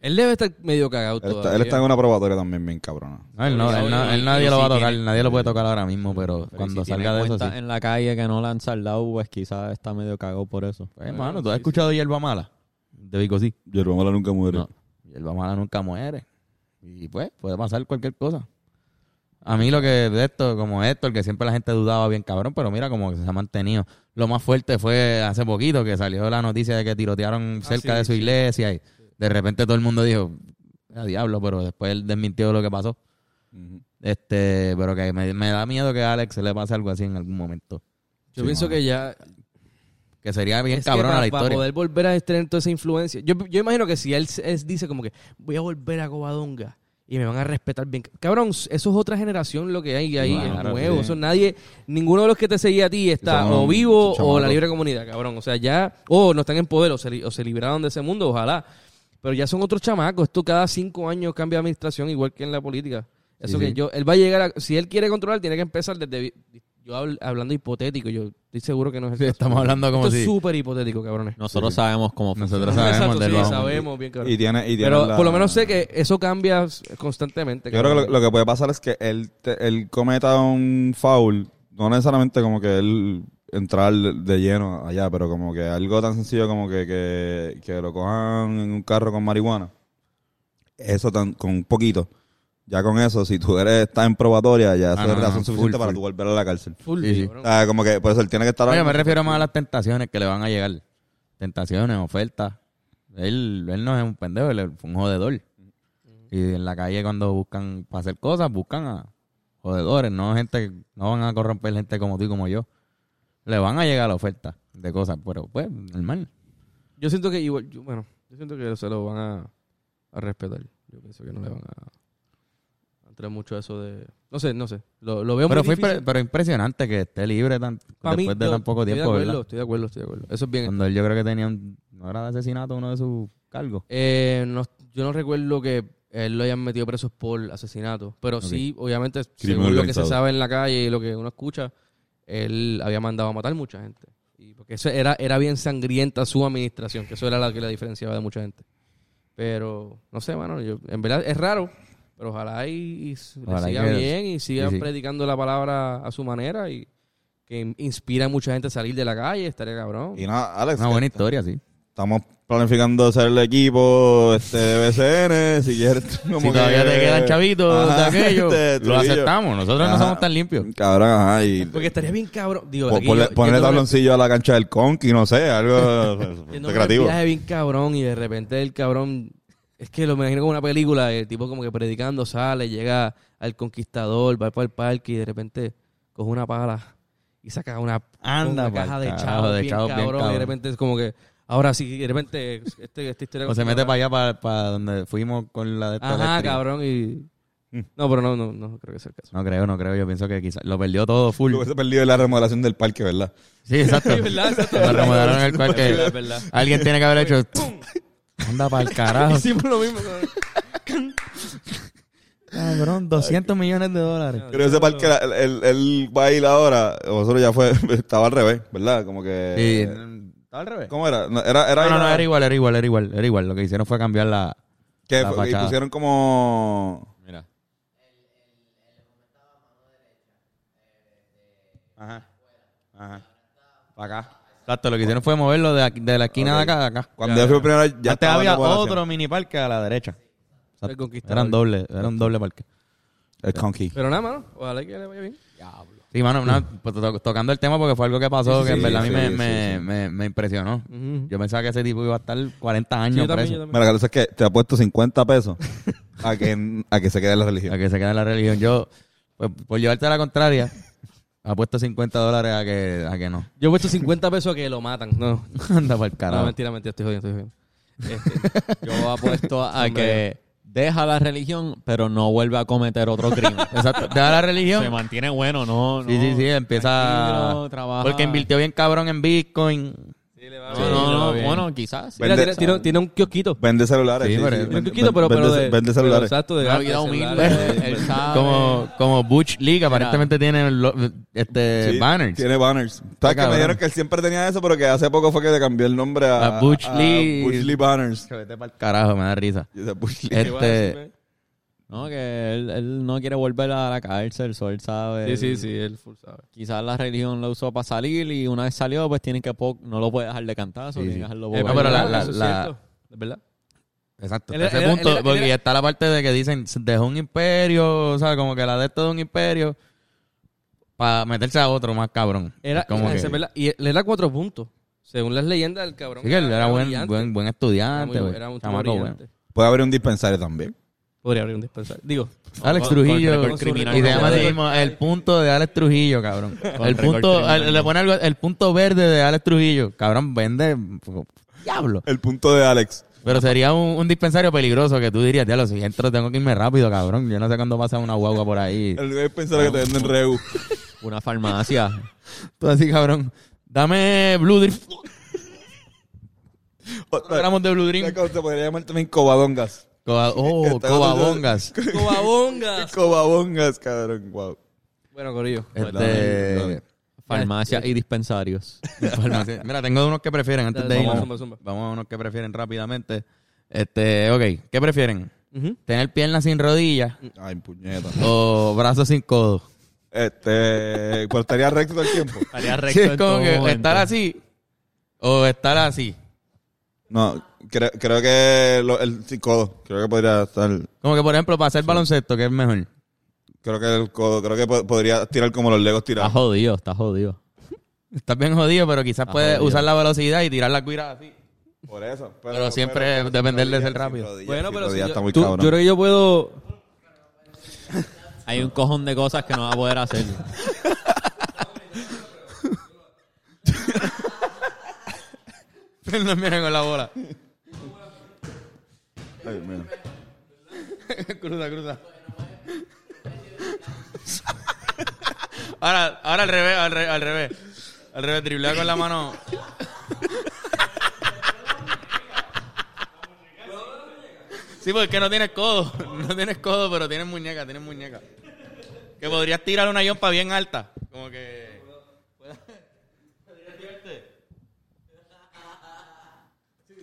Speaker 4: Él debe estar medio cagado
Speaker 2: Él
Speaker 4: todavía.
Speaker 2: está, él está en una probatoria también bien cabrona.
Speaker 1: No, él, no, él, no- él nadie lo va a tocar, nadie lo puede tocar ahora mismo, pero,
Speaker 5: Pero
Speaker 1: cuando
Speaker 5: si tiene
Speaker 1: salga de eso, sí.
Speaker 5: cuentas en la calle que no la han saldado, pues quizás está medio cagado por eso.
Speaker 1: Pues, hermano, ¿tú has escuchado Hierba Mala? De Vico, sí.
Speaker 2: Yerba mala nunca muere.
Speaker 1: No. Hierba Mala nunca muere. Y pues, puede pasar cualquier cosa. A mí lo que de esto, como esto, el que siempre la gente dudaba bien cabrón, pero mira como que se ha mantenido. Lo más fuerte fue hace poquito que salió la noticia de que tirotearon cerca de su iglesia y de repente todo el mundo dijo, a diablo, pero después él desmintió lo que pasó. Este, pero que me, me da miedo que a Alex le pase algo así en algún momento.
Speaker 4: Yo pienso que ya...
Speaker 1: Que sería bien
Speaker 4: es que
Speaker 1: cabrona
Speaker 4: para,
Speaker 1: la
Speaker 4: para
Speaker 1: historia.
Speaker 4: poder volver a tener toda esa influencia. Yo, yo imagino que si él, s- es- dice como que voy a volver a Covadonga y me van a respetar bien. Cabrón, s- eso es otra generación lo que hay ahí,
Speaker 1: Claro,
Speaker 4: es nuevo.
Speaker 1: sí.
Speaker 4: Eso nadie, ninguno de los que te seguía a ti está
Speaker 2: Son
Speaker 4: o vivo o
Speaker 2: chamacos.
Speaker 4: la libre comunidad, cabrón. O sea, ya, o no están en poder o se, li- o se libraron de ese mundo, ojalá. Pero ya son otros chamacos. Esto cada cinco años cambia de administración, igual que en la política. Eso
Speaker 1: Sí,
Speaker 4: que
Speaker 1: sí.
Speaker 4: yo, él va a llegar a, si él quiere controlar, tiene que empezar desde, vi- yo habl- hablando hipotético, yo estoy seguro que no es el
Speaker 1: Sí,
Speaker 4: caso.
Speaker 1: estamos hablando como
Speaker 4: Esto
Speaker 1: si-
Speaker 4: es súper hipotético, cabrones.
Speaker 5: Nosotros sabemos cómo
Speaker 1: Nosotros
Speaker 5: funciona.
Speaker 1: sabemos
Speaker 4: Exacto,
Speaker 1: del
Speaker 4: sí,
Speaker 1: bajo.
Speaker 4: sabemos bien, cabrón.
Speaker 2: Y tiene, y tiene
Speaker 4: Pero
Speaker 2: la-
Speaker 4: por lo menos sé que eso cambia constantemente.
Speaker 2: Yo creo que
Speaker 4: cabrón.
Speaker 2: lo, lo que puede pasar es que él, te- él cometa un foul, no necesariamente como que él entrar de lleno allá, pero como que algo tan sencillo como que, que, que lo cojan en un carro con marihuana. Eso tan, con un poquito. Ya con eso, si tú eres, estás en probatoria, ya eso
Speaker 1: Ah, no,
Speaker 2: es
Speaker 1: no,
Speaker 2: razón
Speaker 1: no,
Speaker 2: suficiente
Speaker 1: full,
Speaker 2: para
Speaker 1: full.
Speaker 2: tú volver a la cárcel.
Speaker 4: Full,
Speaker 1: Sí, sí.
Speaker 4: cabrón.
Speaker 2: Ah, como que por eso él tiene que estar
Speaker 1: No,
Speaker 2: ahora
Speaker 1: yo me
Speaker 2: mismo-
Speaker 1: refiero más a las tentaciones que le van a llegar. Tentaciones, ofertas. Él, él no es un pendejo, él es un jodedor. Y en la calle cuando buscan para hacer cosas, buscan a jodedores, no gente, no van a corromper gente como tú y como yo. Le van a llegar ofertas de cosas, pero pues, normal.
Speaker 4: Yo siento que igual, yo- bueno, yo siento que se lo van a, a respetar. Yo pienso que no le van a, a entrar mucho a eso de... No sé, no sé. Lo, lo veo
Speaker 1: Pero
Speaker 4: muy
Speaker 1: fue
Speaker 4: difícil.
Speaker 1: impre- pero impresionante que esté libre tan,
Speaker 4: Pa' mí,
Speaker 1: después de
Speaker 4: yo
Speaker 1: tan poco tiempo,
Speaker 4: Estoy de acuerdo,
Speaker 1: ¿verdad?
Speaker 4: estoy de acuerdo, estoy de acuerdo. Eso es bien.
Speaker 1: Cuando él yo creo que tenía un, no era de asesinato uno de sus cargos.
Speaker 4: Eh, no- yo no recuerdo que él lo hayan metido preso por asesinato, pero sí, obviamente, según lo que se
Speaker 2: organizado.
Speaker 4: sabe en la calle y lo que uno escucha, él había mandado a matar mucha gente. Y porque eso era, era bien sangrienta su administración, que eso era la que la diferenciaba de mucha gente. Pero, no sé, mano, yo, en verdad es raro, pero ojalá y, y s- le
Speaker 1: Ojalá y
Speaker 4: siga
Speaker 1: que-
Speaker 4: bien y siga
Speaker 1: sí, sí.
Speaker 4: predicando la palabra a su manera y que in- inspira a mucha gente a salir de la calle, estaría cabrón.
Speaker 2: Y nada, Alex,
Speaker 1: Una buena
Speaker 2: est-
Speaker 1: historia, sí.
Speaker 2: estamos planificando hacer el equipo este, de BCN, si quieres. Como
Speaker 1: si todavía
Speaker 2: que-
Speaker 1: te quedan chavitos
Speaker 2: Ajá,
Speaker 1: de aquello,
Speaker 2: este,
Speaker 1: lo
Speaker 2: Trujillo.
Speaker 1: aceptamos. Nosotros no
Speaker 2: Ajá.
Speaker 1: somos tan limpios.
Speaker 2: Cabrón, ajá, y
Speaker 4: Porque estaría bien cabrón. Digo,
Speaker 2: po-
Speaker 4: aquí
Speaker 2: ponle,
Speaker 4: yo-
Speaker 2: ponle
Speaker 4: yéndome-
Speaker 2: tabloncillo a la cancha del Conky, no sé, algo
Speaker 4: Yendo
Speaker 2: este,
Speaker 4: por el
Speaker 2: creativo.
Speaker 4: viaje bien cabrón y de repente el cabrón es que lo me imagino como una película el tipo como que predicando sale llega al conquistador va para el parque y de repente coge una pala y saca una,
Speaker 1: Anda
Speaker 4: una
Speaker 1: pa'l
Speaker 4: caja de
Speaker 1: carajo,
Speaker 4: chavos
Speaker 1: de
Speaker 4: bien,
Speaker 1: chavos bien
Speaker 4: cabrón, y de
Speaker 1: cabrón.
Speaker 4: repente es como que ahora sí de repente este, esta historia
Speaker 1: O se mete para allá, para, para donde fuimos con la de esta
Speaker 4: ajá
Speaker 1: eléctrica.
Speaker 4: cabrón y
Speaker 1: Mm.
Speaker 4: no pero no no no creo que sea el caso
Speaker 1: No creo, no creo. Yo pienso que quizás lo perdió todo full.
Speaker 2: Lo hubiese perdido en la remodelación del parque, ¿verdad?
Speaker 1: Sí, exacto. Lo remodelaron el cual que
Speaker 4: verdad, verdad.
Speaker 1: alguien tiene que haber hecho. Anda para el carajo.
Speaker 4: hicimos lo mismo cabrón.
Speaker 1: Cabrón, 200 millones de dólares.
Speaker 2: Creo que sepa que la- él, él- él va a ir ahora. Nosotros ya fue, estaba al revés, ¿verdad? Como
Speaker 1: Sí.
Speaker 2: que.
Speaker 1: ¿Estaba al revés?
Speaker 2: ¿Cómo era? No, Era, era,
Speaker 1: No, no, no,
Speaker 2: era-
Speaker 1: era igual, era igual, era igual, era igual. Lo que hicieron fue cambiar la.
Speaker 2: que
Speaker 1: la
Speaker 2: fue- y
Speaker 1: fachada.
Speaker 2: pusieron como.
Speaker 5: Mira.
Speaker 1: Ajá. Ajá. Para acá. Exacto, lo que hicieron fue moverlo de, aquí- de la esquina de acá a acá.
Speaker 2: Cuando yo fui primero, ya
Speaker 1: Antes
Speaker 2: estaba
Speaker 1: había
Speaker 2: dando
Speaker 1: otro
Speaker 2: población.
Speaker 1: mini parque a la derecha.
Speaker 4: El conquistador.
Speaker 1: Eran doble, era un doble parque.
Speaker 2: El Conky.
Speaker 4: Pero nada, mano. Ojalá que le vaya bien.
Speaker 1: Sí, mano, no, pues, to- tocando el tema porque fue algo que pasó que en
Speaker 2: sí,
Speaker 1: verdad a
Speaker 2: sí,
Speaker 1: mí me,
Speaker 2: sí,
Speaker 1: me, Me, me impresionó. Yo pensaba que ese tipo iba a estar 40 años
Speaker 4: yo también,
Speaker 1: preso.
Speaker 4: yo también.
Speaker 2: Mira, Carlos, es que te ha puesto 50 pesos a que, a que se quede en la religión.
Speaker 1: A que se quede en la religión. Yo, pues, por llevarte a la contraria, apuesto 50 dólares a que, a que no.
Speaker 4: Yo he puesto 50 pesos a que lo matan. No,
Speaker 1: Anda para el
Speaker 4: no
Speaker 1: carajo.
Speaker 4: mentira, mentira. Estoy jodiendo, estoy jodiendo. Este,
Speaker 5: Yo apuesto a
Speaker 4: Hombre.
Speaker 5: que deja la religión, pero no vuelve a cometer otro crimen.
Speaker 1: Exacto. Te da la religión.
Speaker 5: Se mantiene bueno, no.
Speaker 1: Sí,
Speaker 5: no,
Speaker 1: sí, sí, empieza.
Speaker 5: tranquilo, trabaja.
Speaker 1: Porque invirtió bien cabrón en Bitcoin.
Speaker 5: No,
Speaker 4: Sí,
Speaker 5: no,
Speaker 4: le va
Speaker 5: no,
Speaker 4: bien.
Speaker 5: Bueno, quizás. sí.
Speaker 4: Mira,
Speaker 2: Vende-
Speaker 4: tiene, tiene- tiene un kiosquito.
Speaker 2: Vende celulares.
Speaker 1: Sí, pero-
Speaker 4: Tiene un kiosquito, pero,
Speaker 2: vende,
Speaker 4: pero de.
Speaker 2: vende
Speaker 4: pero
Speaker 2: celulares.
Speaker 4: exacto,
Speaker 1: Ah,
Speaker 4: de
Speaker 5: Una
Speaker 4: gato,
Speaker 5: vida
Speaker 4: de
Speaker 5: humilde.
Speaker 4: celulares.
Speaker 1: eh,
Speaker 5: Él sabe.
Speaker 1: pues, Como, como Butch League, aparentemente tiene lo- este,
Speaker 2: Sí,
Speaker 1: banners.
Speaker 2: Tiene banners.
Speaker 1: Ah,
Speaker 2: ¿Sabes que me
Speaker 1: cabrón.
Speaker 2: dijeron que él siempre tenía eso, pero que hace poco fue que le cambió el nombre a,
Speaker 1: A Butch Lee.
Speaker 2: Butch Lee Banners.
Speaker 1: Que vete pa'l Carajo, me da risa.
Speaker 2: Y dice, Butch Lee.
Speaker 1: Este,
Speaker 5: No, que él, él no quiere volver a la cárcel, so él sabe.
Speaker 4: Sí, sí, sí, él full sabe.
Speaker 5: Quizás la religión lo usó para salir y una vez salió, pues tienen que po- no lo puede dejar de cantar, so
Speaker 1: Sí,
Speaker 5: tiene
Speaker 1: sí.
Speaker 5: que dejarlo
Speaker 1: Eh,
Speaker 5: volar.
Speaker 1: no, pero la- la-
Speaker 4: Eso es
Speaker 1: la-
Speaker 4: cierto, es ¿Verdad?
Speaker 1: exacto.
Speaker 4: Él
Speaker 1: hasta
Speaker 4: era-
Speaker 1: ese
Speaker 4: él era-
Speaker 1: punto,
Speaker 4: él era-
Speaker 1: porque
Speaker 4: él era-
Speaker 1: está la parte de que dicen, dejó un imperio, o sea, como que la de esto de un imperio, para meterse a otro más cabrón.
Speaker 4: Era,
Speaker 1: Es como que,
Speaker 4: ese, ¿verdad? Y él era cuatro puntos. Según las leyendas, el cabrón.
Speaker 1: Sí, que él era buen,
Speaker 4: brillante.
Speaker 1: buen, buen
Speaker 4: Era muy
Speaker 1: estudiante,
Speaker 4: bu-
Speaker 1: güey.
Speaker 4: era un tipo
Speaker 1: chamaco bueno.
Speaker 4: brillante.
Speaker 2: Puede haber un dispensario también.
Speaker 4: Podría abrir un dispensario. Digo,
Speaker 1: Alex
Speaker 5: Con-
Speaker 1: Trujillo.
Speaker 5: con récord
Speaker 1: Y
Speaker 5: criminal.
Speaker 1: se llama así mismo, el punto de Alex Trujillo, cabrón. El
Speaker 5: récord
Speaker 1: punto,
Speaker 5: criminal.
Speaker 1: el- le pone algo, el punto verde de Alex Trujillo. Cabrón, vende. Diablo.
Speaker 2: El punto de Alex.
Speaker 1: Pero sería un, un dispensario peligroso que tú dirías, diablo, si entro tengo que irme rápido, cabrón. Yo no sé cuándo pasa una guagua por ahí.
Speaker 2: El dispensario que te venden Reu.
Speaker 5: Una farmacia.
Speaker 1: Tú así, cabrón. Dame Blue Dream. Gramos de Blue Dream.
Speaker 2: Se podría llamar también Cobadongas.
Speaker 1: Coba- oh,
Speaker 2: Está-
Speaker 1: cobabongas.
Speaker 4: Cobabongas.
Speaker 2: Cobabongas, cabrón. Wow.
Speaker 4: bueno, Corillo.
Speaker 1: Este,
Speaker 5: Eh, farmacia y dispensarios.
Speaker 1: Farmacia. Mira, tengo unos que prefieren antes de
Speaker 4: Dale,
Speaker 1: irnos.
Speaker 4: zumba, zumba, zumba.
Speaker 1: Vamos a unos que prefieren rápidamente. Este, ok, ¿qué prefieren? ¿Tener piernas sin rodillas
Speaker 2: Ay, puñeta.
Speaker 1: o brazos sin codos?
Speaker 2: Este. Pues estaría recto todo el tiempo.
Speaker 5: Estaría
Speaker 1: Sí, es como que
Speaker 5: momento.
Speaker 1: estar así o estar así.
Speaker 2: No, creo, creo que lo- el sí, codo. Creo que podría estar.
Speaker 1: Como que, por ejemplo, para hacer baloncesto, que es mejor.
Speaker 2: Creo que el codo. Creo que po- podría tirar como los legos
Speaker 5: Está
Speaker 2: tirados.
Speaker 5: jodido, está jodido.
Speaker 1: Estás bien jodido, pero quizás puedes
Speaker 5: jodido.
Speaker 1: usar la velocidad y tirar la cuira así.
Speaker 2: Por eso.
Speaker 1: Pero siempre depender de ser rápido.
Speaker 4: Bueno, pero si
Speaker 2: ya
Speaker 4: yo,
Speaker 2: está muy
Speaker 4: tú-
Speaker 2: cabrón.
Speaker 4: yo creo que yo puedo.
Speaker 5: Hay un cojón de cosas que no va a poder hacer.
Speaker 1: Pero no viene con la bola.
Speaker 2: Ay, mira.
Speaker 1: cruza, cruza. ahora, ahora al revés, al revés, al revés. Al revés, driblea con la mano. Sí, porque no tienes codo. No tienes codo, pero tienes muñeca, tienes muñeca. Que podrías tirar una yompa bien alta. Como que.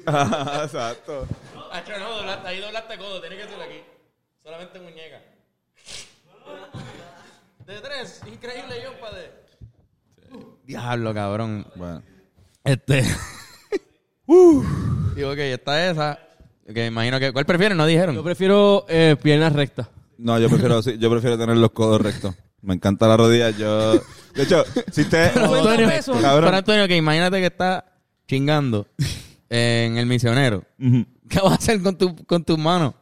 Speaker 2: Ah, Exacto.
Speaker 1: Hacho, no, doblaste, ahí doblaste codo, tienes que ser aquí. Solamente muñeca. De tres, increíble yompa de. Diablo, cabrón.
Speaker 2: Bueno.
Speaker 1: Este. Digo, ok, está esa. Que imagino que. ¿Cuál prefieren? No dijeron.
Speaker 4: Yo prefiero eh, piernas rectas.
Speaker 2: No, yo prefiero, sí, yo prefiero tener los codos rectos. Me encanta la rodilla. Yo. De hecho, si usted.
Speaker 1: Antonio,
Speaker 2: Cabrón.
Speaker 1: pero Antonio, que imagínate que está chingando en el misionero. ¿Qué vas a hacer con, tu, con tus manos?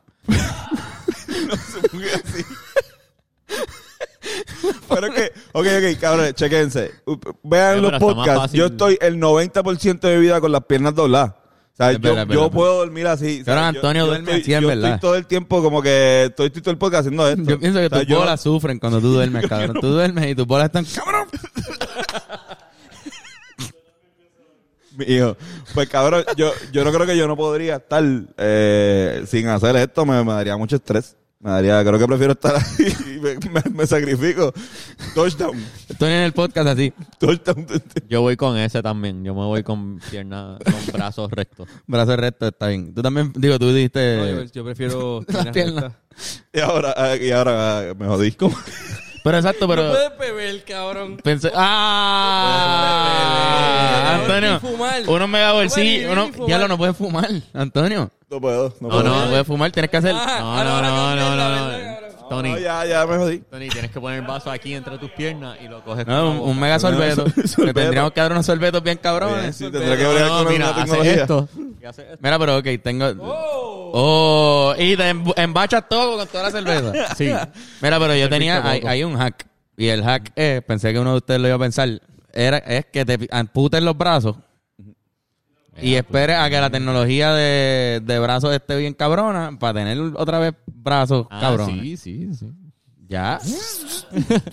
Speaker 2: Pero que, ok, ok, cabrón, chequense. U- Vean
Speaker 5: Eh,
Speaker 2: los
Speaker 5: pero está más
Speaker 2: podcasts.
Speaker 5: fácil.
Speaker 2: Yo estoy el 90% de mi vida con las piernas dobladas. O sea,
Speaker 1: Es
Speaker 2: yo,
Speaker 1: verdad, es
Speaker 2: yo
Speaker 1: verdad.
Speaker 2: puedo dormir así.
Speaker 1: Cabrón,
Speaker 2: ¿sabes? Yo-
Speaker 1: Antonio
Speaker 2: yo
Speaker 1: duerme
Speaker 2: estoy-
Speaker 1: así, es
Speaker 2: yo
Speaker 1: verdad.
Speaker 2: Estoy todo el tiempo como que estoy, estoy todo el podcast haciendo esto.
Speaker 1: Yo pienso que
Speaker 2: O sea,
Speaker 1: tus
Speaker 2: yo-
Speaker 1: bolas sufren cuando tú duermes, cabrón. Tú duermes y tus bolas están. ¡Cabrón!
Speaker 2: Mi hijo. Pues cabrón, yo, yo no creo que yo no podría estar eh, sin hacer esto, me, me daría mucho estrés. Me daría, creo que prefiero estar ahí. Me, me- me sacrifico. Touchdown.
Speaker 1: Estoy en el podcast así.
Speaker 2: Touchdown.
Speaker 5: Yo voy con ese también. Yo me voy con piernas, con brazos rectos.
Speaker 1: Brazo recto, está bien. Tú también, digo, tú
Speaker 4: No, yo,
Speaker 1: dijiste...
Speaker 4: yo prefiero
Speaker 1: Las piernas.
Speaker 2: Y ahora, ah, y ahora ah, me jodí.
Speaker 1: Pero exacto, pero...
Speaker 4: Puedes beber, cabrón.
Speaker 1: Pensé, ¡Ah!
Speaker 4: No puedes beber, no puedes
Speaker 1: Antonio,
Speaker 4: ni fumar.
Speaker 1: unos mega
Speaker 4: vivir
Speaker 1: bolsillos.
Speaker 4: ni
Speaker 1: Uno,
Speaker 4: fumar.
Speaker 1: ya lo no puedes fumar, Antonio.
Speaker 2: No puedo. No,
Speaker 1: No,
Speaker 2: puedo.
Speaker 1: no, no puedes fumar, tienes que hacer.
Speaker 4: Ah,
Speaker 5: No, no,
Speaker 4: ahora
Speaker 5: no,
Speaker 4: cambias
Speaker 5: no,
Speaker 4: la
Speaker 5: no,
Speaker 4: verdad,
Speaker 5: no.
Speaker 4: cabrón.
Speaker 2: No,
Speaker 5: Tony,
Speaker 2: ya, ya me jodí.
Speaker 5: Tony, tienes que poner el vaso aquí entre tus piernas y lo coges.
Speaker 1: No, un, un mega sorbeto.
Speaker 2: Sorbeto.
Speaker 1: Que tendríamos que dar unos sorbetos bien
Speaker 2: Bien,
Speaker 1: cabrones.
Speaker 2: sí, tendré que bregar con
Speaker 5: mira,
Speaker 2: la
Speaker 5: haces
Speaker 2: tecnología.
Speaker 5: esto.
Speaker 1: Mira, pero ok, tengo. Oh, y te emb- embachas todo con toda la cerveza. Sí. Mira, pero yo tenía. Hay, hay un hack. Y el hack es, pensé que uno de ustedes lo iba a pensar, era, es que te amputen los brazos y esperes a que la tecnología de, de brazos esté bien cabrona para tener otra vez brazos
Speaker 5: Ah,
Speaker 1: cabrones.
Speaker 5: Sí, sí, sí.
Speaker 1: Ya.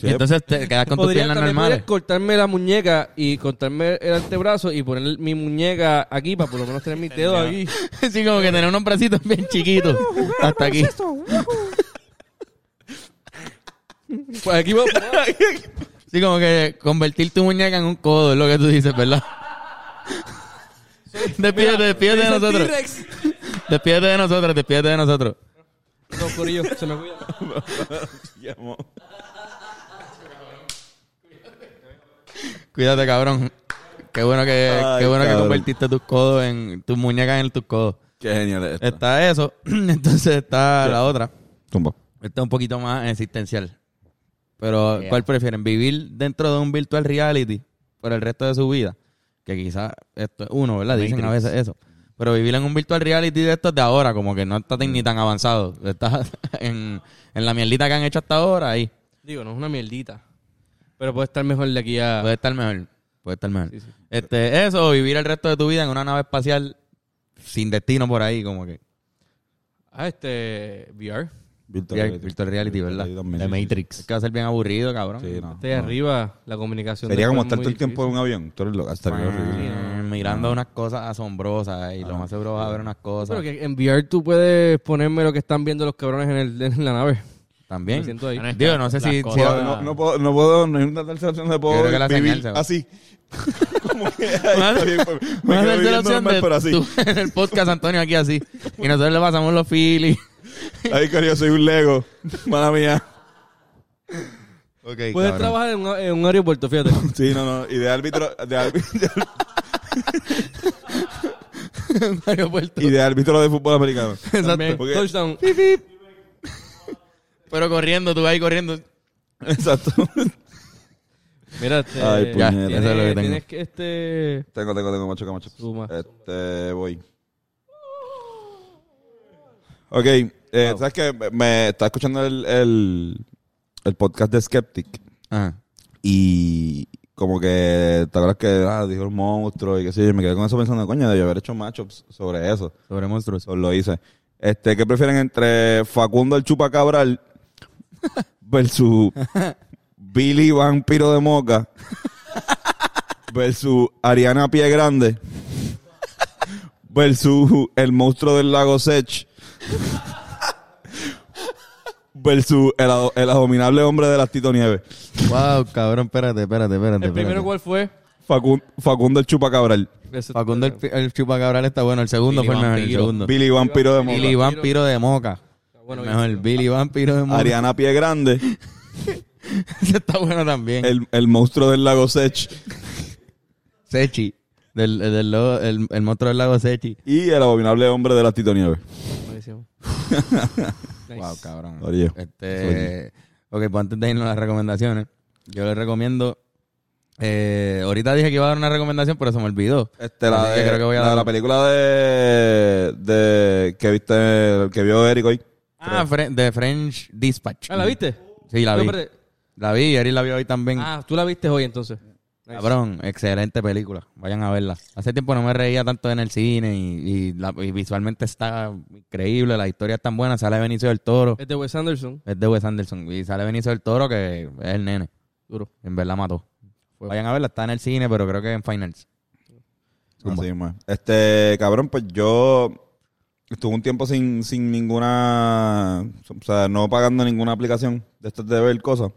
Speaker 1: y entonces te quedas con tus
Speaker 4: Podría
Speaker 1: piernas
Speaker 4: también podría
Speaker 1: normales.
Speaker 4: cortarme la muñeca y cortarme el antebrazo y poner mi muñeca aquí para por lo menos tener mis dedos aquí.
Speaker 1: Sí, como que tener unos bracitos bien chiquitos. hasta aquí.
Speaker 4: Pues aquí voy a poner-
Speaker 1: Sí, como que convertir tu muñeca en un codo es lo que tú dices, ¿verdad? despídete, despídete de
Speaker 4: Dice
Speaker 1: nosotros.
Speaker 4: T-Rex.
Speaker 1: Despídete de nosotros, despídete de nosotros.
Speaker 4: No, corillo, se me cuida.
Speaker 2: Llamó.
Speaker 1: Cuídate, cabrón. Qué bueno que,
Speaker 2: Ay,
Speaker 1: qué bueno que
Speaker 2: cabrón.
Speaker 1: convertiste tus codos en tus muñecas en tus codos.
Speaker 2: Qué genial es esto.
Speaker 1: Está eso, entonces está la otra.
Speaker 2: Tumba.
Speaker 1: Está un poquito más existencial. Pero, ¿cuál prefieren? ¿Vivir dentro de un virtual reality por el resto de su vida? Que quizás esto es uno, ¿verdad? Dicen a veces eso. Pero vivir en un virtual reality de estos de ahora, como que no está tan- ni tan avanzado. Está en, en la mierdita que han hecho hasta ahora, ahí.
Speaker 4: Digo, no es una mierdita. Pero puede estar mejor de aquí a.
Speaker 1: Puede estar mejor. Puede estar mejor. Este, eso, o vivir el resto de tu vida en una nave espacial sin destino por ahí, como que.
Speaker 4: Ah, este. VR.
Speaker 2: Virtual
Speaker 1: Real-
Speaker 2: reality.
Speaker 1: virtual reality, ¿verdad?
Speaker 2: reality también,
Speaker 5: The
Speaker 2: sí, sí,
Speaker 1: Es
Speaker 5: Matrix.
Speaker 1: que va a ser bien aburrido, cabrón.
Speaker 2: sí, no,
Speaker 4: Este
Speaker 2: no.
Speaker 4: arriba, la comunicación.
Speaker 2: Sería
Speaker 4: de
Speaker 2: como
Speaker 4: esto
Speaker 2: estar
Speaker 4: es
Speaker 2: todo
Speaker 4: muy
Speaker 2: el tiempo en un avión. Tú eres loco. Estaría horrible.
Speaker 1: Eh, Mirando unas cosas asombrosas eh, y lo más seguro vas a ver unas cosas.
Speaker 4: Pero que en VR tú puedes ponerme lo que están viendo los cabrones en, el, en la nave.
Speaker 1: También.
Speaker 4: Me siento ahí.
Speaker 1: Digo, no sé
Speaker 5: Las
Speaker 1: si.
Speaker 5: cosas-
Speaker 1: si-
Speaker 2: No, no puedo, no puedo, no hay una tercera opción donde
Speaker 1: Yo creo que
Speaker 2: puedo
Speaker 1: la
Speaker 2: vivir
Speaker 1: señal se va.
Speaker 2: así. como que ahí está bien, pues, me
Speaker 1: Vamos a
Speaker 2: quedo
Speaker 1: hacer la
Speaker 2: viviendo
Speaker 1: opción
Speaker 2: normal,
Speaker 1: de
Speaker 2: pero así.
Speaker 1: tú en el podcast Antonio aquí así. Y nosotros le pasamos los filis.
Speaker 2: Ay, cariño, soy un Lego. Mala mía.
Speaker 1: Okay,
Speaker 4: Puedes trabajar en un, en un aeropuerto, fíjate.
Speaker 2: Sí, no, no. Y de árbitro, de árbitro,
Speaker 1: en aeropuerto.
Speaker 2: y de árbitro de fútbol americano.
Speaker 4: También.
Speaker 2: Porque-
Speaker 4: Touchdown.
Speaker 1: Pero corriendo, tú vas ahí corriendo.
Speaker 2: Exacto.
Speaker 4: Mira, este,
Speaker 2: Ay, puñeta.
Speaker 4: tienes-
Speaker 1: Eso es lo que tengo.
Speaker 4: Tienes que este.
Speaker 2: Tengo, tengo, tengo, macho, macho.
Speaker 4: Suma.
Speaker 2: Este, voy. Ok, eh, ¿sabes qué? Me, me está escuchando el, el, el podcast de Skeptic
Speaker 1: Ajá.
Speaker 2: y como que, ¿te acuerdas que ah, dijo el monstruo y qué sé yo? Y Me quedé con eso pensando, coño, debí haber hecho matchups sobre eso.
Speaker 1: Sobre monstruos.
Speaker 2: Eso lo hice. Este, ¿qué prefieren entre Facundo el Chupacabral versus Billy Vampiro de Moca versus Ariana Pie Grande versus el monstruo del lago Sech versus el, ado- el abominable hombre de las Tito Nieves?
Speaker 1: Wow, cabrón, espérate, espérate, espérate.
Speaker 4: El primero,
Speaker 1: espérate.
Speaker 4: ¿cuál fue?
Speaker 2: Facun- Facundo el Chupacabral.
Speaker 4: Ese-
Speaker 1: Facundo el, el chupacabral está bueno. El segundo
Speaker 5: Billy
Speaker 1: fue el mejor. El
Speaker 5: Vampiro.
Speaker 1: segundo.
Speaker 2: Billy Vampiro de
Speaker 1: Billy
Speaker 2: Moca.
Speaker 1: Vampiro de Moca.
Speaker 4: bueno,
Speaker 1: El mejor. Billy Vampiro de Moca.
Speaker 2: Ariana Pie Grande.
Speaker 1: Ese está bueno también.
Speaker 2: El, el monstruo del lago Sech.
Speaker 1: Sechi. Del, del lobo- el, el monstruo del lago Sechi.
Speaker 2: Y el abominable hombre de las Tito Nieves.
Speaker 4: Buenísimo. Nice.
Speaker 1: Wow, cabrón.
Speaker 2: Oye.
Speaker 1: Este, ok, pues antes de irnos a las recomendaciones, yo les recomiendo. eh, ahorita dije que iba a dar una recomendación, pero se me olvidó.
Speaker 4: Ah.
Speaker 2: Este, la,
Speaker 1: Así que
Speaker 2: de,
Speaker 1: creo que voy a
Speaker 2: la, de
Speaker 1: dar-
Speaker 2: la película de, de que viste que vio Eric hoy.
Speaker 1: Ah, Fre- de French Dispatch.
Speaker 4: Ah, ¿la viste?
Speaker 1: Sí, la vi.
Speaker 4: No, espérate.
Speaker 1: La vi, y Eric la vio hoy también.
Speaker 4: Ah, tú la viste hoy entonces.
Speaker 1: Cabrón, excelente película. Vayan a verla. Hace tiempo no me reía tanto en el cine y, y la- y visualmente está increíble. La historia es tan buena. Sale Benicio del Toro.
Speaker 4: Este Es de Wes Anderson.
Speaker 1: Es de Wes Anderson. Y sale Benicio del Toro, que es el nene.
Speaker 4: Duro.
Speaker 1: En verdad mató. Vayan a verla. Está en el cine, pero creo que en Finals.
Speaker 2: Así mismo es. Este, cabrón, pues yo Estuve un tiempo sin, sin ninguna. O sea, no pagando ninguna aplicación de estas de ver cosas.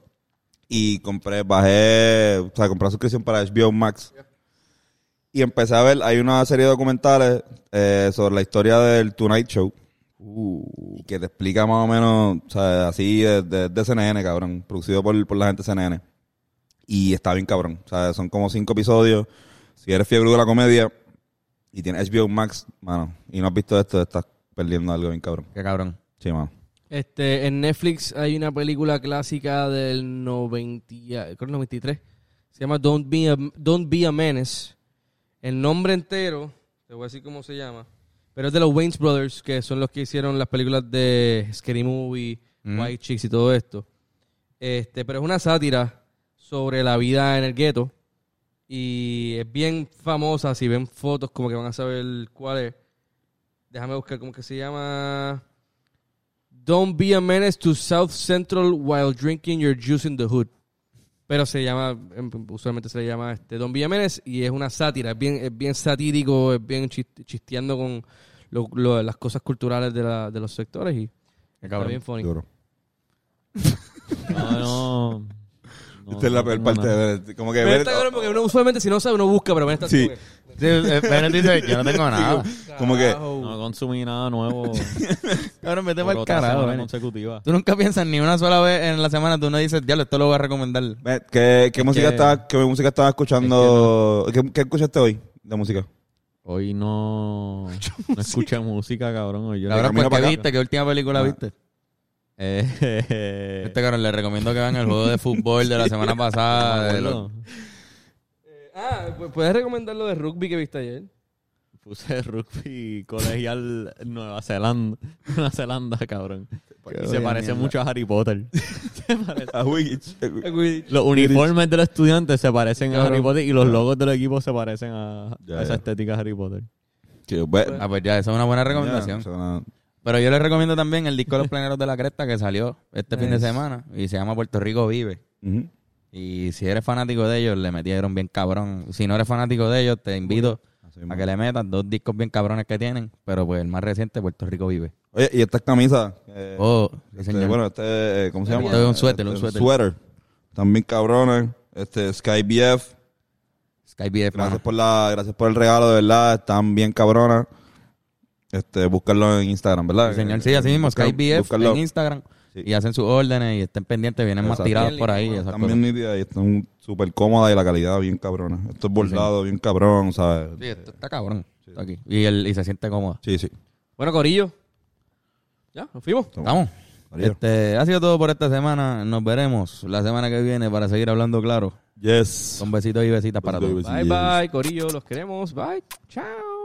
Speaker 2: Y compré, bajé. O sea, compré suscripción para HBO Max. Y empecé a ver. Hay una serie de documentales eh, sobre la historia del Tonight Show. Que te explica más o menos. O sea, así de, de- de CNN, cabrón. Producido por, por la gente de CNN. Y está bien, cabrón. O sea, son como cinco episodios. Si eres fiebre de la comedia y tienes HBO Max, mano, y no has visto esto, estás perdiendo algo bien, cabrón.
Speaker 1: Qué cabrón.
Speaker 2: Sí, mano.
Speaker 4: Este, en Netflix hay una película clásica del 90, y- creo que 93. Se llama Don't Be, a, Don't Be a Menace. El nombre entero, te voy a decir cómo se llama, pero es de los Wayne's Brothers, que son los que hicieron las películas de Scary Movie, White Chicks y todo esto. Este, pero es una sátira sobre la vida en el gueto. Y es bien famosa. Si ven fotos, como que van a saber cuál es. Déjame buscar cómo que se llama. Don't be a menace to South Central while drinking your juice in the hood. Pero se llama, em, usualmente se le llama este Don't be a menace y es una sátira. Es bien, es bien satírico, es bien chis- chisteando con lo- lo- las cosas culturales de, la- de los sectores y
Speaker 1: Qué
Speaker 4: está
Speaker 1: cabrón.
Speaker 4: bien funny.
Speaker 2: Duro.
Speaker 5: No, no.
Speaker 2: Esta es la peor parte. de- Como que
Speaker 4: Pero
Speaker 2: ver,
Speaker 4: está cabrón porque uno usualmente si no sabe uno busca, pero ven esta
Speaker 2: Sí.
Speaker 4: como que,
Speaker 1: Sí, eh, Bennett dice, yo no tengo nada.
Speaker 2: como que
Speaker 5: No consumí nada nuevo.
Speaker 1: Cabrón, vete
Speaker 5: por
Speaker 1: para el
Speaker 5: otra
Speaker 1: carajo.
Speaker 5: semana
Speaker 1: Bennett.
Speaker 5: consecutiva.
Speaker 1: Tú nunca piensas ni una sola vez en la semana, tú no dices, diablo, esto lo voy a recomendar.
Speaker 2: ve, ¿qué, qué música
Speaker 5: que-
Speaker 2: estabas qué música estabas escuchando? ¿Qué, qué escuchaste hoy de música?
Speaker 5: Hoy no, no escuché música, cabrón. Hoy yo
Speaker 1: Cabrón, pues, ¿qué
Speaker 2: camino para acá. Ah.
Speaker 1: viste? ¿Qué última película viste?
Speaker 5: Eh,
Speaker 1: Este cabrón, le recomiendo que vean el juego de fútbol de la semana pasada. de lo-
Speaker 5: bueno,
Speaker 4: Ah, pues, ¿puedes recomendar lo de rugby que viste ayer?
Speaker 5: Puse rugby colegial Nueva Zelanda. Nueva Zelanda, cabrón. Y se
Speaker 2: vaya
Speaker 5: parece
Speaker 2: mierda. Ah,
Speaker 5: mucho a Harry Potter. Se parece-
Speaker 2: A Wiggins.
Speaker 5: Los uniformes de los estudiantes se parecen a Harry Potter y los logos del equipo se parecen a,
Speaker 2: Ya,
Speaker 5: a esa
Speaker 2: ya.
Speaker 5: estética de Harry Potter.
Speaker 1: Ah, pues ya, esa es una buena recomendación.
Speaker 2: Ah,
Speaker 1: Pero yo les recomiendo también el disco de los planeros de la cresta que salió este fin de semana y se llama Puerto Rico Vive. Y si eres fanático de ellos, le metieron bien cabrón. Si no eres fanático de ellos, te invito a que le metas dos discos bien cabrones que tienen, pero pues el más reciente, Puerto Rico Vive.
Speaker 2: Oye, y estas camisas. eh,
Speaker 1: Oh, sí,
Speaker 2: este,
Speaker 1: señor.
Speaker 2: bueno, este, eh, ¿cómo se
Speaker 1: Este
Speaker 2: llama?
Speaker 1: es un suéter, un
Speaker 2: Este,
Speaker 1: suéter.
Speaker 2: También cabrones. Este, Sky BF.
Speaker 1: Sky BF, mano.
Speaker 2: Gracias por la, gracias por el regalo, de verdad. Están bien cabronas. Este, búscalo en Instagram, ¿verdad?
Speaker 1: Sí, señor, sí, así mismo,
Speaker 2: Busca-
Speaker 1: Sky BF
Speaker 2: eh, búscalo.
Speaker 1: en Instagram.
Speaker 2: Sí.
Speaker 1: Y hacen sus órdenes y estén pendientes, vienen más
Speaker 2: Exacto.
Speaker 1: tirados por ahí. y esas
Speaker 2: Están bien
Speaker 1: cosas.
Speaker 2: nítidas y están súper cómodas y la calidad bien cabrona. Esto es bordado, bien cabrón, ¿sabes?
Speaker 1: Sí, esto está cabrón. Está aquí. Y, el, y se siente cómodo.
Speaker 2: Sí, sí.
Speaker 4: Bueno, Corillo. ¿Ya? ¿Nos fuimos?
Speaker 1: Estamos.
Speaker 2: Corillo.
Speaker 1: Este, ha sido todo por esta semana. Nos veremos la semana que viene para seguir hablando claro.
Speaker 2: Yes.
Speaker 1: Son besitos y besitas para
Speaker 2: Besitos y
Speaker 1: todos.
Speaker 2: besitas.
Speaker 4: Bye,
Speaker 2: Yes.
Speaker 4: bye, Corillo. Los queremos. Bye. Chao.